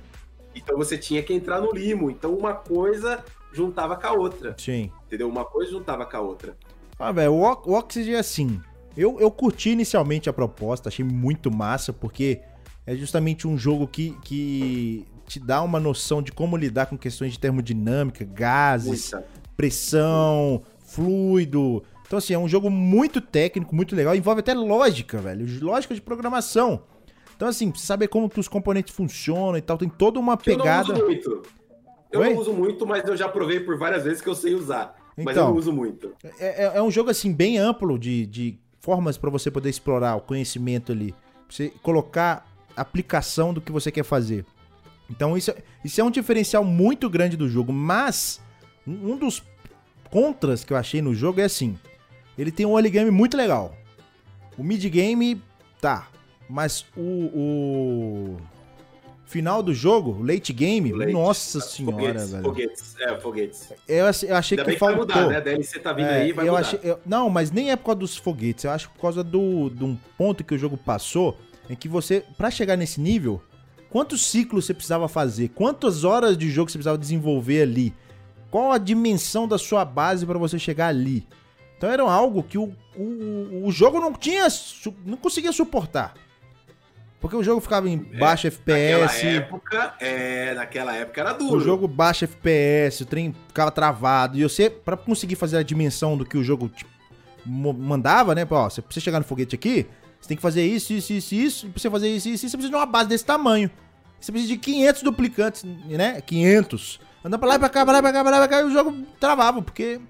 Então você tinha que entrar no limo. Então uma coisa juntava com a outra,
sim.
entendeu? Uma coisa juntava com a outra.
Ah, velho, o Ox- o Oxygen é assim. Eu, eu curti inicialmente a proposta, achei muito massa, porque é justamente um jogo que, que te dá uma noção de como lidar com questões de termodinâmica, gases,
Muita.
pressão, fluido. Então, assim, é um jogo muito técnico, muito legal. Envolve até lógica, velho. Lógica de programação. Então, assim, precisa saber como que os componentes funcionam e tal. Tem toda uma
Eu
pegada.
não uso muito. Eu
Oi?
não uso muito, mas eu já provei por várias vezes que eu sei usar. mas eu
Então.
não uso muito.
É, é- é um jogo, assim, bem amplo de, de formas pra você poder explorar o conhecimento ali. Pra você colocar aplicação do que você quer fazer. Então, isso, é- isso é um diferencial muito grande do jogo. Mas, um um dos contras que eu achei no jogo é assim: ele tem um origami muito legal. O mid-game, tá. Mas o, o final do jogo, o late game,
O late, Ah,
nossa senhora,
foguetes,
velho.
foguetes. É, foguetes.
Eu, ach- eu achei
Ainda
que
bem que vai
faltou.
mudar, né? A DLC tá vindo
É,
aí, vai
eu
mudar.
achei- eu- não, mas nem é por causa dos foguetes. Eu acho que por causa do, de um ponto que o jogo passou, em que você, pra chegar nesse nível, quantos ciclos você precisava fazer, quantas horas de jogo você precisava desenvolver ali, qual a dimensão da sua base pra você chegar ali. Então era algo que o, o, o jogo não tinha, su- não conseguia suportar. Porque o jogo ficava em baixo
É, Naquela
FPS,
época, é, naquela época era duro.
o jogo baixa FPS, o trem ficava travado. E você, pra conseguir fazer a dimensão do que o jogo te mo- mandava, né? pô, Ó, você precisa chegar no foguete aqui, você tem que fazer isso, isso, isso, isso. E pra você fazer isso, isso, isso, você precisa de uma base desse tamanho. Você precisa de 500 duplicantes, né? 500. Andar pra lá e pra cá, pra lá e pra cá, pra lá e pra cá, e o jogo travava, porque...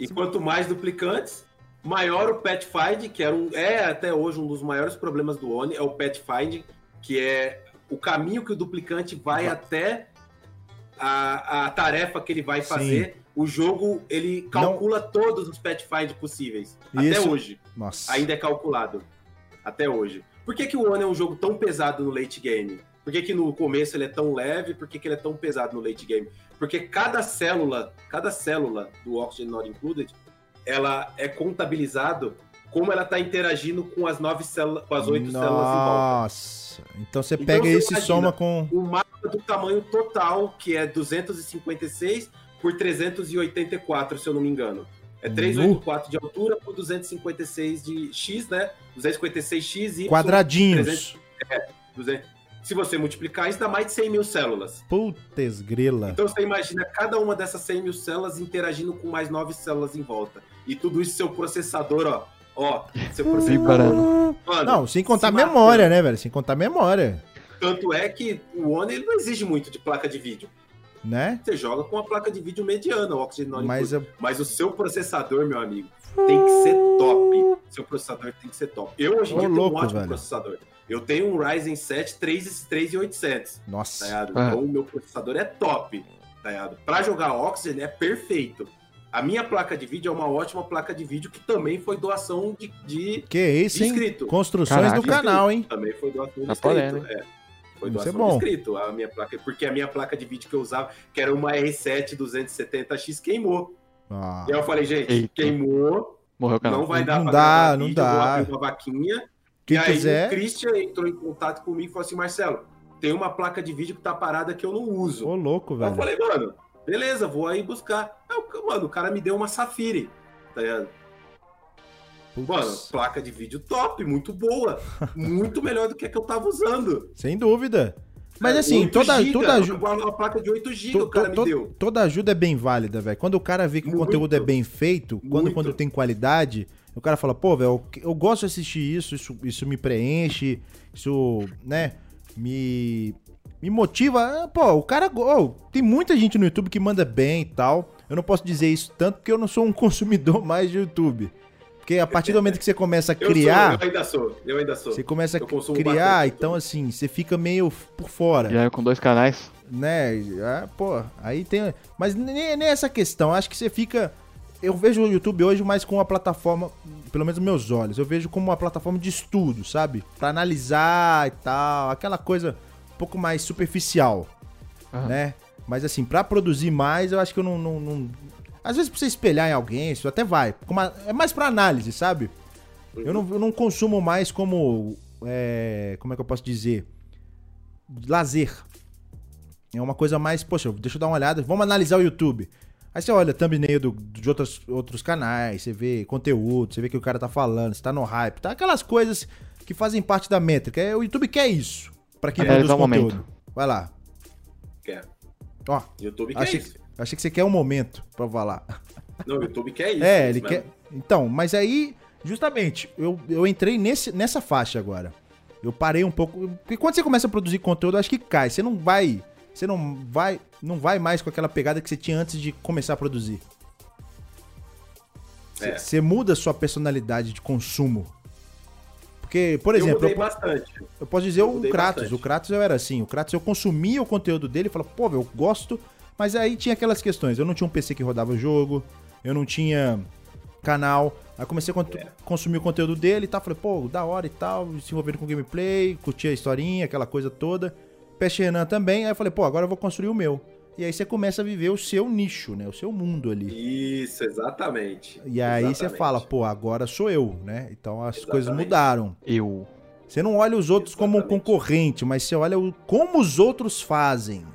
E quanto mais duplicantes, maior o Pathfind, que era um, é até hoje um dos maiores problemas do ONI, é o Pathfind, que é o caminho que o duplicante vai até a, a tarefa que ele vai
Sim.
fazer. O jogo, ele calcula todos os Pathfind possíveis.
Isso.
Até hoje.
Nossa.
Ainda é calculado. Até hoje. Por que, que o ONI é um jogo tão pesado no late game? Por que, que no começo ele é tão leve? Por que, que ele é tão pesado no late game? Porque cada célula, cada célula do Oxygen Not Included, ela é contabilizado como ela está interagindo com as nove células, com as oito células em volta.
Nossa. Então você
Então
pega
você
isso e
imagina.
soma com...
O mapa do tamanho total, que é 256 por 384, se eu não me engano. É
Nu.
384 de altura por 256 de X, né? 256 X, Y,
Quadradinhos.
300. 200. né? Se você multiplicar, isso dá mais de 100 mil células.
Putz, grila.
Então você imagina cada uma dessas 100 mil células interagindo com mais 9 células em volta. E tudo isso seu processador, ó. Ó, seu processador.
Vibrando.
Mano,
Não, sem contar
Então, se
memória, né, velho? Sem contar memória,
Tanto é que o ONU ele não exige muito de placa de vídeo.
né?
Você joga com uma placa de vídeo mediana, o oxigênio é
Mas é- eu-
Mas o seu processador, meu amigo, tem que ser top. Seu processador tem que ser top. Eu hoje em
Ô,
dia
louco,
tenho um ótimo
velho.
processador. Eu tenho um Ryzen 7 3 3800, tá
Nossa.
ligado?
Ah.
Então o meu processador é top, tá ligado? Pra jogar Oxygen é perfeito. A minha placa de vídeo é uma ótima placa de vídeo que também foi doação de, de
Que isso, hein?
Inscrito.
Construções
Caraca.
do canal, hein?
também foi doação de
Tá
inscrito.
podendo,
é. Foi
Isso é
doação de
bom.
inscrito, a minha placa, porque a minha placa de vídeo que eu usava, que era uma R7 270X, queimou.
Ah,
E aí eu falei, gente,
Eita.
queimou,
Morreu o canal.
não vai dar
Não
pra
dá,
gravar
não
vídeo, vou
dá.
abrir uma vaquinha.
quem
e aí o
quiser.
Christian entrou em contato comigo e falou assim, Marcelo, tem uma placa de vídeo que tá parada que eu não uso.
Ô, louco,
Aí eu
velho.
falei, mano, beleza, vou aí buscar. Aí, o- mano, o cara me deu uma Safire, tá ligado?
Putz,
Mano, placa de vídeo top, muito boa. Muito melhor do que a que eu tava usando.
Sem dúvida. Mas assim,
8
toda,
giga,
toda, aju-
Uma, uma placa de 8 GB
to-
o cara
to-
me
to-
deu.
toda ajuda é bem válida, velho. Quando o cara vê que o
Muito.
conteúdo é bem feito, quando,
Muito.
quando tem qualidade, o cara fala, pô, velho, eu, eu gosto de assistir isso, isso, isso me preenche, isso, né, me, me motiva. Ah, Pô, o cara. go- oh, tem muita gente no YouTube que manda bem e tal. Eu não posso dizer isso tanto porque eu não sou um consumidor mais de YouTube. Porque a partir do momento que você começa a
Eu sou,
criar.
eu ainda sou, eu ainda sou.
Você começa a
Eu consumo
criar,
bastante.
então assim, você fica meio f- por fora,
E aí com dois canais.
né? Ah, pô, aí tem. Mas nem, nem essa questão, acho que você fica. Eu vejo o YouTube hoje mais como uma plataforma, pelo menos nos meus olhos, eu vejo como uma plataforma de estudo, sabe? Pra analisar e tal, aquela coisa um pouco mais superficial,
Aham.
né? Mas assim, pra produzir mais, eu acho que eu não. não- não- Às vezes pra você espelhar em alguém, isso até vai. como a- É mais pra análise, sabe? Eu não, eu não consumo mais como. é, como é que eu posso dizer? Lazer. É uma coisa mais. Poxa, deixa eu dar uma olhada. Vamos analisar o YouTube. Aí você olha thumbnail do- de outros, outros canais, você vê conteúdo, você vê o que o cara tá falando, se tá no hype, tá? Aquelas coisas que fazem parte da métrica. É, O YouTube quer isso. Pra quem
Analisar
produz
o momento.
conteúdo. Vai lá.
Quer.
Ó,
É, YouTube quer
achei,
é isso.
achei que você quer um momento pra falar.
Não, o YouTube quer isso.
É, ele
né?
quer. Então, mas aí, justamente, eu, eu entrei nesse, nessa faixa agora. Eu parei um pouco. Porque quando você começa a produzir conteúdo, eu acho que cai. Você não vai. Você não vai. Não vai mais com aquela pegada que você tinha antes de começar a produzir. Você-
É.
Você muda a sua personalidade de consumo. Porque, por
eu
exemplo,
mudei
eu, po-
bastante.
eu posso dizer
eu
o
mudei
Kratos.
bastante.
O Kratos eu era assim. O Kratos eu consumia o conteúdo dele e falava, pô, eu gosto. Mas aí tinha aquelas questões. Eu não tinha um PC que rodava jogo. Eu não tinha canal. Aí comecei a
É.
cont- consumir o conteúdo dele e tal. Falei, pô, da hora e tal. Se envolvendo com gameplay, curti a historinha, aquela coisa toda. Peixe Renan também. Aí eu falei, pô, agora eu vou construir o meu. E aí você começa a viver o seu nicho, né? O seu mundo ali.
Isso, exatamente.
E aí você
Exatamente.
fala, pô, agora sou eu, né? Então as coisas
Exatamente.
mudaram.
Eu.
Você não olha os outros como um
Exatamente.
concorrente, mas você olha o- como os outros fazem.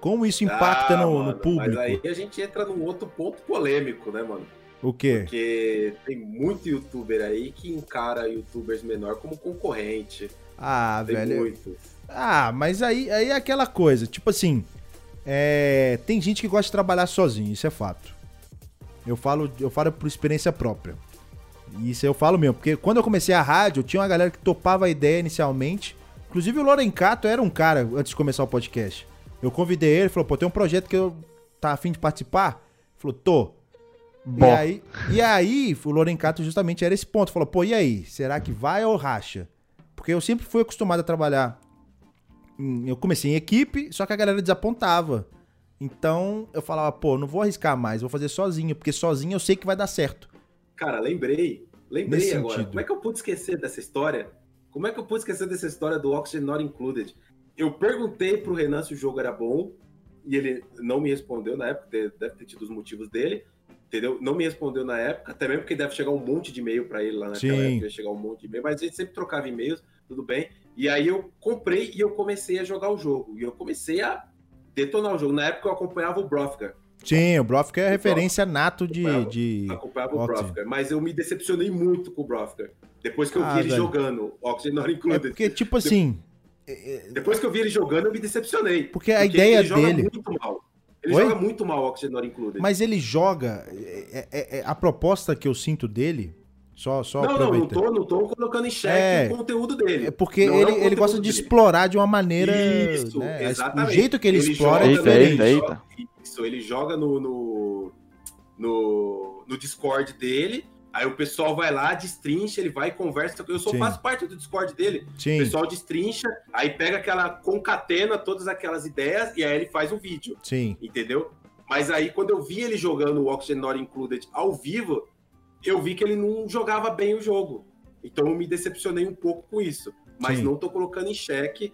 Como isso impacta
Ah,
no, no
mano,
público.
Mas aí a gente entra num outro ponto polêmico, né, mano?
O quê?
Porque tem muito youtuber aí que encara youtubers menor como concorrente.
Ah,
Tem
velho.
muito.
Ah, mas aí, aí é aquela coisa. Tipo assim, é, tem gente que gosta de trabalhar sozinho, isso é fato. Eu falo, eu falo por experiência própria. E Isso eu falo mesmo, porque quando eu comecei a rádio, tinha uma galera que topava a ideia inicialmente. Inclusive o Lorencato era um cara antes de começar o podcast. Eu convidei ele, ele falou, pô, tem um projeto que eu tá afim de participar? Ele falou, tô. E
Bom.
aí, e aí, o Lorencato justamente era esse ponto. Falou, pô, e aí? Será que vai ou racha? Porque eu sempre fui acostumado a trabalhar. em- Eu comecei em equipe, só que a galera desapontava. Então eu falava, pô, não vou arriscar mais, vou fazer sozinho, porque sozinho eu sei que vai dar certo.
Cara, lembrei. Lembrei
Nesse
agora.
sentido.
Como é que eu pude esquecer dessa história? Como é que eu pude esquecer dessa história do Oxygen Not Included? Eu perguntei pro Renan se o jogo era bom e ele não me respondeu na época, de- deve ter tido os motivos dele, entendeu? Não me respondeu na época, também porque deve chegar um monte de e-mail pra ele lá naquela
Sim.
época, ia chegar um monte de e-mail, mas a gente sempre trocava e-mails, tudo bem. E aí eu comprei e eu comecei a jogar o jogo. E eu comecei a detonar o jogo. Na época eu acompanhava o Brofker.
Sim, o Brofk é referência nato de. de... É
acompanhava o
Oxygen.
Brofker, mas eu me decepcionei muito com o Brofker. Depois que eu
Ah,
vi ele
velho.
jogando Oxygen Not
É
Included.
porque, tipo assim, é, é,
Depois que eu vi ele jogando, eu me decepcionei.
Porque a ideia
ele joga
dele-
muito mal. Ele
Oi?
joga muito mal o Oxygen Not Included.
Mas ele joga. é- é- é- a proposta que eu sinto dele. Só, só
não, não, não
aproveitando.
tô, não tô colocando em
É.
xeque o conteúdo dele.
É porque
Não é o
ele, ele
conteúdo
gosta de
dele.
explorar de uma maneira.
Isso,
né,
exatamente.
O jeito que ele, explora é
joga Eita,
diferente.
eita, eita.
Isso, ele joga no, no, no, no Discord dele, aí o pessoal vai lá, destrincha, ele vai e conversa. Eu só
Sim.
faço parte do Discord dele. O
Sim,
pessoal destrincha, aí pega aquela, concatena todas aquelas ideias e aí ele faz um vídeo,
sim.
entendeu? Mas aí quando eu vi ele jogando o Oxygen Not Included ao vivo, eu vi que ele não jogava bem o jogo. Então eu me decepcionei um pouco com isso. Mas
Sim.
não tô colocando em xeque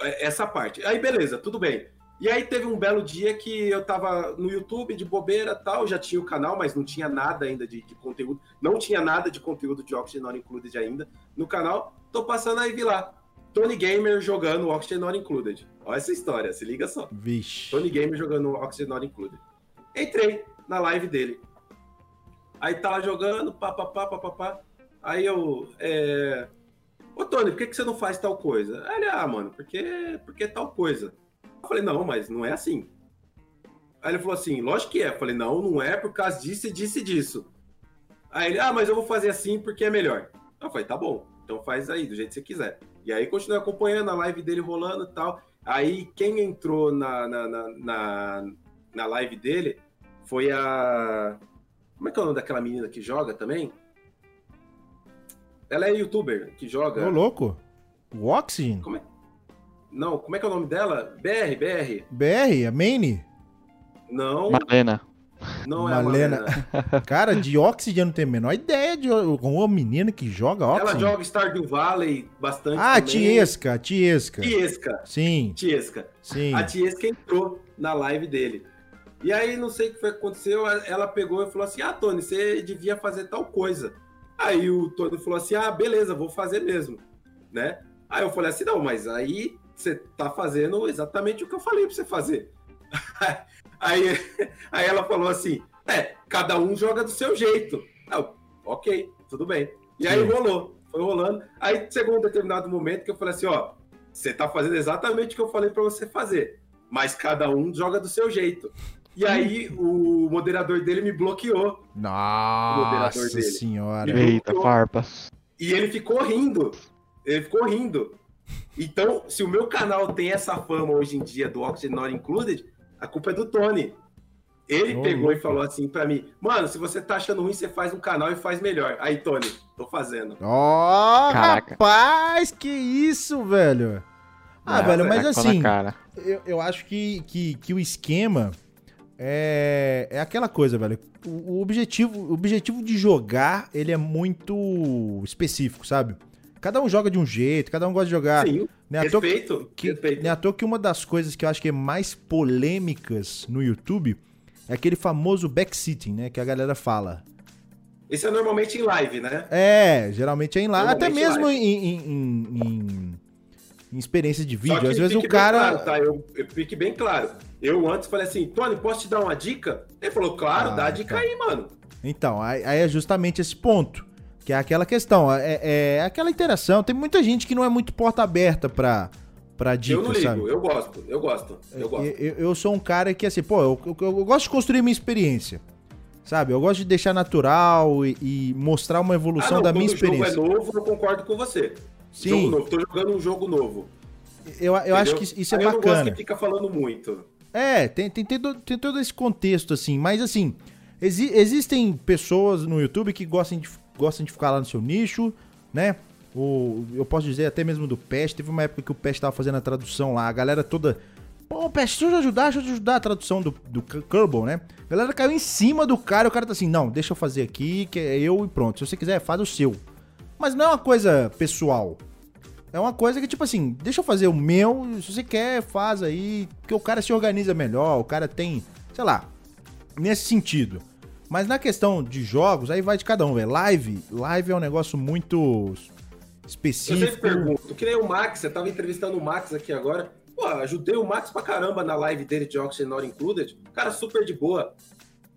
é, essa parte. Aí beleza, tudo bem. E aí teve um belo dia que eu tava no YouTube de bobeira tal, já tinha o canal, mas não tinha nada ainda de, de conteúdo. Não tinha nada de conteúdo de Oxygen Not Included ainda no canal. Tô passando aí, vi lá. Tony Gamer jogando Oxygen Not Included. Olha essa história, se liga só.
Vixe.
Tony Gamer jogando Oxygen Not Included. Entrei na live dele. Aí tá lá jogando, papapá, papapá. Aí eu. É... Ô Tony, por que, que você não faz tal coisa? Aí ele, ah, mano, porque, porque é tal coisa. Eu falei, não, mas não é assim. Aí ele falou assim, lógico que é. Eu falei, não, não é por causa disso e disso e disso. Aí ele, ah, mas eu vou fazer assim porque é melhor. Eu falei, tá bom, então faz aí, do jeito que você quiser. E aí continuei acompanhando a live dele rolando e tal. Aí quem entrou na, na, na, na, na live dele foi a. Como é que é o nome daquela menina que joga também? Ela é youtuber que joga.
Ô, louco. O Oxygen?
Não, como é que é o nome dela? BR, BR.
BR, a Maine?
Não,
Malena.
não é
Malena.
a Malena.
Cara, de Oxygen eu não tenho a menor ideia de com uma menina que joga Oxygen.
Ela joga Stardew Valley bastante.
Ah,
também.
Tiesca, Tiesca.
Tiesca,
Sim,
Tiesca.
sim.
A Tiesca entrou na live dele. E aí, não sei o que foi que aconteceu, a- ela pegou e falou assim: Ah, Tony, você devia fazer tal coisa. Aí o Tony falou assim: Ah, beleza, vou fazer mesmo, né? Aí eu falei assim: Não, mas aí você tá fazendo exatamente o que eu falei pra você fazer. aí, aí ela falou assim: É, cada um joga do seu jeito. Eu, ok, tudo bem. E aí
Sim.
rolou, foi rolando. Aí chegou um determinado momento que eu falei assim: Ó, você tá fazendo exatamente o que eu falei pra você fazer mas cada um joga do seu jeito. E aí o moderador dele me bloqueou.
Nossa
moderador dele.
senhora.
Ele
Eita,
colocou-
farpas.
E ele ficou rindo. Ele ficou rindo. Então, se o meu canal tem essa fama hoje em dia do Oxygen Not Included, a culpa é do Tony. Ele
Ô,
pegou e
louco.
falou assim pra mim: Mano, se você tá achando ruim, você faz um canal e faz melhor. Aí, Tony, tô fazendo.
Ó,
Caraca.
rapaz, que isso, velho. Ah,
Não,
velho, mas
Tacou na
assim,
cara.
eu, eu acho que, que, que o esquema é, é aquela coisa, velho. O, o objetivo, o objetivo de jogar, ele é muito específico, sabe? Cada um joga de um jeito, cada um gosta de jogar.
Sim,
né? À toa-
respeito.
que,
respeito.
nem à toa que uma das coisas que eu acho que é mais polêmicas no YouTube é aquele famoso backseating, né? Que a galera fala.
Isso é normalmente em live, né?
É, geralmente é em live. Até
Normalmente
mesmo
live.
em, em, em, em- em experiência de
Só
vídeo.
que
Às vezes o
fique bem
cara.
claro, tá? eu, eu fique bem claro. Eu antes falei assim, Tony, posso te dar uma dica? Ele falou, claro,
Ah,
dá a dica
tá.
aí, mano.
Então, aí, aí é justamente esse ponto. Que é aquela questão, é, é aquela interação. Tem muita gente que não é muito porta aberta pra, pra
eu não
dicas,
ligo,
sabe?
eu gosto, eu gosto, eu gosto.
Eu, eu- eu sou um cara que, assim, pô, eu, eu- eu gosto de construir minha experiência. Sabe? Eu gosto de deixar natural e, e mostrar uma evolução da minha
Ah, quando
experiência.
o jogo é novo, eu concordo com você. Jogo
Sim,
novo, tô jogando um jogo novo.
eu, eu acho que
entendeu?
isso é
Aí Eu não gosto
bacana.
que fica falando muito.
É, tem, tem, tem, todo, tem todo esse contexto, assim, mas assim, exi- existem pessoas no YouTube que gostam de, gostam de ficar lá no seu nicho, né? O, eu posso dizer até mesmo do PES, teve uma época que o PES tava fazendo a tradução lá, a galera toda. Pô, PES, deixa eu te ajudar, deixa eu te ajudar a tradução do, do K- Kerbal, né? A galera caiu em cima do cara, e o cara tá assim, não, deixa eu fazer aqui, que é eu e pronto. Se você quiser, faz o seu. Mas não é uma coisa pessoal. É uma coisa que, tipo assim, deixa eu fazer o meu, se você quer, faz aí, porque o cara se organiza melhor, o cara tem, sei lá, nesse sentido. Mas na questão de jogos, aí vai de cada um, velho. Live, live é um negócio muito
Eu sempre
específico.
pergunto, que nem o Max, você tava entrevistando o Max aqui agora. Pô, ajudei o Max pra caramba na live dele de Oxygen Not Included. Cara, super de boa.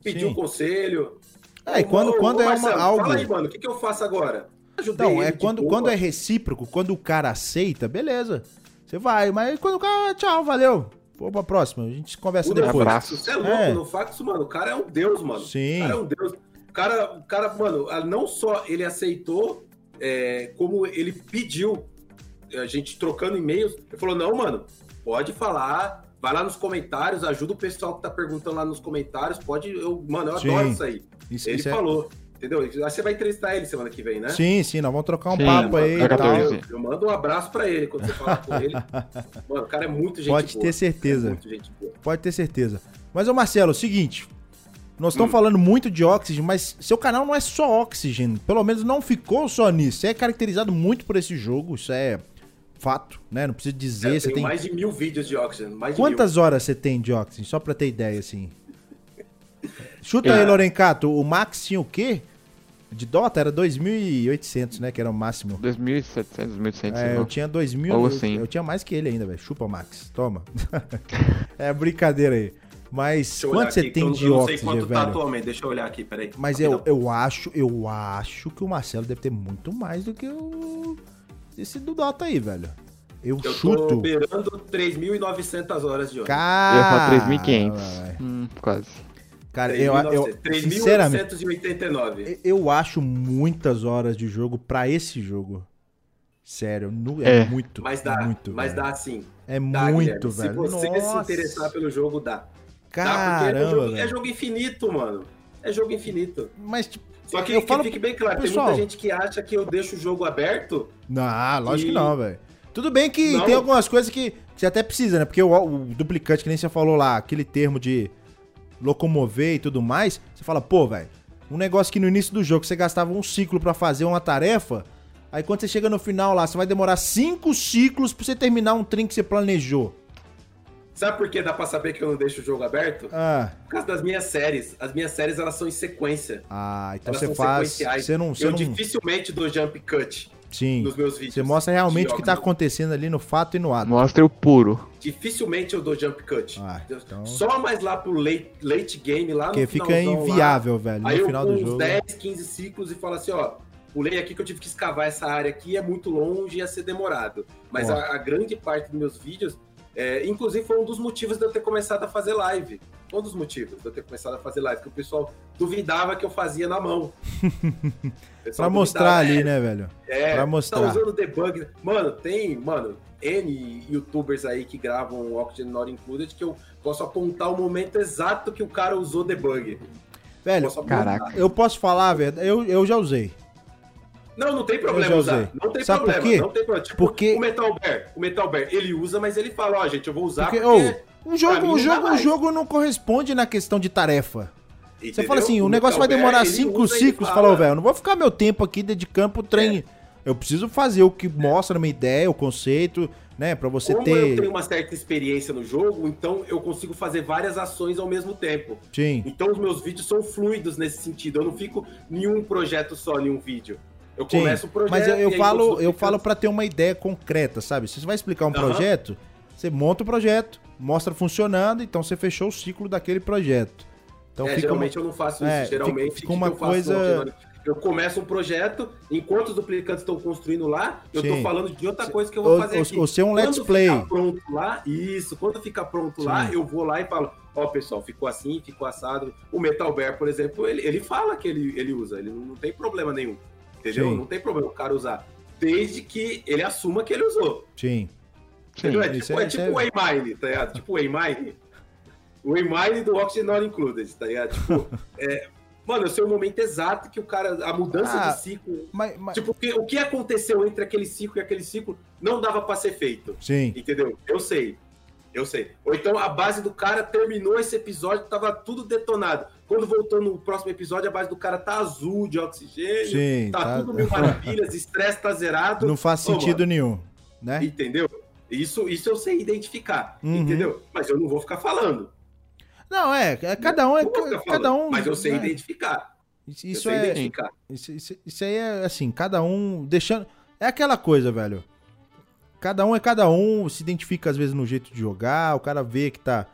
Pediu
Sim.
um conselho.
É, e quando,
Ô,
quando
ô,
é uma,
Marcelo,
algo.
Fala aí, tipo, mano, o que, que eu faço agora? Ajudei
Não,
ele
é
de
quando,
boa.
quando é recíproco, quando o cara aceita, beleza. Você Você vai, mas quando o cara. "Ah, Tchau, valeu. Pô, pra próxima. A gente conversa
O
depois.
abraço.
Você é louco,
É.
no Fax, mano, o cara é um deus, mano.
Sim.
O cara é um deus. O cara, o cara mano, ah, não só ele aceitou, é, como ele pediu, é, a gente trocando e-mails, ele falou, não, mano, pode falar, vai lá nos comentários, ajuda o pessoal que tá perguntando lá nos comentários, pode, eu, mano, eu
Sim.
adoro isso aí.
Isso,
Ele
isso é-
falou, entendeu? Aí Você vai entrevistar ele semana que vem, né?
Sim, sim, nós vamos trocar um
Sim,
papo aí e
troca
tal.
dois.
eu, eu mando um abraço pra ele quando você falar com ele. Mano, o cara é muito gente
Pode
boa.
ter certeza.
É muito gente boa.
Pode ter certeza. Mas, ô Marcelo, o seguinte. Nós estamos
Hum.
falando muito de Oxygen, mas seu canal não é só Oxygen. Pelo menos não ficou só nisso. Você é caracterizado muito por esse jogo, isso é fato, né? Não preciso
É, Eu
dizer. Você
tenho
tem.
mais de mil vídeos de Oxygen. Mais de mil.
Quantas horas você tem de Oxygen? Só pra ter ideia, assim. Chuta
É.
aí, Lorencato. O Max tinha o quê? De Dota era 2.800, né? Que era o máximo.
2.700, 1.800.
É, eu
não.
tinha 2 mil.
Ou
eu-
assim.
Eu, tinha mais que ele ainda, velho. Chupa, Max. Toma. é brincadeira aí. Mas
Deixa eu olhar
quanto você
aqui, que
tem
eu
de
eu não sei
Oxygen,
quanto
velho?
tá atualmente. Deixa eu olhar aqui, peraí.
Mas eu, eu acho, eu acho que o Marcelo deve ter muito mais do que o. Esse do Dota aí, velho. Eu,
Eu tô
chuto.
beirando 3.900 horas de Oxygen.
Eu ia falar
Cara.
3.500. Hum, quase.
Cara, eu, eu, sinceramente,
3.989.
eu acho muitas horas de jogo pra esse jogo. Sério, nu- é,
É.
muito.
Mas dá,
muito,
mas
velho.
dá sim.
É
Dá,
muito,
Guilherme.
velho.
Se você se
Nossa.
interessar pelo jogo, dá. dá, porque é
Caramba,
jogo, é
velho.
jogo infinito, mano. É jogo infinito.
Mas, tipo,
Só que,
Eu
que
falo-
fique bem claro,
Pessoal.
tem muita gente que acha que eu deixo o jogo aberto.
Não, lógico
E-
que não, velho. Tudo bem que
Não.
tem algumas coisas que, que você até precisa, né? Porque o, o duplicante, que nem você falou lá, aquele termo de locomover e tudo mais, você fala, pô, velho, um negócio que no início do jogo você gastava um ciclo pra fazer uma tarefa, aí quando você chega no final lá, você vai demorar cinco ciclos pra você terminar um trem que você planejou.
Sabe por que dá pra saber que eu não deixo o jogo aberto?
Ah,
Por causa das minhas séries. As minhas séries, elas são em sequência.
ah então
Elas
você
são
faz.
sequenciais.
Você não. Você
eu
não
dificilmente dou jump cut
sim.
nos meus vídeos.
Você
né?
mostra realmente o que tá
Joga.
acontecendo ali no fato e no ato.
Mostra o puro.
Dificilmente eu dou jump cut.
Ah, então-
Só mais lá pro late, late game, lá
Porque
Tá no
fica
finalzão lá.
inviável, velho,
Aí
no
eu
final
pulo
do
uns
jogo.
10, 15 ciclos e falo assim, ó, pulei aqui que eu tive que escavar essa área aqui, é muito longe e ia ser demorado. Mas
Ó.
a, a grande parte dos meus vídeos, é, inclusive foi um dos motivos de eu ter começado a fazer live. Um dos motivos de eu ter começado a fazer live, que o pessoal duvidava que eu fazia na mão. O
Pra
pessoal
mostrar
duvidava,
ali, né, velho?
é,
pra mostrar.
Tá usando debug. Mano, tem, mano, N youtubers aí que gravam Oxygen Not Included que eu posso apontar o momento exato que o cara usou debug.
Velho,
Posso apontar.
Caraca.
eu posso falar a verdade, eu, eu já usei.
Não, não tem
Eu
problema
já
usar.
usei.
Não tem
Sabe por
problema.
quê?
Não tem problema. Tipo,
Porque-
o Metal Bear, o Metal Bear, ele usa, mas ele fala, ó, gente, eu vou usar
Porque,
Tá, porque...
ô, um jogo, um
mim não
jogo,
dá
um
mais.
jogo não corresponde na questão de tarefa. Você
Entendeu?
fala assim, o, negócio vai
Metal Bear,
demorar
ele
cinco
usa e ele
ciclos,
fala, É.
falou, velho, eu não vou ficar meu tempo aqui dedicando pro trem. Eu preciso fazer o que mostra a minha ideia, o conceito, né, Pra você
Como eu
ter,
tenho uma certa experiência no jogo, então eu consigo fazer várias ações ao mesmo tempo.
sim,
Então os meus vídeos são fluidos nesse sentido. Eu não fico nenhum projeto só em um vídeo. Eu
sim.
começo o projeto.
Mas eu,
e
eu
aí
falo,
vou
eu falo para ter uma ideia concreta, sabe? Se você vai explicar um
Aham.
projeto, você monta o projeto, mostra funcionando, então você fechou o ciclo daquele projeto. Então
é,
fica uma-
geralmente eu não faço isso.
é,
geralmente
fica-
o
fica
que
uma
eu faço,
coisa-
Geraldo? Eu começo um projeto, enquanto os duplicantes estão construindo lá, eu tô
Sim.
falando de outra coisa que eu vou
ou,
fazer aqui.
ou, ou ser um let's
quando
play.
ficar pronto lá, isso, quando ficar pronto lá, eu vou lá e falo, ó, pessoal, ficou assim, ficou assado. O Metal Bear, por exemplo, ele, ele fala que ele, ele usa, ele não tem problema nenhum. Entendeu?
Sim.
Não tem problema o cara usar. Desde que ele assuma que ele usou.
Sim.
Sim.
entendeu? É
isso
tipo,
é-
é,
isso
tipo o Waymine, tá ligado? Tipo o Waymine. O Waymine do Oxygen Not Included, tá ligado? Tipo, é, mano, eu sei o momento exato que o cara. A mudança
Ah,
de ciclo.
Mas, mas-
Tipo, o que, o que aconteceu entre aquele ciclo e aquele ciclo não dava pra ser feito.
Sim.
Entendeu? Eu sei. Eu sei. Ou então a base do cara terminou esse episódio, tava tudo detonado. Quando voltou no próximo episódio, a base do cara tá azul de oxigênio.
Sim,
tá,
tá-
tudo mil maravilhas, estresse tá zerado.
Não faz
Ô, mano,
sentido nenhum, né?
Entendeu? Isso, isso eu sei identificar.
Uhum.
Entendeu? Mas eu não vou ficar falando.
Não, é, é cada um é
Não vou ficar
ca- cada
falando,
um.
Mas eu sei
né?
identificar.
Isso,
Eu
isso
sei
é,
identificar.
isso, isso- isso aí é assim, cada um deixando. É aquela coisa, velho. Cada um é cada um, se identifica às vezes no jeito de jogar, o cara vê que tá.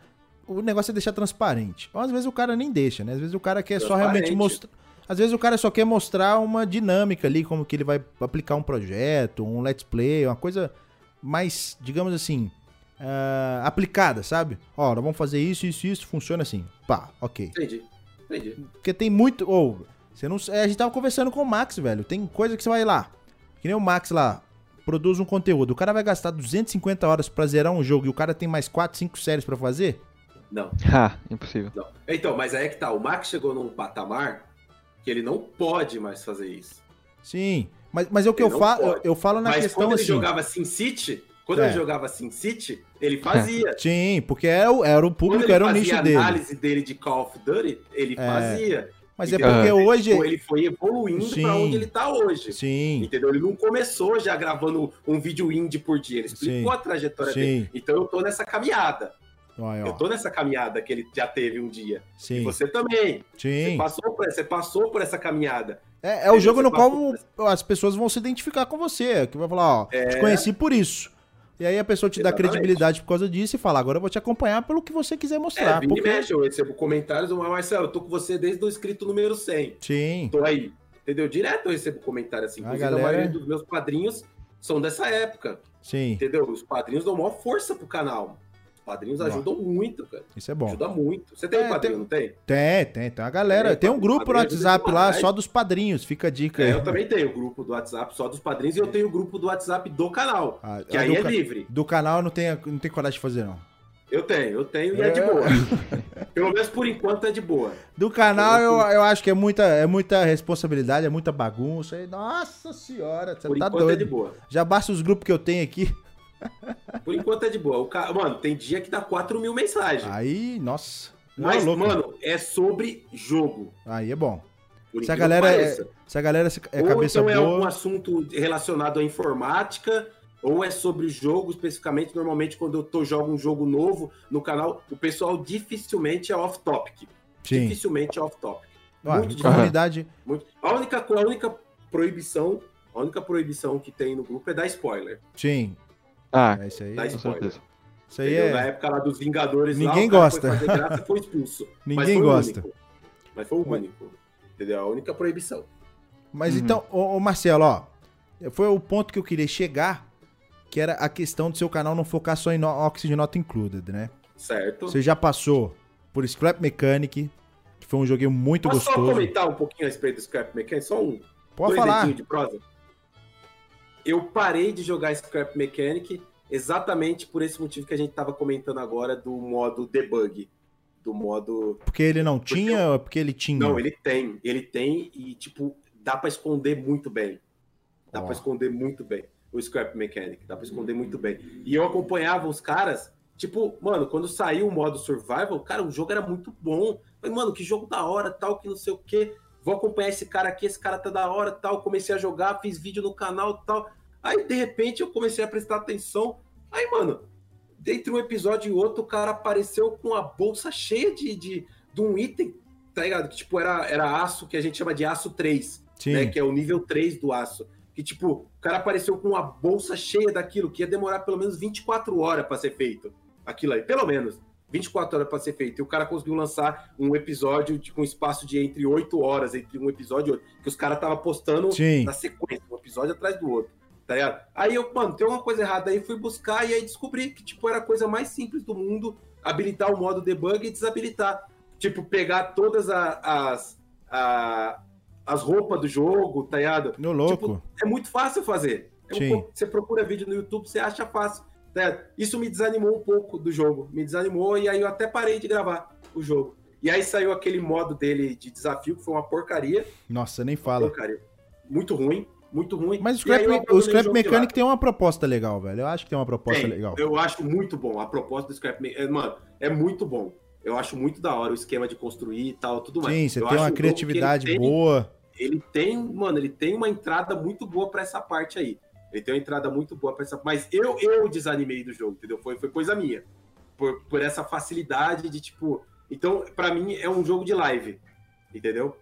O negócio é deixar transparente. Ou às vezes o cara nem deixa, né? Às vezes o cara quer só realmente
Transparente.
mostrar. Às vezes o cara só quer mostrar uma dinâmica ali, como que ele vai aplicar um projeto, um let's play, uma coisa mais, digamos assim, ah, aplicada, sabe? Ó, nós vamos fazer isso, isso, isso, funciona assim. Pá, ok.
Entendi. Entendi.
Porque tem muito. Ou, você não. é, a gente tava conversando com o Max, velho. Tem coisa que você vai lá. Que nem o Max lá. Produz um conteúdo. O cara vai gastar 250 horas pra zerar um jogo e o cara tem mais 4, 5 séries pra fazer.
Não,
Ah, impossível.
não. Então, mas aí é que tá. O Max chegou num patamar que ele não pode mais fazer isso.
Sim. Mas, mas é o que eu
Ele não
falo. Eu,
pode.
eu falo na
mas
questão
quando ele
assim.
jogava Sin City, quando
É.
ele jogava Sin City, ele fazia.
Sim, porque era o, era o
Quando
público,
ele
era o
fazia
nicho
a
dele.
análise dele de Call of Duty, ele
É.
fazia.
Mas é
entendeu?
porque
Ele
hoje.
foi- Ele foi evoluindo
Sim.
pra onde ele tá hoje.
Sim,
Entendeu? Ele não começou já gravando um vídeo indie por dia. Ele explicou
Sim.
a trajetória dele.
sim.
Então eu tô nessa caminhada.
Olha,
Eu
ó.
tô nessa caminhada que ele já teve um dia. E
Sim,
você também. Você
sim.
passou, por, você passou por essa caminhada.
É, é o jogo no
você
qual
passa
as pessoas vão se identificar com você, que vai falar, ó, te conheci por isso. E aí a pessoa te dá
Exatamente.
credibilidade por causa disso e fala, agora eu vou te acompanhar pelo que você quiser
É,
mostrar.
Vini
porque-
mexe, eu recebo comentários. Mas, Marcelo, eu tô com você desde o inscrito número 100.
Sim,
Tô aí. Entendeu? Direto eu recebo comentário assim.
A
Inclusive, a
galera- é-
maioria dos meus padrinhos são dessa época.
sim,
Entendeu? Os padrinhos dão maior força pro canal. Os padrinhos
Ó.
ajudam muito, cara.
isso é bom.
Ajuda muito. Você tem um
É,
padrinho,
tem-
não tem?
Tem, tem, tem uma galera.
Tem,
Tem um grupo no
padrinho ajuda
WhatsApp lá,
demais.
só dos padrinhos, fica a dica aí.
É, eu também tenho o grupo do WhatsApp só dos padrinhos e eu tenho o grupo do WhatsApp do canal.
Ah,
Que
ah,
aí
do,
é
ca-
livre.
do canal não tem, não tem coragem de fazer, não.
Eu tenho, eu tenho e é de
É.
boa. Pelo menos por enquanto é de boa.
Do canal eu, eu acho que é muita, é muita responsabilidade, é muita bagunça. E, nossa senhora, você
Por
tá
enquanto é de
doido.
boa.
Já basta os grupos que eu tenho aqui.
Por enquanto é de boa. O ca... Mano, tem dia que dá 4 mil mensagens.
Aí, nossa. Ah, não é
Mas,
louco.
mano, é sobre jogo.
Aí é bom.
Por
Se a
incrível que
galera é-
pareça.
Se a galera se- é
ou
cabeça
então é um
boa.
assunto relacionado à informática, ou é sobre o jogo especificamente. Normalmente, quando eu tô, jogo um jogo novo no canal, o pessoal dificilmente é off-topic.
Sim.
Dificilmente é off-topic.
Ó,
muito
a comunidade.
Muito- A única, co- a única proibição, a única proibição que tem no grupo é dar spoiler.
Sim.
Ah,
É isso aí.
Dá
com
spoiler.
certeza.
Isso aí
entendeu? Na
é.
época lá dos Vingadores, lá,
Ninguém
o cara
gosta.
Foi fazer graça e foi expulso. Mas
Ninguém
foi o
gosta.
único. Mas foi o
Mas-
único. Entendeu? A única proibição.
Mas
Uhum.
então, ô, ô, Marcelo, ó. Foi o ponto que eu queria chegar, que era a questão do seu canal não focar só em no- Oxygen Not Included, né?
Certo?
Você já passou por Scrap Mechanic, que foi um joguinho muito
Posso só
gostoso.
comentar um pouquinho a respeito do Scrap Mechanic? Só um
Pode
dois
falar.
dedinhos de prosa? Eu parei de jogar Scrap Mechanic exatamente por esse motivo que a gente tava comentando agora do modo debug. Do modo
Porque ele não tinha ou é porque ele tinha?
Não, ele tem. Ele tem e, tipo, dá pra esconder muito bem. Dá
Ó.
pra esconder muito bem. O Scrap Mechanic, dá pra esconder muito bem. E eu acompanhava os caras, tipo, mano, quando saiu o modo Survival, cara, o jogo era muito bom. Falei, mano, que jogo da hora, tal, que não sei o quê. Vou acompanhar esse cara aqui, esse cara tá da hora, tal. Comecei a jogar, fiz vídeo no canal, tal. Aí, de repente, eu comecei a prestar atenção. Aí, mano, entre um episódio e outro, o cara apareceu com a bolsa cheia de, de, de um item, tá ligado? Que, tipo, era, era aço, que a gente chama de aço 3,
Sim.
né? Que é o nível 3 do aço. Que, tipo, o cara apareceu com uma bolsa cheia daquilo, que ia demorar pelo menos 24 horas pra ser feito. Aquilo aí, pelo menos. 24 horas pra ser feito. E o cara conseguiu lançar um episódio de, com espaço de entre 8 horas, entre um episódio e outro. Que os caras tava postando
Sim.
na sequência, um episódio atrás do outro, tá ligado? Aí eu, mano, tem uma coisa errada aí, fui buscar e aí descobri que, tipo, era a coisa mais simples do mundo habilitar o modo debug e desabilitar. Tipo, pegar todas a- as, a- as roupas do jogo, tá ligado?
No louco.
É muito fácil fazer. É um
Sim.
pouco- você procura vídeo no YouTube, você acha fácil. tá ligado? Isso me desanimou um pouco do jogo. Me desanimou e aí eu até parei de gravar o jogo. E aí saiu aquele modo dele de desafio, que foi uma porcaria.
Nossa, nem fala.
Pô, cara, muito ruim, muito ruim.
Mas o
E
Scrap,
aí eu
Me-
abandonei
o Scrap
jogo de
Mechanic tem uma proposta legal, velho. Eu acho que tem uma
lado.
proposta
Tem,
legal.
Eu acho muito bom. A proposta do Scrap Mechanic, mano, é muito bom. Eu acho muito da hora o esquema de construir e tal, tudo mais.
Sim, você
Eu
tem
acho um
uma
jogo que
criatividade
ele tem-
boa.
Ele tem, mano, ele tem uma entrada muito boa pra essa parte aí. Ele tem uma entrada muito boa pra essa. Mas eu, eu desanimei do jogo, entendeu? Foi, foi coisa minha. Por, por essa facilidade de, tipo. Então, pra mim, é um jogo de live. Entendeu?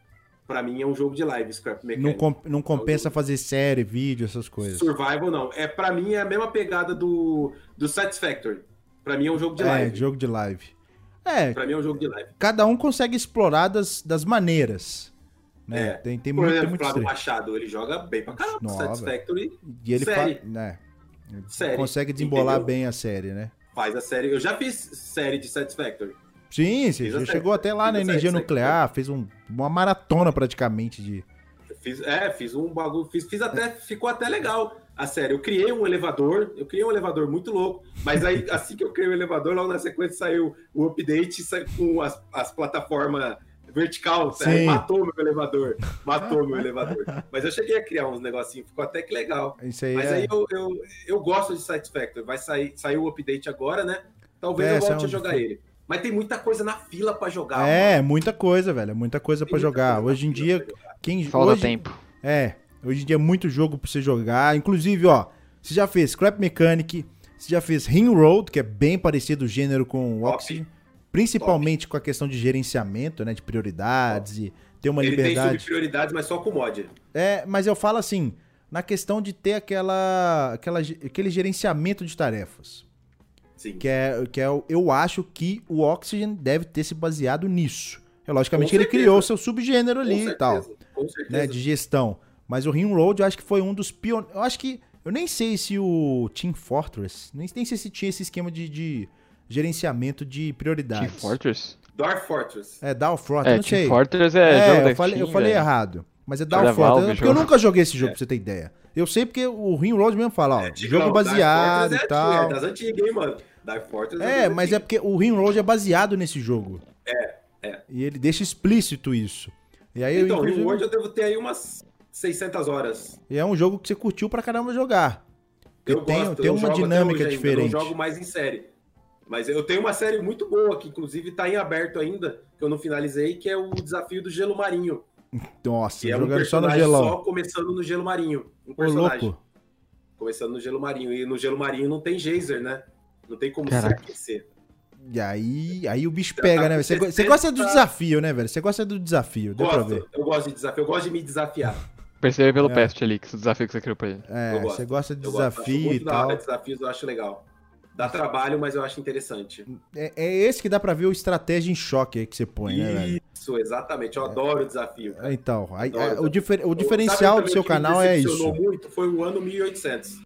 Pra mim, é um jogo de live, Scrap
Não,
Mechanic.
com- não compensa fazer série, vídeo, essas coisas.
Survival não. É para mim é a mesma pegada do do Satisfactory. Pra mim é um jogo de
É,
live.
jogo de live. É,
Pra mim é um jogo de live.
cada um consegue explorar das, das maneiras. Né?
É.
Tem, tem
Por
muito, tem
exemplo,
muito
Flávio
estranho.
Machado, ele joga bem pra caralho.
Nossa,
Satisfactory.
E ele
série.
fala. Né?
série.
Consegue desembolar
entendeu?
bem a série, né?
Faz a série. Eu já fiz série de Satisfactory.
Sim, você
Fiz a
já
série.
chegou até lá
Fiz
na
a série,
energia
série.
nuclear, fez um- uma maratona praticamente de.
Eu Fiz, é, fiz um bagulho, fiz, fiz até, ficou até legal a série. Eu criei um elevador, eu criei um elevador muito louco, mas aí assim que eu criei o elevador, logo na sequência saiu o update saiu com as, as plataformas vertical,
Sim.
sabe? matou meu elevador, matou meu elevador. Mas eu cheguei a criar uns negocinhos, ficou até que legal.
Isso aí
Mas
é.
aí eu, eu, eu gosto de Satisfactory, vai sair, saiu o update agora, né? Talvez
É,
eu
saiu
volte a
um-
jogar ele. Mas tem muita coisa na fila pra jogar. mano.
É, muita coisa, velho. é Muita coisa
Tem
pra
muita
jogar.
coisa na
Hoje em
fila
dia,
pra jogar.
quem.
Falta
hoje,
tempo.
É, hoje em dia é muito jogo pra você jogar. Inclusive, ó, você já fez Scrap Mechanic, você já fez Ring Road, que é bem parecido o gênero com o
Top.
Oxy, principalmente com a questão de gerenciamento, né, de prioridades e ter uma
Ele tem
liberdade.
subprioridades, mas só com mod.
É, mas eu falo assim, na questão de ter aquela, aquela ge- aquele gerenciamento de tarefas,
Sim.
que é que é, o- eu acho que o Oxygen deve ter se baseado nisso. É logicamente
Com
que ele
certeza.
criou seu subgênero
Com
ali e tal
certeza, Com certeza.
né, de gestão. Mas o Rimworld eu acho que foi um dos pioneiros. Eu acho que. Eu nem sei se o Team Fortress. Nem, nem sei se tinha esse esquema de, de gerenciamento de
Team
prioridades.
Fortress?
Dark Fortress.
É, Down Fortress,
É,
não
Team
sei.
Fortress é,
é,
jogo da
eu falei, eu
Steam,
falei
velho.
errado. Mas é
Jogo
Down
da
Fortress.
Valve,
porque eu
jogo.
nunca joguei esse jogo,
É.
pra você ter ideia. Eu sei porque o Rimworld mesmo fala, ó,
Digão,
jogo
Dark
baseado
Fortress
e
é
tal.
antigo, É das antigas, hein, mano? Dark Fortress
É, mas é porque o Rimworld é baseado nesse jogo.
assim. É, é.
E ele deixa explícito isso. E aí
Então,
inclusive-
o World eu devo ter aí umas 600 horas.
E é um jogo que você curtiu pra caramba jogar.
Eu
Porque tem,
gosto,
tem
eu
uma
jogo até
dinâmica
hoje ainda,
diferente.
Eu não jogo mais em série. Mas eu tenho uma série muito boa, que inclusive tá em aberto ainda, que eu não finalizei, que é o Desafio do Gelo Marinho.
Nossa,
Que é um
jogando só no
personagem
gelão.
só começando no Gelo Marinho. Um
Ô,
personagem.
louco.
Começando no Gelo Marinho. E no Gelo Marinho não tem geyser, né? Não tem como
Caraca.
se aquecer.
E aí, aí o bicho pega,
tá
né?
com
velho? Você, go-
60.
você gosta do desafio, né, velho? Você gosta do desafio, deu pra ver.
Gosto, eu gosto de desafio, eu gosto de me desafiar.
Percebeu pelo
É.
peste ali, que esse desafio que você criou pra ele.
É,
eu gosto,
você gosta de
Eu gosto, acho
desafio e
muito da
tal.
hora desafios, eu acho legal. Dá trabalho, mas eu acho interessante.
É, é esse que dá pra ver o estratégia em choque aí que você põe, né, velho?
Isso, exatamente. Eu adoro o desafio. cara.
Então, aí-
Adoro,
aí o,
adoro.
difer- É. o
Eu-
diferencial do
sabe também
seu
que me
canal é
decepcionou
isso.
muito foi o ano 1800.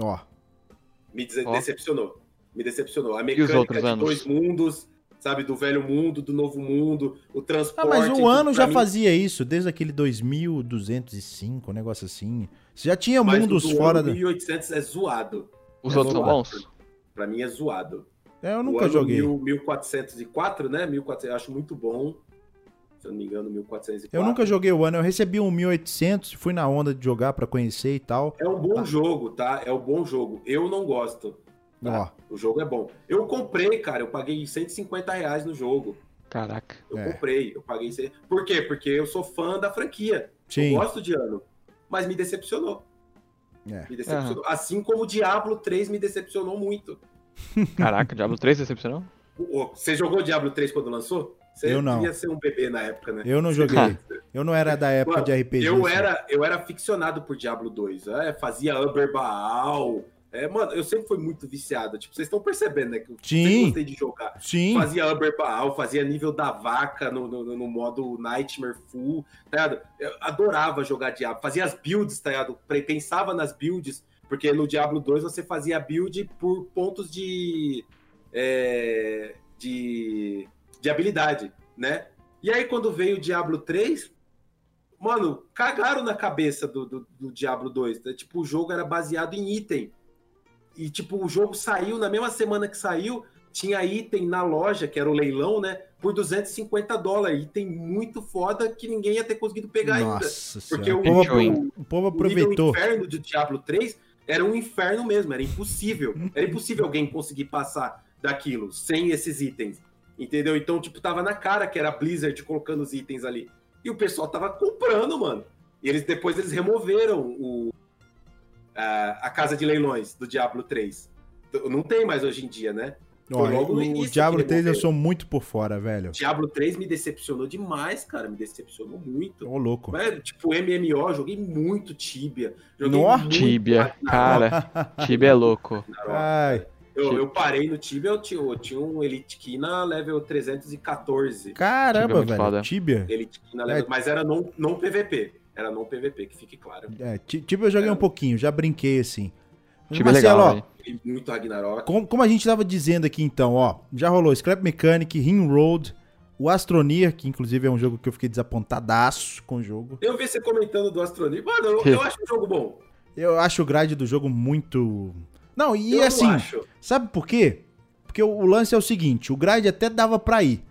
Ó,
Me dece-
Ó.
decepcionou. Me decepcionou. A
os outros
mecânica de
anos?
dois mundos, sabe? Do velho mundo, do novo mundo, o
Ah,
transporte.
mas
tudo
o ano
pra
já
mim-
fazia isso, desde aquele 2205, um negócio assim. Você já tinha
mas o
mundos
do
fora
ano
da.
1800 é zoado.
Os
É
outros são
zoado.
bons?
Pra mim é zoado.
É, eu
O
nunca
ano
joguei.
mil- 1404, né? 1400, eu acho muito bom. Se eu não me engano, 1404.
Eu nunca joguei o ano, eu recebi um 1800, fui na onda de jogar pra conhecer e tal.
É um bom
Tá.
jogo, tá? É um bom jogo. Eu não gosto. tá? O jogo é bom. Eu comprei, cara. Eu paguei 150 reais no jogo.
Caraca.
Eu
É.
comprei. Eu paguei. cem- Por quê? Porque eu sou fã da franquia.
Ó, sim.
Eu gosto de ano. Mas me decepcionou.
É.
Me decepcionou. Assim como o Diablo 3 me decepcionou muito.
Caraca, Diablo 3 decepcionou?
O- o- Você jogou o Diablo 3 quando lançou? Você
Eu não.
devia ser um bebê na época, né?
Eu não joguei. Eu não era da época
Mano,
de RPG.
Eu
assim.
era, eu era aficionado por Diablo 2. É, fazia Amber Baal. É, mano, eu sempre fui muito viciado. Tipo, vocês estão percebendo, né? Que eu
Sim.
sempre gostei de jogar.
Sim.
Fazia Amber Baal, fazia nível da vaca no, no, no modo Nightmare Full, tá ligado? Eu adorava jogar Diablo. Fazia as builds, tá ligado? Pre- Pensava nas builds, porque no Diablo 2 você fazia build por pontos de. é, de, de habilidade, né? E aí, quando veio o Diablo 3, mano, cagaram na cabeça do, do, do Diablo 2. né? Tipo, o jogo era baseado em item. E, tipo, o jogo saiu, na mesma semana que saiu, tinha item na loja, que era o leilão, né? Por 250 dólares. Item muito foda que ninguém ia ter conseguido pegar ainda.
Nossa
Porque
senhora.
o,
O povo,
Bitcoin.
o-
o povo
o nível
aproveitou.
inferno do Diablo 3 era um inferno mesmo, era impossível. Era impossível alguém conseguir passar daquilo sem esses itens. Entendeu? Então, tipo, tava na cara que era a Blizzard colocando os itens ali. E o pessoal tava comprando, mano. E eles depois eles removeram o, a, a casa de leilões do Diablo 3. T- Não tem mais hoje em dia, né?
Ó,
logo no
o
início
Diablo
que
3 eu
removeu.
sou muito por fora, velho.
Diablo 3 me decepcionou demais, cara. Me decepcionou muito.
Ô, louco.
Mas, tipo, MMO, joguei muito Tibia. Joguei
Nó,
muito
Tibia,
Ragnarok.
cara. Tibia é louco.
Ragnarok.
Ai,
Eu, eu parei no Tibia, eu tinha, eu tinha um Elite Kina level 314.
caramba,
Tibia é muito
velho.
foda.
Tibia.
Elite Kina level, mas era não, não PVP. Era não PVP, que fique claro.
É, ti- Tibia eu joguei um pouquinho, já brinquei assim.
Time legal,
Marcelo, ó,
velho.
Muito Ragnarok.
Como, como a gente tava dizendo aqui então, ó, já rolou Scrap Mechanic, Ring Road, o Astroneer, que inclusive é um jogo que eu fiquei desapontadaço com o jogo.
Eu vi você comentando do Astroneer. Mano, eu,
É.
eu acho um jogo bom.
Eu acho o grade do jogo muito. Não, e
eu não
assim,
acho.
sabe por quê? Porque o, o lance é o seguinte, o grade até dava pra ir,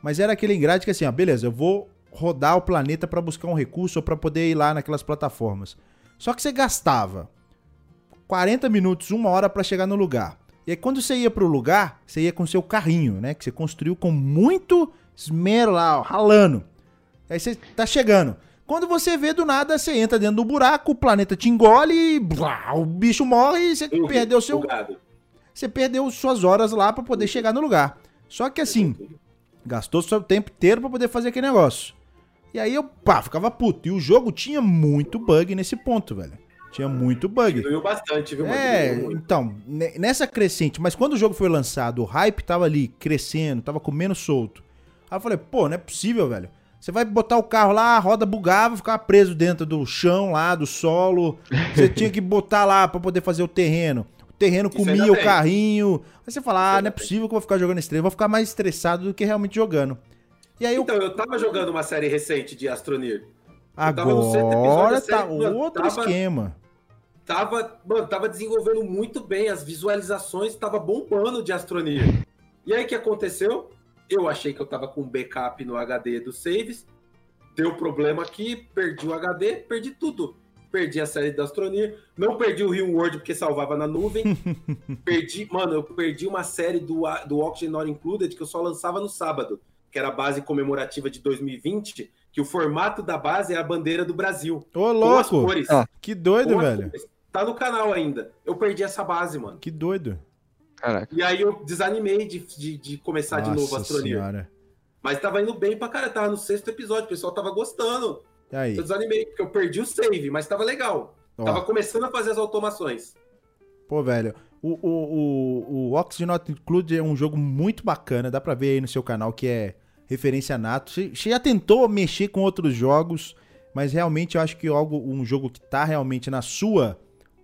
mas era aquele grade que assim, ó, beleza, eu vou rodar o planeta pra buscar um recurso ou pra poder ir lá naquelas plataformas. Só que você gastava 40 minutos, uma hora pra chegar no lugar. E aí, quando você ia pro lugar, você ia com seu carrinho, né? Que você construiu com muito esmero lá, ó, ralando. Aí você tá chegando. Quando você vê, do nada, você entra dentro do buraco, o planeta te engole, e, blá, o bicho morre e você
Eu vi,
perdeu seu
bugado.
você perdeu suas horas lá pra poder chegar no lugar. Só que assim, gastou seu tempo inteiro pra poder fazer aquele negócio. E aí eu, pá, ficava puto. E o jogo tinha muito bug nesse ponto, velho. Tinha muito bug.
Diminuiu bastante, viu, mano?
É,
Diminuiu muito.
então, ne- nessa crescente, mas quando o jogo foi lançado, o hype tava ali crescendo, tava comendo solto. Aí eu falei, pô, não é possível, velho. Você vai botar o carro lá, a roda bugava, ficava preso dentro do chão lá, do solo. Você tinha que botar lá pra poder fazer o terreno. O terreno
Isso
comia
ainda
o
tem.
carrinho. Aí você fala,
Isso
ah,
ainda
não é
tem.
possível que eu vou ficar jogando estrela, vou ficar mais estressado do que realmente jogando. E aí eu,
Então, eu tava jogando uma série recente de Astroneer. tava no sexto episódio
agora
da série,
tá
mano,
outro
tava-
esquema.
Tava, mano, tava desenvolvendo muito bem, as visualizações tava bombando de Astroneer. E aí, o que aconteceu? Eu achei que eu tava com backup no HD dos saves, deu problema aqui, perdi o HD, perdi tudo. Perdi a série da Astroneer, não perdi o Rio World porque salvava na nuvem. perdi, mano, eu perdi uma série do, A- do Oxygen Not Included que eu só lançava no sábado, que era a base comemorativa de 2020, que o formato da base é a bandeira do Brasil.
Ô,
com as
louco!
cores.
Ah,
Que doido,
Outro,
velho.
Tá no canal ainda. Eu perdi essa base, mano.
Que doido.
Caraca.
E aí eu desanimei de, de, de começar de novo a Astroneer.
senhora.
Mas tava indo bem pra cara, tava no sexto episódio, o pessoal tava gostando.
E aí?
Eu desanimei, porque eu perdi o save, mas tava legal.
Ó.
Tava começando a fazer as automações.
Pô, velho, o, o, o, o Oxygen Not Included é um jogo muito bacana, dá pra ver aí no seu canal que é referência nato. Você você já tentou mexer com outros jogos, mas realmente eu acho que algo, um jogo que tá realmente na sua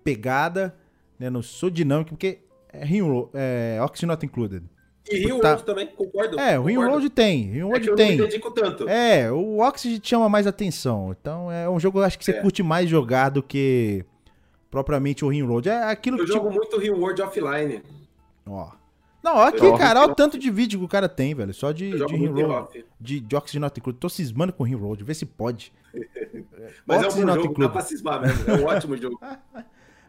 pegada, né, no seu dinâmico, porque é, Rio, é Oxygen Not Included.
E Rio
Tá.
World também, concordo.
É, o Rio
concordo.
Road tem, Rio
é
Road
que eu não
tem.
me dedico tanto.
É, o Oxygen te chama mais atenção. Então é um jogo que eu acho que você
É.
curte mais jogar do que propriamente o Rio Road. É aquilo
Eu
que
jogo muito Rio World offline.
Ó. Não, ó aqui,
Eu
cara, olha
jogo-
o tanto de vídeo que o cara tem, velho. Só de,
Eu
de
jogo muito em
Ringroad.
off.
De, de Oxygen Not Included. Tô cismando com Ringroad, vê se pode.
Mas é um
Oxygen
bom
Not
jogo, dá
Included.
pra cismar mesmo. É um ótimo jogo.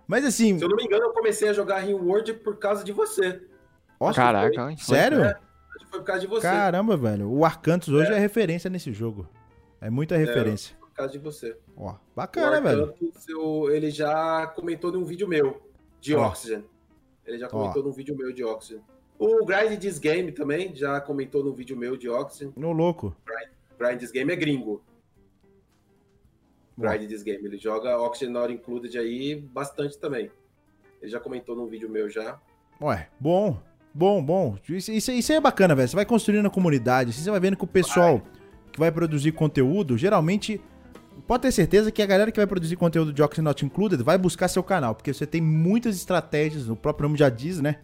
Mas assim,
Se eu não me engano, eu comecei a jogar Rio World por causa de você.
ó,
Caraca, hein?
sério?
É, acho que foi por causa de você.
Caramba, velho. O Arcantos hoje é. referência nesse jogo. É muita referência.
Por causa de você.
Ó,
O
bacana, velho.
Arcantus, eu- ele já comentou num vídeo meu de
Ó.
Oxygen. Ele já comentou num vídeo meu de Oxygen. O Grind This Game também já comentou num vídeo meu de Oxygen.
No louco.
Grind This Game é gringo.
Ó.
Grind This Game. Ele joga Oxygen Not Included aí bastante também. Ele já comentou num vídeo meu já.
Ué, bom, bom, bom. Isso, isso, isso aí é bacana, velho. Você vai construindo a comunidade, assim, você vai vendo que o pessoal que vai produzir conteúdo, geralmente, pode ter certeza que a galera que vai produzir conteúdo de Oxygen Not Included vai buscar seu canal, porque você tem muitas estratégias, o próprio nome já diz, né?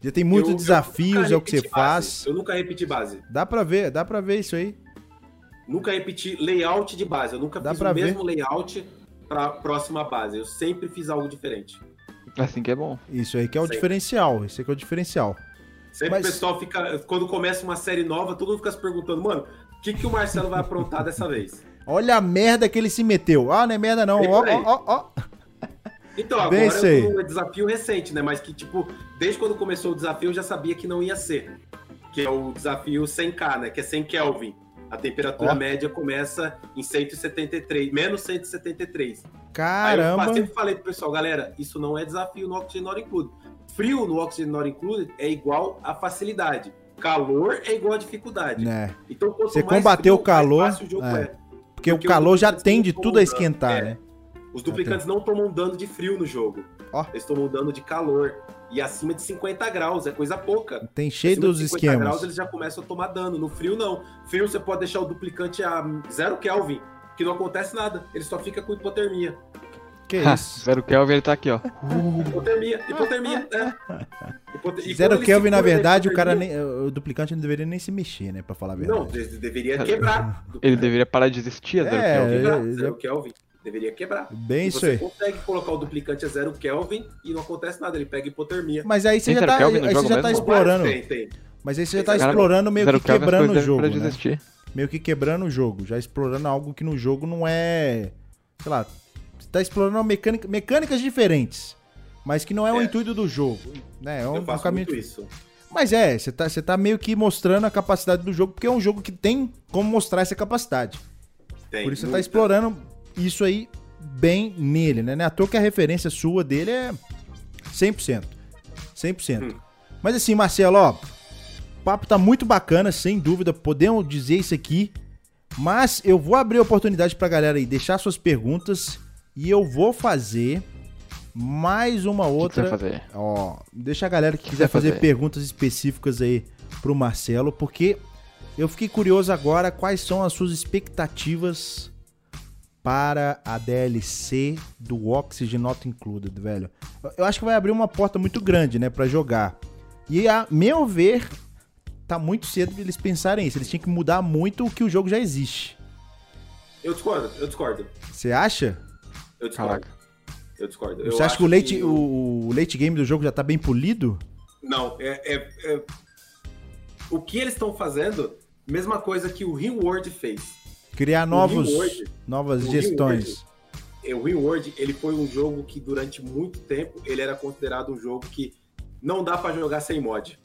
Já tem muitos
Eu- eu
desafios,
nunca
é o que você
repeti base.
faz.
Eu nunca repeti base.
Dá pra ver, dá pra ver isso aí.
Nunca repeti layout de base. Eu nunca
Dá
fiz
pra
o mesmo layout para próxima base. Eu sempre fiz algo diferente.
Assim que é bom.
Isso aí que é o
Sim.
diferencial, isso aqui é o diferencial.
Sempre
Mas-
o pessoal fica. Quando começa uma série nova, todo mundo fica se perguntando, mano, o que, que o Marcelo vai aprontar dessa vez?
Olha a merda que ele se meteu. Ah, não é merda não.
Bem
Ó,
por aí.
ó, ó, ó.
Então,
Bem
agora
isso aí.
é um desafio recente, né? Mas que, tipo, desde quando começou o desafio, eu já sabia que não ia ser. Que é o desafio 100K, né? Que é 100 Kelvin. A temperatura
Ó.
média começa em 173, menos 173. Aí eu
Caramba.
sempre falei pro pessoal, galera, isso não é desafio no Oxygen Not Included. Frio no Oxygen Not Included é igual a facilidade. Calor é igual a dificuldade.
Né?
Então, quanto
Você
mais
combater o
mais
calor,
fácil o jogo
é.
é.
Porque,
Porque
o calor
os
já
duplicantes
tem de
não
tudo a
tomam dano.
esquentar,
É.
né?
Os duplicantes não tomam dano de frio no jogo.
Ó.
Eles tomam dano de calor. E acima de 50 graus, é coisa pouca.
Tem cheio
acima
dos
de 50
esquemas.
graus eles já começam a tomar dano. No frio, não. Frio, você pode deixar o duplicante a zero Kelvin, que não acontece nada. Ele só fica com hipotermia.
Que
Ha,
isso.
Zero Kelvin, ele tá aqui, ó.
Hipotermia, hipotermia, é. Hipote- e quando
Zero
ele
Kelvin, na
segura
verdade,
a
o cara
hipotermia-
nem. O duplicante não deveria nem se mexer, né? Pra falar a
Não,
verdade.
de- deveria quebrar.
Ele deveria parar de existir, a Zero
É,
Kelvin.
Deveria
é,
quebrar,
é.
zero Kelvin. Deveria quebrar.
Bem
E
isso
você
aí.
consegue colocar o duplicante a zero Kelvin e não acontece nada, ele pega hipotermia.
Mas aí você
Tem
já
Zero
tá,
Kelvin no
aí você
jogo
já tá
mesmo?
explorando.
Tem, tem.
Mas aí você já tá
Cara,
explorando meio que
Zero Kelvin, as
quebrando o
coisas
jogo.
devem parar de
né?
existir.
Meio que quebrando o jogo. Já explorando algo que no jogo não é. Sei lá. Você tá explorando uma mecânica, mecânicas diferentes. Mas que não é o
É.
intuito do jogo. Né? É um,
Eu
um
faço
caminho.
muito isso.
Mas é, você tá, você tá meio que mostrando a capacidade do jogo, porque é um jogo que tem como mostrar essa capacidade.
Tem
Por isso você tá
muita-
explorando isso aí bem nele, né? Não é à toa que a referência sua dele é 100%.
Hum.
100%. Mas assim, Marcelo, ó, o papo tá muito bacana, sem dúvida, podemos dizer isso aqui, mas eu vou abrir a oportunidade pra galera aí deixar suas perguntas e eu vou fazer mais uma
O que que você
outra
vai fazer?
Ó, deixa a galera que
que
quiser
vai
fazer,
fazer?
perguntas específicas aí pro Marcelo, porque eu fiquei curioso agora quais são as suas expectativas para a DLC do Oxygen Not Included, velho. Eu acho que vai abrir uma porta muito grande, né, pra jogar. E a meu ver, tá muito cedo pra eles pensarem isso. Eles tinham que mudar muito o que o jogo já existe.
Eu discordo, eu discordo.
Você acha?
Eu discordo.
Caraca.
Eu discordo. Eu
Você acha
acho
que o late,
que-
o, o late game do jogo já tá bem polido?
Não, é, é- é- O que eles estão fazendo, mesma coisa que o Reward fez.
Criar novos,
rework-
novas
o
gestões.
rework É, O Reward, ele foi um jogo que durante muito tempo ele era considerado um jogo que não dá pra jogar sem mod.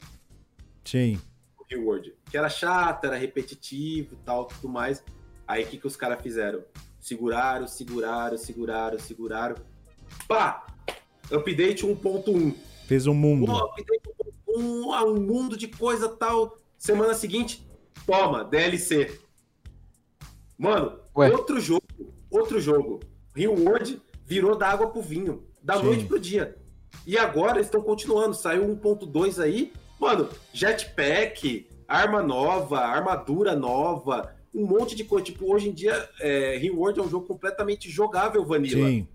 Sim.
O Reward. Que era chato, era repetitivo tal, tudo mais. Aí o que, que os caras fizeram? Seguraram, seguraram, seguraram, seguraram. Pá! Update 1.1.
Fez um mundo.
Pô, me deu um, um mundo de coisa tal. Semana seguinte, toma, DLC. Mano,
Ué.
outro jogo, outro jogo. Reward virou da água pro vinho, da
Sim.
noite pro dia. E agora eles estão continuando, saiu 1.2 aí. Mano, jetpack, arma nova, armadura nova, um monte de coisa. Tipo, hoje em dia, é, Reward é um jogo completamente jogável, Vanilla
Sim,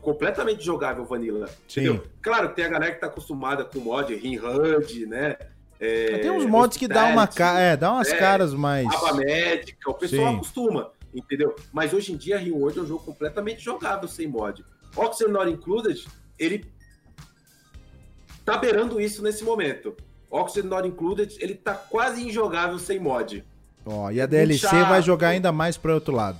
completamente jogável Vanilla.
Sim.
Entendeu? Claro, tem a galera que tá acostumada com mod, RinHud, né? É,
Tem uns mods que dá uma cara. É, dá umas
é,
caras mais.
Aba médica, o pessoal
Sim.
acostuma, entendeu? Mas hoje em dia, Reward é um jogo completamente jogável sem mod. Oxygen Not Included, ele tá beirando isso nesse momento. Oxygen Not Included, ele tá quase injogável sem mod.
Ó,
É
e a DLC vai jogar ainda mais pra outro lado.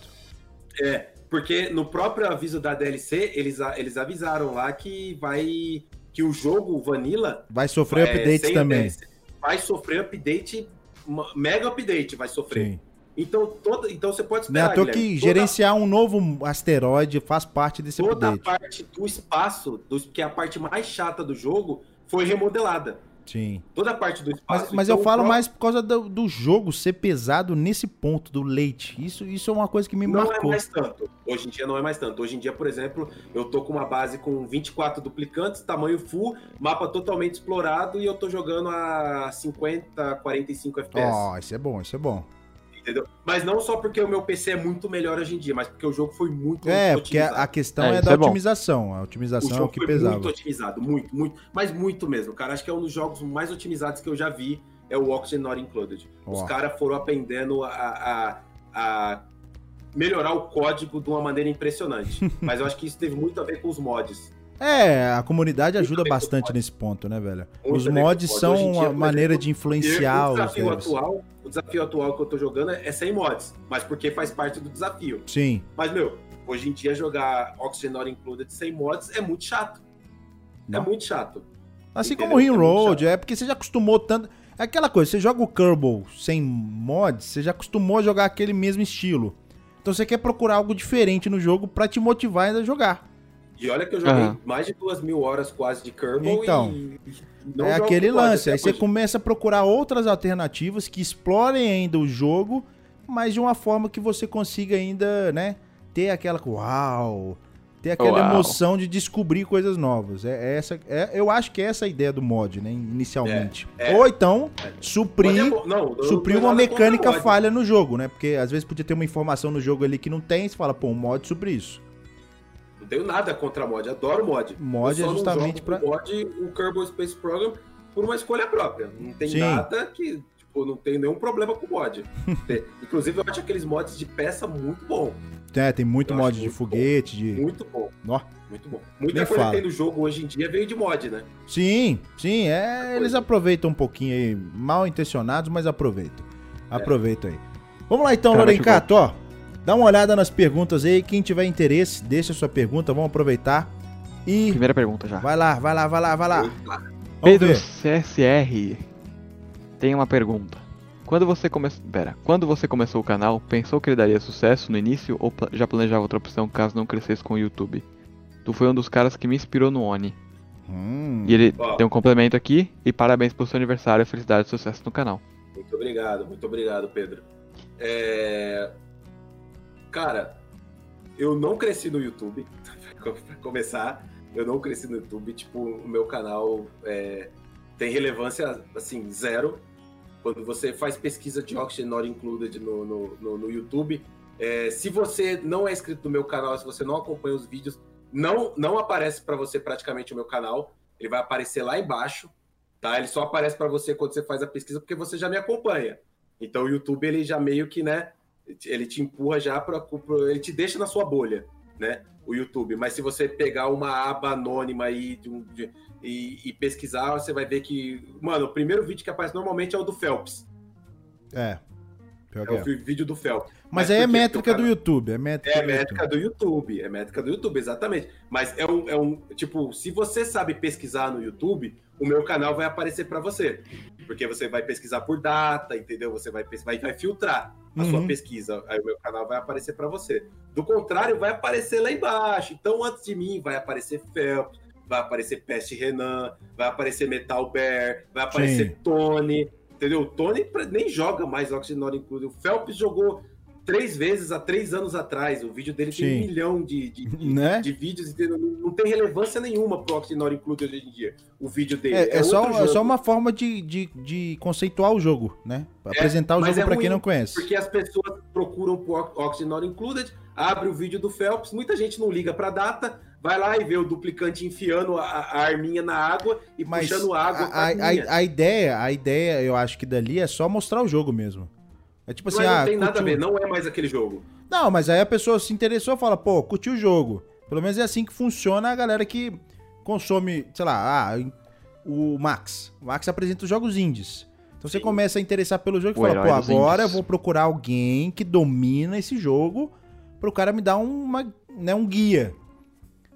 Porque no próprio aviso da DLC, eles, a- eles avisaram lá que vai. que o jogo Vanilla
Vai sofrer
É,
updates
sem
também.
updates. Vai sofrer update, uma- mega update vai sofrer.
Sim.
Então, toda, então você pode
Não é
esperar,
à toa
Guilherme.
que
Toda-
gerenciar um novo asteroide faz parte desse
Toda a
update.
parte do espaço, dos, que é a parte mais chata do jogo, foi remodelada.
Sim.
Toda a parte do espaço...
Mas, mas
então,
eu falo
o pró-
mais por causa do, do jogo ser pesado nesse ponto, do leite. Isso, isso é uma coisa que me
Não é
marcou.
mais tanto. Hoje em dia não é mais tanto. Hoje em dia, por exemplo, eu tô com uma base com 24 duplicantes, tamanho full, mapa totalmente explorado e eu tô jogando a 50, 45 FPS.
Ó, isso é bom, isso é bom.
Entendeu? Mas não só porque o meu PC é muito melhor hoje em dia, mas porque o jogo foi muito
É, porque
otimizado.
a a questão
É,
é,
isso
da
é bom.
otimização. A
o
otimização é
jogo
o que
foi muito
pesava.
otimizado, muito, muito, mas muito mesmo. Cara, acho que é um dos jogos mais otimizados que eu já vi, é o Oxygen Not Included. Os
Ó.
caras foram aprendendo a, a- a melhorar o código de uma maneira impressionante. mas eu acho que isso teve muito a ver com os mods.
É, a comunidade ajuda
Muito
bastante nesse ponto, né, velho?
Muito
Os
bem
mods
com mod.
são
Hoje em dia,
uma
por
maneira
exemplo,
de
o
influenciar os
desafio
devs.
atual, o desafio atual que eu tô jogando é é sem mods, mas porque faz parte do desafio.
Sim,
Mas, meu, hoje em dia jogar Oxygen Not Included sem mods é muito chato.
Não.
É muito chato.
assim
Entendeu?
como o
É muito
Rimroad, é porque você já acostumou tanto... É aquela coisa, você joga o Kerbal sem mods, você já acostumou a jogar aquele mesmo estilo. Então você quer procurar algo diferente no jogo pra te motivar ainda a jogar.
E olha que eu joguei
Aham.
mais de duas mil horas quase de Kerbal
Então,
e... não
é
jogo
aquele
quase
lance,
até
aí você
hoje.
começa a procurar outras alternativas que explorem ainda o jogo, mas de uma forma que você consiga ainda, né, ter aquela uau, ter aquela
Uau.
emoção de descobrir coisas novas. É, é essa, é- eu acho que é essa a ideia do mod, né, inicialmente.
É, é.
Ou então
Mas é
suprir,
bom- não, eu
suprir
não
uma
tenho nada contra
mecânica
mod.
falha no jogo, né? Porque às vezes podia ter uma informação no jogo ali que não tem, e você fala, pô, um mod supre isso.
Não tenho nada contra mod, adoro mod.
Mod é
Eu só não
justamente
jogo
pra.
Mod, o Kerbal Space Program, por uma escolha própria. Não tem
Sim.
nada que. Tipo, não tem nenhum problema com mod. Tem- Inclusive, eu acho aqueles mods de peça muito bom.
É, tem muito
Eu
mod
acho
de
muito
foguete, de.
Muito bom.
Ó.
Muito bom. Muita
Nem
coisa
fala.
que tem no jogo hoje em dia veio de mod, né?
Sim, sim, é. Eles aproveitam um pouquinho aí, mal intencionados, mas aproveitam. Aproveitam aí. Vamos lá então,
É. Cara,
Lorencato, ó. Dá uma olhada nas perguntas aí. Quem tiver interesse, deixa sua pergunta, vamos aproveitar. E
Primeira pergunta já.
vai lá, vai lá, vai lá, vai lá. Vamos
Pedro
ver.
CSR tem uma pergunta. Quando você começou. Pera, quando você começou o canal, pensou que ele daria sucesso no início ou pla- já planejava outra opção caso não crescesse com o YouTube? Tu foi um dos caras que me inspirou no Oni.
Hum,
E ele
Ó.
tem um complemento aqui e parabéns pelo seu aniversário, felicidade e sucesso no canal.
Muito obrigado, muito obrigado, Pedro. É, Cara, eu não cresci no YouTube, pra começar. Eu não cresci no YouTube, tipo, o meu canal é, tem relevância, assim, zero. Quando você faz pesquisa de Auction Not Included no, no, no- no YouTube, é, se você não é inscrito no meu canal, se você não acompanha os vídeos, não, não aparece para você praticamente o meu canal. Ele vai aparecer lá embaixo tá? Ele só aparece para você quando você faz a pesquisa, porque você já me acompanha. Então o YouTube ele já meio que, né? Ele te empurra já para, ele te deixa na sua bolha, né? O YouTube. Mas se você pegar uma aba anônima e, de um- de- e, e pesquisar, você vai ver que, mano, o primeiro vídeo que aparece normalmente é o do Phelps.
é. Pior
É
que é.
o vi- vídeo do Phelps.
Mas aí é
por que que
métrica
o
do
cara-
YouTube, é métrica do
É
YouTube.
métrica do YouTube, é métrica do YouTube, exatamente. Mas é um, é um tipo, se você sabe pesquisar no YouTube, o meu canal vai aparecer para você, porque você vai pesquisar por data, entendeu? Você vai pes- vai, vai filtrar a
Uhum.
sua pesquisa, aí o meu canal vai aparecer para você. Do contrário, vai aparecer lá embaixo. Então, antes de mim, vai aparecer Phelps, vai aparecer Peste Renan, vai aparecer Metal Bear, vai aparecer
Sim.
Tony, entendeu? O Tony pra- nem joga mais Oxygen Not Included. O Phelps jogou três vezes há três anos atrás. O vídeo dele tem
Sim.
um milhão de, de, de-
Né?
de vídeos, entendeu? Não, não tem relevância nenhuma pro Oxygen Not Included hoje em dia. O vídeo dele.
É, é só,
outro
é
jogo.
só uma forma de, de, de conceituar o jogo, né? Apresentar o
mas
jogo
é
pra quem
ruim,
não conhece.
Porque as pessoas procuram por Oxygen Not Included, abre o vídeo do Phelps, muita gente não liga pra data, vai lá e vê o duplicante enfiando a, a arminha na água e
Mas
puxando
a, tipo
água
a,
pra
a,
arminha.
a ideia, a ideia, eu acho que dali é só mostrar o jogo mesmo. É tipo assim,
Mas não
ah,
tem nada a
curtiu-
ver, não é mais aquele jogo.
Não, mas aí a pessoa se interessou e fala, pô, curtiu o jogo. Pelo menos é assim que funciona a galera que consome, sei lá, ah, o Max. O Max apresenta os jogos indies. Então você
Sim.
começa a interessar pelo jogo e
O
fala,
herói
pô,
dos
agora
indies.
eu vou procurar alguém que domina esse jogo pro cara me dar uma, né, um guia.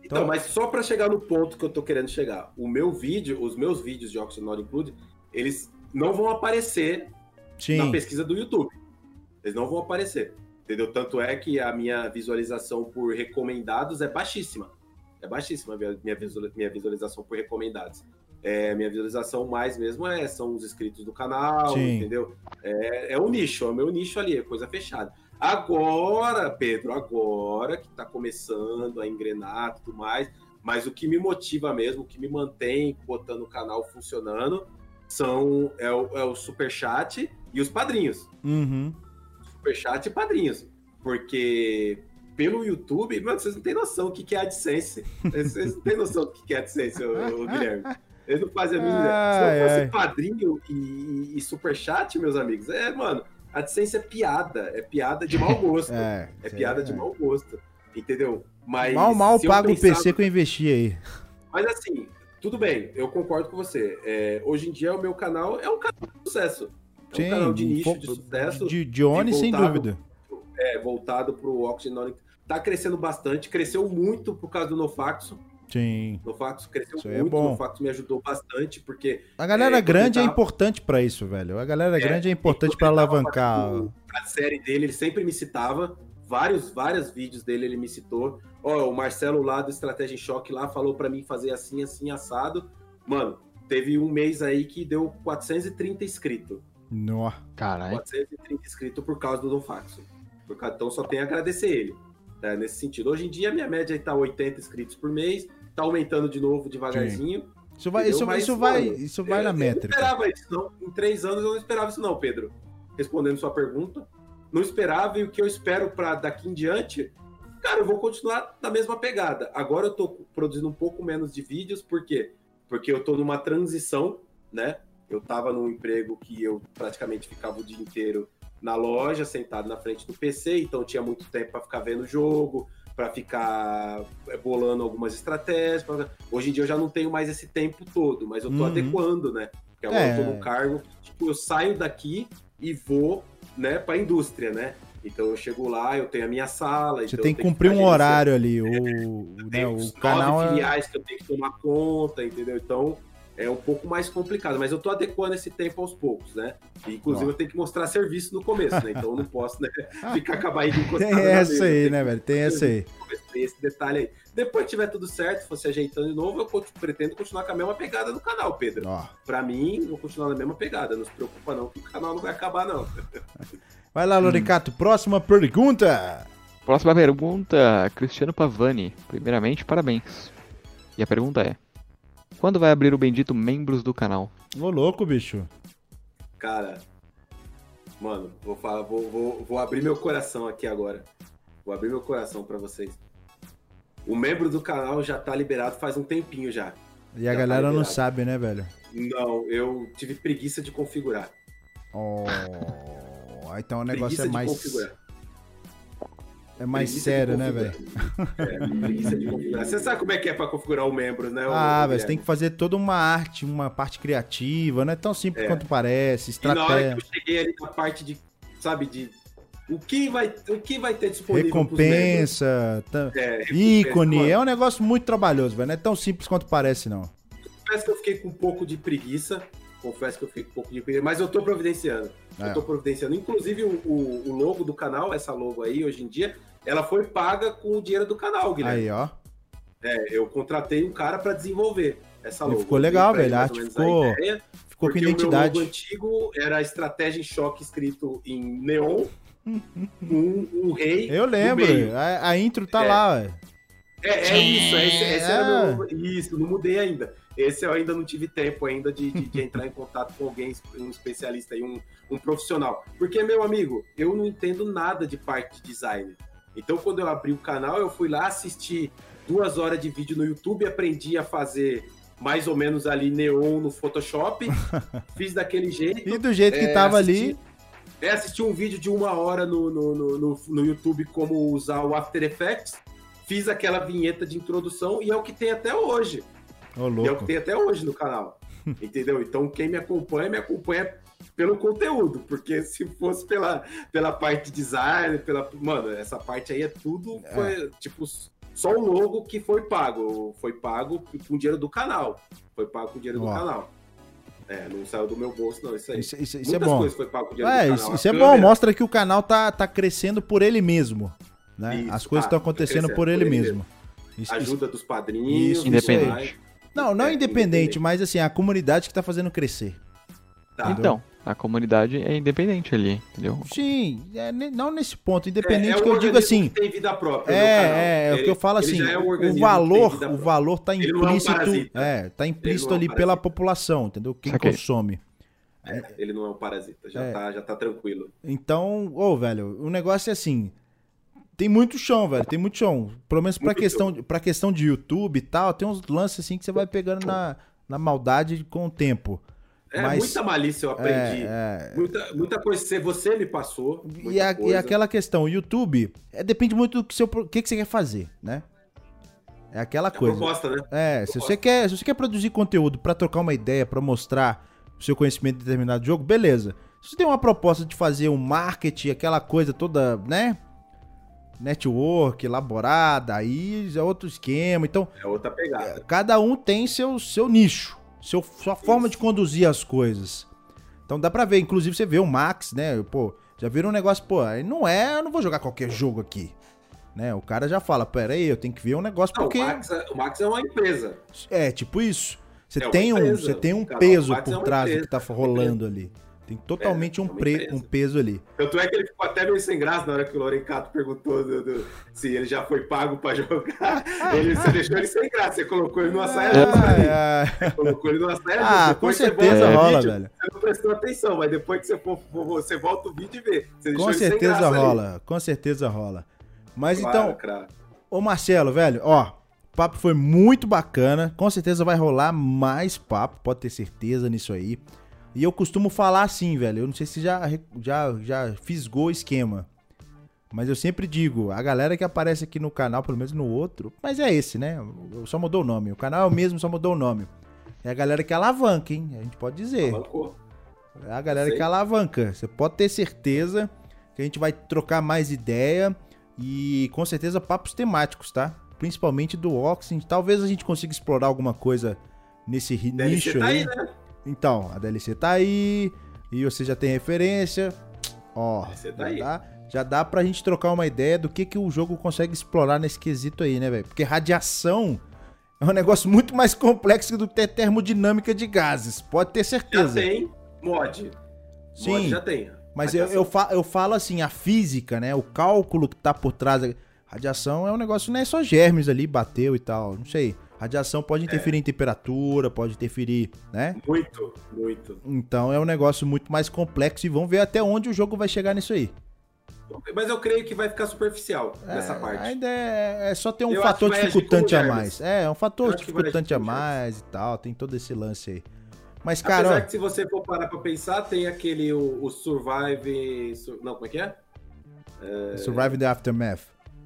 Então,
Então-
mas só pra chegar no ponto que eu tô querendo chegar, o meu vídeo, os meus vídeos de Oxygen Not Included, eles não vão aparecer na
Sim.
pesquisa do YouTube. Eles não vão aparecer. Entendeu? Tanto é que a minha visualização por recomendados é baixíssima. É baixíssima a minha- minha, visual- minha visualização por recomendados. É, minha visualização mais mesmo é, são os inscritos do canal,
Sim.
entendeu? É, é o nicho, é o meu nicho ali, é coisa fechada. Agora, Pedro, agora que tá começando a engrenar e tudo mais, mas o que me motiva mesmo, o que me mantém botando o canal funcionando, são é o, é o superchat e os padrinhos.
Uhum.
Superchat e padrinhos. Porque pelo YouTube, mano, vocês não têm noção do que que é AdSense. Vocês não têm noção do que que é AdSense, ô, ô, Guilherme. Eles não fazem a mínima ideia. Se não
Ai,
fosse
ai.
padrinho e, e superchat, meus amigos, é, mano, AdSense é piada. É piada de mau gosto. é,
É,
piada de mau gosto. Entendeu? Mas
Mal, mal
se eu
pago o
pensar-
PC que eu investi aí.
mas assim, tudo bem, eu concordo com você. É, hoje em dia o meu canal é um canal de sucesso. É um
Sim,
canal de nicho,
fo-
de sucesso,
De, de Oni,
de
sem
voltado.
dúvida.
é, voltado pro Oxygen. Not- Tá crescendo bastante, cresceu muito por causa do Nofaxo.
Sim.
Nofaxo cresceu
Isso aí é
muito,
bom.
o Nofaxo me ajudou bastante, porque
A galera
É,
grande é
tá-
importante pra isso, velho. A galera
É,
grande é importante
quando
pra
ele tava
alavancar.
fazendo a série dele, ele sempre me citava. Vários, vários vídeos dele ele me citou. Ó, o Marcelo lá do Estratégia em Choque lá falou pra mim fazer assim, assim, assado. Mano, teve um mês aí que deu 430 inscritos.
Nó.
Caralho.
430 inscritos por causa do Don Faxo. Por causa- Então só tem a agradecer ele. né, Nesse sentido. Hoje em dia, a minha média está 80 inscritos por mês. Tá aumentando de novo devagarzinho.
Isso vai, isso,
Entendeu? Mas,
isso vai,
mano, é
isso vai
Eu-
na
Eu não
métrica.
esperava isso, não. Em três anos eu não esperava isso, não, Pedro. Respondendo sua pergunta. Não esperava e o que eu espero para daqui em diante Cara, eu vou continuar na mesma pegada. Agora eu tô produzindo um pouco menos de vídeos, por quê? Porque eu tô numa transição, né? Eu tava num emprego que eu praticamente ficava o dia inteiro na loja, sentado na frente do PC, então tinha muito tempo para ficar vendo o jogo, para ficar eh, bolando algumas estratégias. Pra... Hoje em dia eu já não tenho mais esse tempo todo, mas eu tô
Uhum.
adequando, né? Porque agora
É.
eu tô num cargo, tipo, eu saio daqui e vou, né, pra indústria, né? Então eu chego lá, eu tenho a minha sala.
Você
então
tem
eu
que
tenho
cumprir
ficar
um
gerenciando-
horário ali. O, né,
Tem
o
os
canal
nove
é.
filiais que eu tenho que tomar conta, entendeu? Então é um pouco mais complicado, mas eu tô adequando esse tempo aos poucos, né? E, inclusive
Ó.
eu tenho que mostrar serviço no começo, né? Então eu não posso, né, ficar com a barriga encostada.
Tem
na
essa
mesa, eu
aí,
tenho
né,
que
velho? Tem essa aí.
tem esse detalhe aí. Depois que tiver tudo certo, for se ajeitando de novo, eu conti- pretendo continuar com a mesma pegada do canal, Pedro.
Ó.
Pra mim, eu vou continuar na mesma pegada. Não se preocupa não, que o canal não vai acabar não.
Vai lá, Loricato. Próxima pergunta.
Próxima pergunta, Cristiano Pavani. Primeiramente, parabéns. E a pergunta é: Quando vai abrir o bendito membros do canal?
Ô, louco, bicho.
Cara, mano, vou falar, vou, vou, vou abrir meu coração aqui agora. Vou abrir meu coração pra vocês. O membro do canal já tá liberado faz um tempinho já.
E a
Já tá
galera não
liberado.
sabe, né, velho?
Não, eu tive preguiça de configurar.
Ó. Então o negócio
preguiça
é mais, é mais
Preguiça de
sério, né, velho?
configurar. É, preguiça de configurar. Você sabe como é que é pra configurar o membro, né?
Ah,
ô,
velho, você tem
Guilherme?
que fazer toda uma arte, uma parte criativa, não é tão simples
É.
quanto parece,
E na hora
estratégia,
que eu cheguei ali na parte de, sabe, de o que vai, o que vai ter disponível pros membros?
recompensa, tá-
É, recompensa. Mano,
ícone, é um negócio muito trabalhoso, velho, não é tão simples quanto parece, não.
Confesso que eu fiquei com um pouco de preguiça. Confesso que eu fiquei com um pouco de preguiça, mas eu tô providenciando.
É.
Eu tô providenciando. Inclusive, o, o- o logo do canal, essa logo aí, hoje em dia, ela foi paga com o dinheiro do canal, Guilherme.
Aí, ó,
É, eu contratei um cara pra desenvolver essa
E
logo.
ficou
Eu dei
legal,
pra ele
velho, a
mais
arte
ou menos
ficou-
ideia,
ficou com
porque O
identidade.
meu logo antigo era estratégia em choque escrito em neon, com um, um rei.
Eu
no
lembro,
meio.
a, a intro tá
É.
lá, velho.
É, é isso, é esse, esse
É.
era meu, isso, não mudei ainda. Esse eu ainda não tive tempo ainda de, de- de entrar em contato com alguém, um especialista aí, um, um profissional. Porque, meu amigo, eu não entendo nada de parte de design. Então, quando eu abri o canal, eu fui lá assistir duas horas de vídeo no YouTube, aprendi a fazer mais ou menos ali neon no Photoshop, fiz daquele jeito.
E do jeito que tava ali,
É, assisti um vídeo de uma hora no, no, no, no- no YouTube como usar o After Effects, fiz aquela vinheta de introdução e é o que tem até hoje.
ô
E é o que
louco,
tem até hoje no canal. Entendeu? Então quem me acompanha, me acompanha pelo conteúdo, porque se fosse pela, pela parte de design, pela. Mano, essa parte aí é tudo. Foi, Tipo, só o logo que foi pago. Foi pago com dinheiro do canal. Foi pago com dinheiro
Ó.
do canal. É, não saiu do meu bolso, não, isso aí.
isso, isso- isso é
Muitas
bom.
coisas foi pago com dinheiro
É,
do
isso,
canal.
isso é
A
bom,
câmera,
mostra que o canal tá, tá crescendo por ele mesmo, né?
Isso,
As coisas
tá,
estão acontecendo
crescendo
por ele mesmo. Isso, é isso-
ajuda dos padrinhos,
Isso,
Independente.
Não, não
É,
independente, mas assim, a comunidade que tá fazendo crescer.
Tá.
Então, a comunidade é independente ali, entendeu?
Sim, é, ne- não nesse ponto.
É,
Independente
é um
que eu digo
organismo
assim.
que tem vida própria. no canal.
É, é, é o
Ele-
que eu falo
ele
assim,
já é um
o
organismo que tem
valor,
vida
o
própria.
valor tá
Ele não é um
implícito,
parasita.
é, tá implícito
é um
ali pela
parasita.
população, entendeu? Quem
Saquei.
consome.
Ele não é um parasita, já,
É.
tá, já tá tranquilo.
Então, ô, velho, o negócio é assim, tem muito chão, velho, tem muito chão. Pelo menos pra
Muito
questão, pra questão de YouTube e tal, tem uns lances assim que você vai pegando na, na maldade com o tempo.
É,
Mas-
muita malícia eu aprendi.
É, é.
Muita, muita coisa que você me passou. muita
E, a- e
coisa.
aquela questão, o YouTube, é, depende muito do que, seu, pro- que, que você quer fazer, né? É aquela
É a
coisa.
proposta, né?
É, se você, quer, se você quer produzir conteúdo pra trocar uma ideia, pra mostrar o seu conhecimento de determinado jogo, beleza. Se você tem uma proposta de fazer um marketing, aquela coisa toda, né? Network, elaborada, aí é outro esquema. Então,
É outra pegada.
cada um tem seu, seu nicho, seu, sua forma
Isso.
de conduzir as coisas. Então dá pra ver, inclusive você vê o Max, né? Pô, já viram um negócio, pô, aí não é, eu não vou jogar qualquer jogo aqui. Né? O cara já fala, pera aí, eu tenho que ver um negócio
Não,
porque
o, Max, é- o Max é uma empresa.
é, tipo isso. Você
É uma
tem um,
empresa,
você tem um
cara,
peso
o Max é
por
uma
trás do
empresa,
que tá rolando ali. Tem totalmente
É,
um,
é uma
pre-
empresa.
um peso ali.
Tanto é que ele ficou até meio sem graça na hora que o Lorencato perguntou do- do- se ele já foi pago pra jogar. Ele você deixou ele sem graça, você colocou ele numa saia justa ali.
Ah, é.
Você colocou ele numa saia justa.
Ah, com
Depois você
certeza
volta no
rola,
vídeo,
velho.
Você não prestou atenção, mas depois que você for, for- você volta o vídeo e vê. Você deixou
Com
ele é sem
certeza
graça ali.
rola, com certeza rola. Mas
Claro,
então,
claro.
Ô Marcelo, velho, ó, o papo foi muito bacana. Com certeza vai rolar mais papo, pode ter certeza nisso aí. E eu costumo falar assim, velho. Eu não sei se já, re- já, já fisgou o esquema. Mas eu sempre digo, a galera que aparece aqui no canal, pelo menos no outro, mas é esse, né? Só mudou o nome. O canal é o mesmo, só mudou o nome. É a galera que alavanca, hein? A gente pode dizer.
Bancou.
É a galera
Sei.
que alavanca. Você pode ter certeza que a gente vai trocar mais ideia e com certeza papos temáticos, tá? Principalmente do Oxygen. Talvez a gente consiga explorar alguma coisa nesse ri-
DLC
nicho
tá
aí.
aí, né?
Então, a DLC tá aí e você já tem referência. Ó,
DLC tá
já
aí.
dá, já dá pra gente trocar uma ideia do que, que o jogo consegue explorar nesse quesito aí, né, velho? Porque radiação é um negócio muito mais complexo do que ter termodinâmica de gases. Pode ter
Já
certeza.
tem mod. Mod já tem.
Mas eu, eu,
Radiação.
fa- eu falo assim, a física, né? O cálculo que tá por trás. da- Radiação é um negócio, não é só germes ali, bateu e tal. Não sei. Radiação pode interferir
É.
em temperatura, pode interferir, né?
Muito, muito.
Então é um negócio muito mais complexo e vamos ver até onde o jogo vai chegar nisso aí.
Mas eu creio que vai ficar superficial nessa
É,
parte.
A ideia é- é só ter um
Eu acho
fator
que vai agir
dificultante a
como
mais. É, é um
Eu
fator
acho que vai agir
dificultante a
como germes.
mais e tal. Tem todo esse lance aí. Mas, cara,
Apesar
ó,
que se você for parar pra pensar, tem aquele o, o Survive. Sur- não, como é que é?
Survive the Aftermath.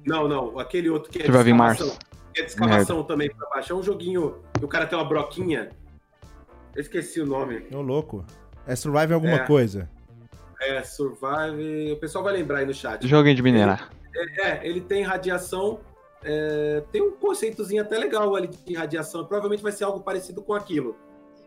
Não, não. Aquele outro que é
Survive
de
Mars.
escavação. Que é de escavação também pra baixo. É um joguinho que o cara tem uma broquinha. Eu esqueci o nome.
Ô, louco. É Survive alguma
É.
coisa.
É Survive. O pessoal vai lembrar aí no chat.
Joguem de minerar.
É, ele tem radiação. é, tem um conceitozinho até legal ali de radiação. Provavelmente vai ser algo parecido com aquilo.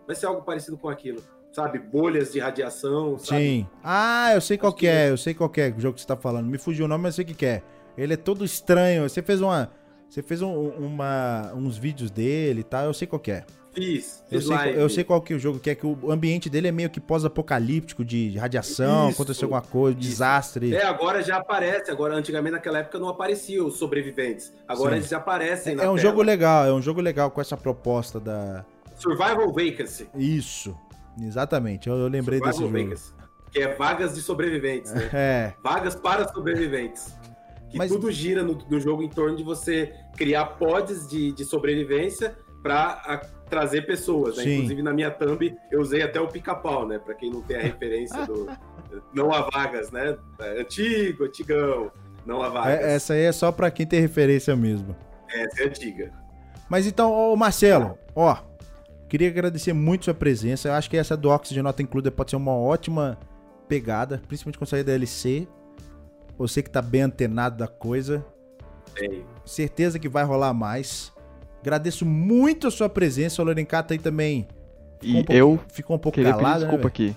Vai ser algo parecido com aquilo. Sabe? Bolhas de radiação. Sabe?
Sim. Ah, eu sei qual
Acho
que é, eu sei qual que é o jogo que você tá falando. Me fugiu o nome, mas eu sei o que que é. Ele é todo estranho. Você fez uma. Você fez um- uma, uns vídeos dele e tal, eu sei qual que é.
Fiz.
Eu
fiz
sei,
live.
eu sei qual que é o jogo que é, que o ambiente dele é meio que pós-apocalíptico, de radiação,
Isso.
aconteceu alguma coisa,
Isso.
desastre.
É, agora já aparece. Agora, antigamente, naquela época, não apareciam os sobreviventes. Agora
Sim.
eles aparecem assim na
É um
tela.
jogo legal, é um jogo legal com essa proposta da.
Survival Vacancy.
Isso. Exatamente, eu, eu lembrei desse
Survival
jogo.
Vacancy. Que é vagas de sobreviventes, né?
É.
Vagas para sobreviventes. Que
Mas-
tudo gira no, no jogo em torno de você criar pods de, de sobrevivência para trazer pessoas. Né?
Sim.
Inclusive, na minha thumb, eu usei até o pica-pau, né? Para quem não tem a referência do... Não há vagas, né? Antigo, antigão. Não há vagas.
É- Essa aí é só pra quem tem referência mesmo.
Essa é antiga.
Mas então, ô Marcelo, ó, queria agradecer muito sua presença. Eu acho que essa do Oxygen Nota Includa pode ser uma ótima pegada, principalmente quando sair da LC. Você que tá bem antenado da coisa.
Bem,
Certeza que vai rolar mais. Agradeço muito a sua presença. O Lorencato aí também
E
um pouco-
eu
ficou um pouco
queria pedir
calado, né?
desculpa
velho?
aqui.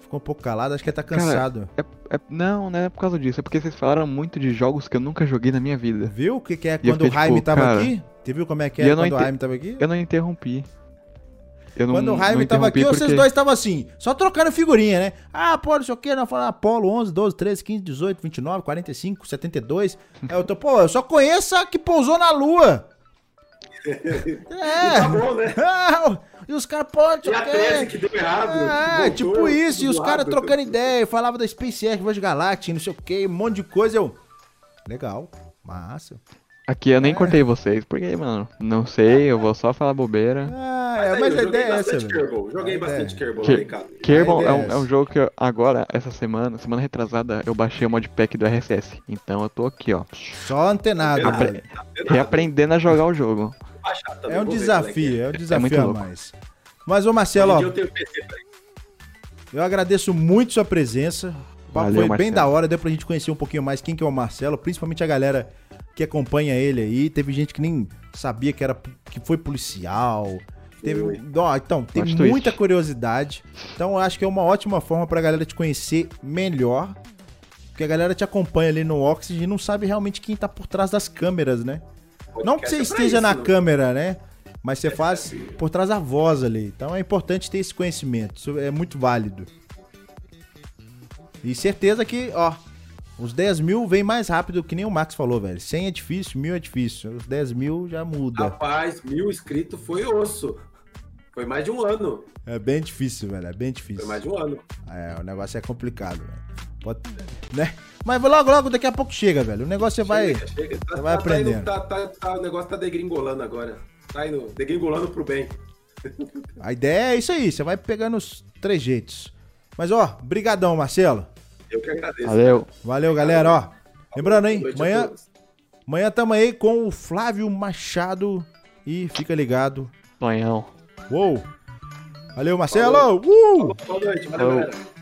Ficou um pouco calado, acho que ele tá
Cara,
cansado.
É- não, não é por causa disso. É porque vocês falaram muito de jogos que eu nunca joguei na minha vida.
Viu o que, que é
eu
quando o
fiquei,
Jaime
tipo,
tava
cara,
aqui? Você viu como é que
e
é
eu não
quando o
ente-
Jaime tava aqui?
Eu não interrompi. Eu não,
Quando o Jaime
não
tava aqui,
interrompi
vocês
porque-
dois estavam assim, só trocando figurinha, né? Ah, pô, não sei o que, não fala Apolo 11, 12, 13, 15, 18, 29, 45, 72. Aí eu tô, pô, eu só conheço a que pousou na lua.
Tá
É.
bom, né?
Ah, e os caras, pô, não sei
E a 13
o que.
que deu errado.
É,
que voltou,
tipo isso, e os
tudo
caras
errado.
trocando ideia, eu falava da SpaceX, Voz Galáctica, não sei o que, um monte de coisa, eu... Legal, massa.
Aqui
É.
eu nem cortei vocês, porque, mano, não sei, eu vou só falar bobeira.
Ah,
Mas,
é, mas a
eu joguei
ideia é essa,
bastante
velho.
Kerbal. Joguei
A
bastante Kerbal,
Que-
né, cara?
Kerbal é,
ideia é
um, é um
essa.
jogo que eu- agora, essa semana, semana retrasada, eu baixei o modpack do RSS. Então eu tô aqui, ó,
Só antenado,
Ah,
velho.
reaprendendo a jogar o jogo.
Baixar também,
É um
vou ver
desafio, é um
muito
desafio a
louco.
mais. Mas, ô
como
Marcelo,
é que é. Hoje em
ó,
dia Eu tenho PC pra
eu agradeço muito sua presença. O papo
Valeu,
foi bem
Marcelo.
da hora, deu pra gente conhecer um pouquinho mais quem que é o Marcelo, principalmente a galera que acompanha ele aí. Teve gente que nem sabia que era que foi policial. Teve,
Foi.
ó, então, tem
Plot twist.
muita curiosidade. Então, eu acho que é uma ótima forma pra galera te conhecer melhor. Porque a galera te acompanha ali no Oxygen e não sabe realmente quem tá por trás das câmeras, né?
Podcast
Não que você
é pra
esteja
isso,
na
né? É,
câmera, né? Mas você faz por trás da voz ali. Então é importante ter esse conhecimento. Isso é muito válido. E certeza que, ó, os 10 mil vem mais rápido que nem o Max falou, velho. 100 é difícil, 1000 é difícil. Os 10 mil já muda.
Rapaz, mil inscritos foi osso. Foi mais de um ano.
É bem difícil, velho. É bem
Foi
difícil.
mais de um ano.
É, o negócio é complicado, velho. Pode, né? Mas logo, logo, daqui a pouco chega, velho. O negócio você vai.
Chega, chega. Tá,
você vai
tá- tá indo-
aprendendo.
tá- tá- tá- o negócio tá degringolando agora. Tá indo, degringolando pro bem.
A ideia é isso aí, você vai pegando os trejeitos. Mas ó, brigadão, Marcelo.
Eu que agradeço.
Valeu.
Valeu, galera, ó. Lembrando, hein,
Boa noite a
amanhã,
todos.
amanhã tamo aí com o Flávio Machado e fica ligado.
Sonhão.
Uou! Valeu, Marcelo! Uh!
Boa noite, valeu,
Falou.
galera.